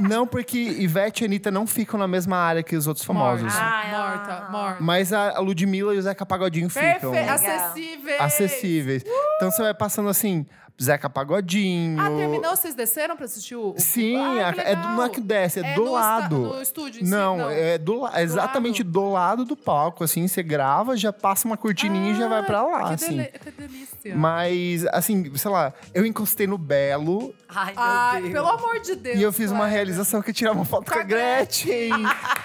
A: não porque Ivete e Anitta não ficam na mesma área que os outros famosos.
B: Morta,
D: Ai,
B: morta,
D: ah.
B: morta.
A: Mas a, a Ludmilla e o Zeca Pagodinho ficam
B: Perfeito,
D: Legal.
B: acessível.
A: acessíveis. Então você vai passando, assim, Zeca Pagodinho...
B: Ah, terminou? Vocês desceram pra assistir o. o-
A: Sim,
B: Ah,
A: a-
B: que
A: é do, não é
B: legal.
A: que desce, é,
B: É
A: do
B: no esta-
A: lado.
B: no estúdio em si?
A: não,
B: Não.
A: é do, la- é exatamente do lado do palco, assim. Você grava, já passa uma cortininha e já vai pra lá,
B: Ah, que,
A: assim.
B: dele- que delícia.
A: Mas, assim, sei lá, eu encostei no Belo
D: Ai, meu
B: Ai,
D: Deus.
B: pelo amor de Deus.
A: e eu fiz uma
B: Clara.
A: realização que eu tirava uma foto com a Gretchen.
B: [LAUGHS] Ah,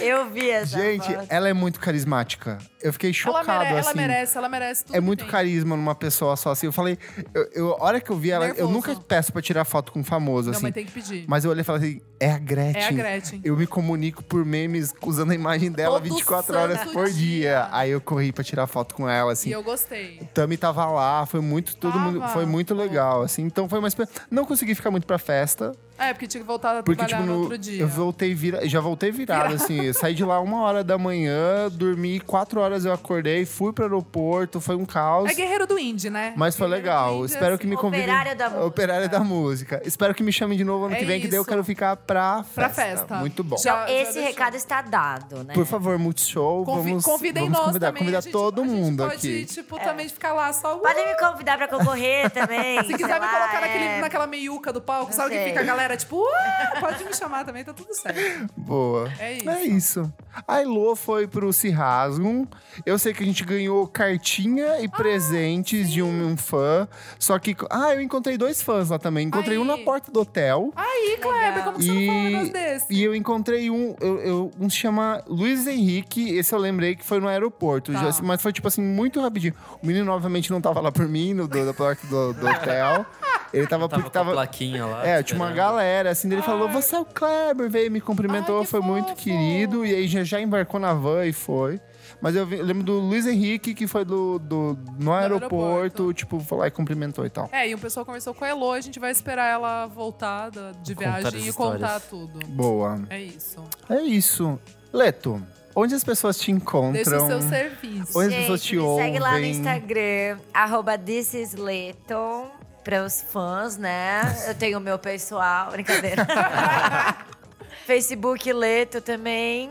D: Eu vi essa
A: Gente,
D: foto.
A: ela é muito carismática. Eu fiquei
B: Ela,
A: chocado,
B: mere-
A: assim.
B: ela merece, ela merece tudo.
A: É
B: que
A: muito
B: tem.
A: carisma numa pessoa só, assim. Eu falei, eu, eu- a hora que eu vi ela, eu
B: Nervoso.
A: nunca peço pra tirar foto com famoso,
B: Não,
A: assim.
B: mas tem que pedir.
A: Mas eu olhei e falei assim, é a Gretchen.
B: É a Gretchen.
A: Eu me comunico por memes usando a imagem dela
B: Todo
A: 24
B: santo
A: horas por dia.
B: dia.
A: Aí eu corri pra tirar foto com ela,
B: E
A: assim.
B: eu gostei.
A: Tami tava lá, foi muito, todo
B: Tava. É.
A: mundo, foi muito legal, assim. Então foi uma experiência. Não consegui ficar muito pra festa,
B: É, porque tinha que voltar a
A: porque,
B: trabalhar
A: tipo,
B: no
A: no-
B: outro dia.
A: eu voltei vira, já voltei virado, assim. Eu saí de lá uma hora da manhã, dormi, quatro horas eu acordei, fui pro aeroporto, foi um caos.
B: É guerreiro do indie, né?
A: Mas foi
B: Guerreiro do
A: legal.
B: indie,
A: Espero
B: assim,
A: que me convidem.
D: Operária da música.
A: Operária da música. Espero que me chamem de novo ano
B: É
A: que vem, que daí eu
B: isso.
A: quero ficar pra festa.
B: Pra festa.
A: Muito bom.
B: Tá, Já- já
D: Então, Esse
B: deixou.
D: recado está dado, né?
A: Por favor, Multishow,
B: Convi-
A: vamos,
B: convidem
A: vamos
B: nós
A: convidar,
B: também.
A: convidar
B: a gente-
A: todo
B: a gente
A: mundo
B: pode,
A: aqui.
B: tipo,
D: É.
B: também ficar lá só... uh,
D: Podem me convidar
B: [LAUGHS]
D: pra concorrer também.
B: Se
D: sei
B: quiser me
D: lá,
B: colocar
D: é.
B: naquele, naquela meiuca do palco, sabe que
D: sei.
B: fica a galera tipo, "Uh", pode me chamar também, tá tudo certo.
A: Boa.
B: É isso.
A: É isso. A Ilô foi pro Cirrasgum. Eu sei que a gente ganhou cartinha
B: Ah,
A: e presentes de um, um fã. Só que. Ah, eu encontrei dois fãs lá também. Encontrei um na
B: Aí.
A: porta do hotel.
B: Aí, Kleber, como que você não fala um
A: E,
B: negócio desse?
A: e eu encontrei um, eu, eu- um se chama Luiz Henrique, esse eu lembrei que foi no aeroporto,
B: Tá.
A: já- mas foi tipo assim, muito rapidinho. O menino, obviamente, não tava lá por mim, no do, da porta do, do hotel. Ele tava,
C: Tava
A: porque
C: com a
A: tava.
C: plaquinha lá. tá né?
A: É, tinha uma
C: esperando.
A: galera, assim, dele falou: Você é o Kleber, veio, me cumprimentou,
B: Ah. Ai, que
A: foi muito
B: fofo.
A: querido. E aí já, já embarcou na van e foi. Mas eu, vi- eu lembro do Luiz Henrique, que foi do, do, no aeroporto,
B: aeroporto.
A: tipo, foi lá e cumprimentou e tal.
B: É, e o pessoal conversou com a Elo, a gente vai esperar ela voltar da- de
C: Contar
B: viagem
C: as
B: e contar
C: histórias.
B: tudo.
A: Boa.
B: É isso.
A: É isso. Leto, onde as pessoas te encontram?
B: Deixa o seu serviço.
A: Oi. As pessoas
D: Gente,
A: te
D: me segue lá no
A: ouvem.
D: Instagram, arroba thisisleton, para os fãs, né? Eu tenho o meu pessoal,
B: [LAUGHS]
D: brincadeira. Facebook Leto também.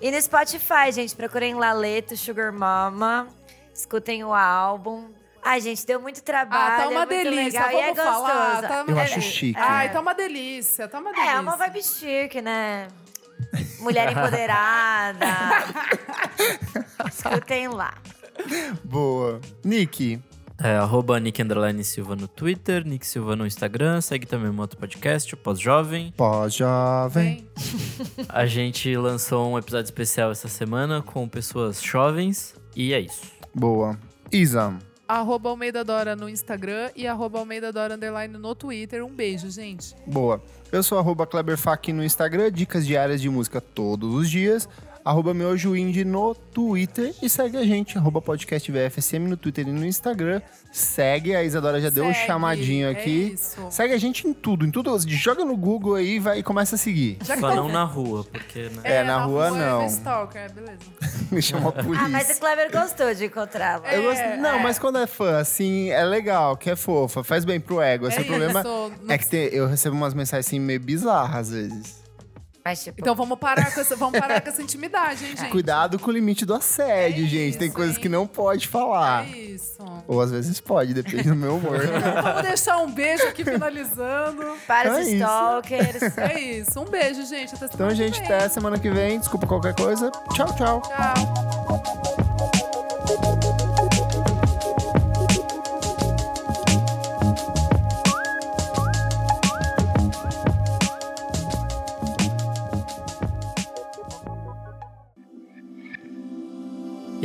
D: E no Spotify, gente, procurem lá Leto Sugar Mama, escutem o álbum. Ai, gente, deu muito trabalho,
B: Ah, tá uma
D: é muito
B: delícia,
D: legal, e é
B: vamos falar.
D: gostoso.
B: Tá uma
A: Eu
B: delícia.
A: acho chique.
B: Ai, tá uma delícia, tá uma delícia.
D: É, uma vibe chique, né? Mulher empoderada. Escutem lá.
A: Boa. Nick,
C: É, arroba Nick Underline Silva no Twitter, Nick Silva no Instagram, segue também um outro podcast,
B: [LAUGHS]
C: o Pós-Jovem.
A: Pós-jovem.
B: Vem.
C: A gente lançou um episódio especial essa semana com pessoas jovens e é isso.
A: Boa. Isa.
B: Arroba Almeida Dora no Instagram e arroba Almeida Dora Underline no Twitter. Um beijo, gente.
A: Boa. Eu sou arroba KleberFac no Instagram, dicas diárias de música todos os dias. Arroba miojoindie no Twitter e segue a gente, arroba podcast VFSM no Twitter e no Instagram. Segue, a Isadora já deu o
B: Segue,
A: chamadinho
B: é
A: aqui.
B: isso.
A: segue a gente em tudo, em tudo. Joga no Google aí e vai e começa a seguir. [LAUGHS]
B: Já que
C: Só
B: tá-
C: não na rua, porque, né?
A: É, na rua, não.
B: É no stalker, é, beleza.
A: Me chama a polícia.
D: Ah, mas o Kleber gostou de encontrá-lo.
A: Eu gosto-
B: É,
A: Não,
B: é.
A: mas quando é fã, assim, é legal, que é fofa, faz bem pro ego. Esse é o
B: isso,
A: problema.
B: não-
A: É que tem- eu recebo umas mensagens assim meio bizarras às
B: É
A: vezes.
D: Mas, tipo,
B: Então vamos parar com essa, vamos parar com essa intimidade, hein, gente?
A: Cuidado com o limite do assédio,
B: É
A: gente.
B: isso,
A: tem coisas
B: hein?
A: que não pode falar.
B: É isso.
A: Ou às vezes pode, depende do meu
B: [LAUGHS]
A: humor.
B: Vamos deixar um beijo aqui finalizando.
D: para
A: é
D: os
A: isso.
D: stalkers.
B: É isso. Um beijo, gente. Até
A: então,
B: semana que
A: gente,
B: vem.
A: até semana que vem. Desculpa qualquer coisa. Tchau, tchau.
B: Tchau.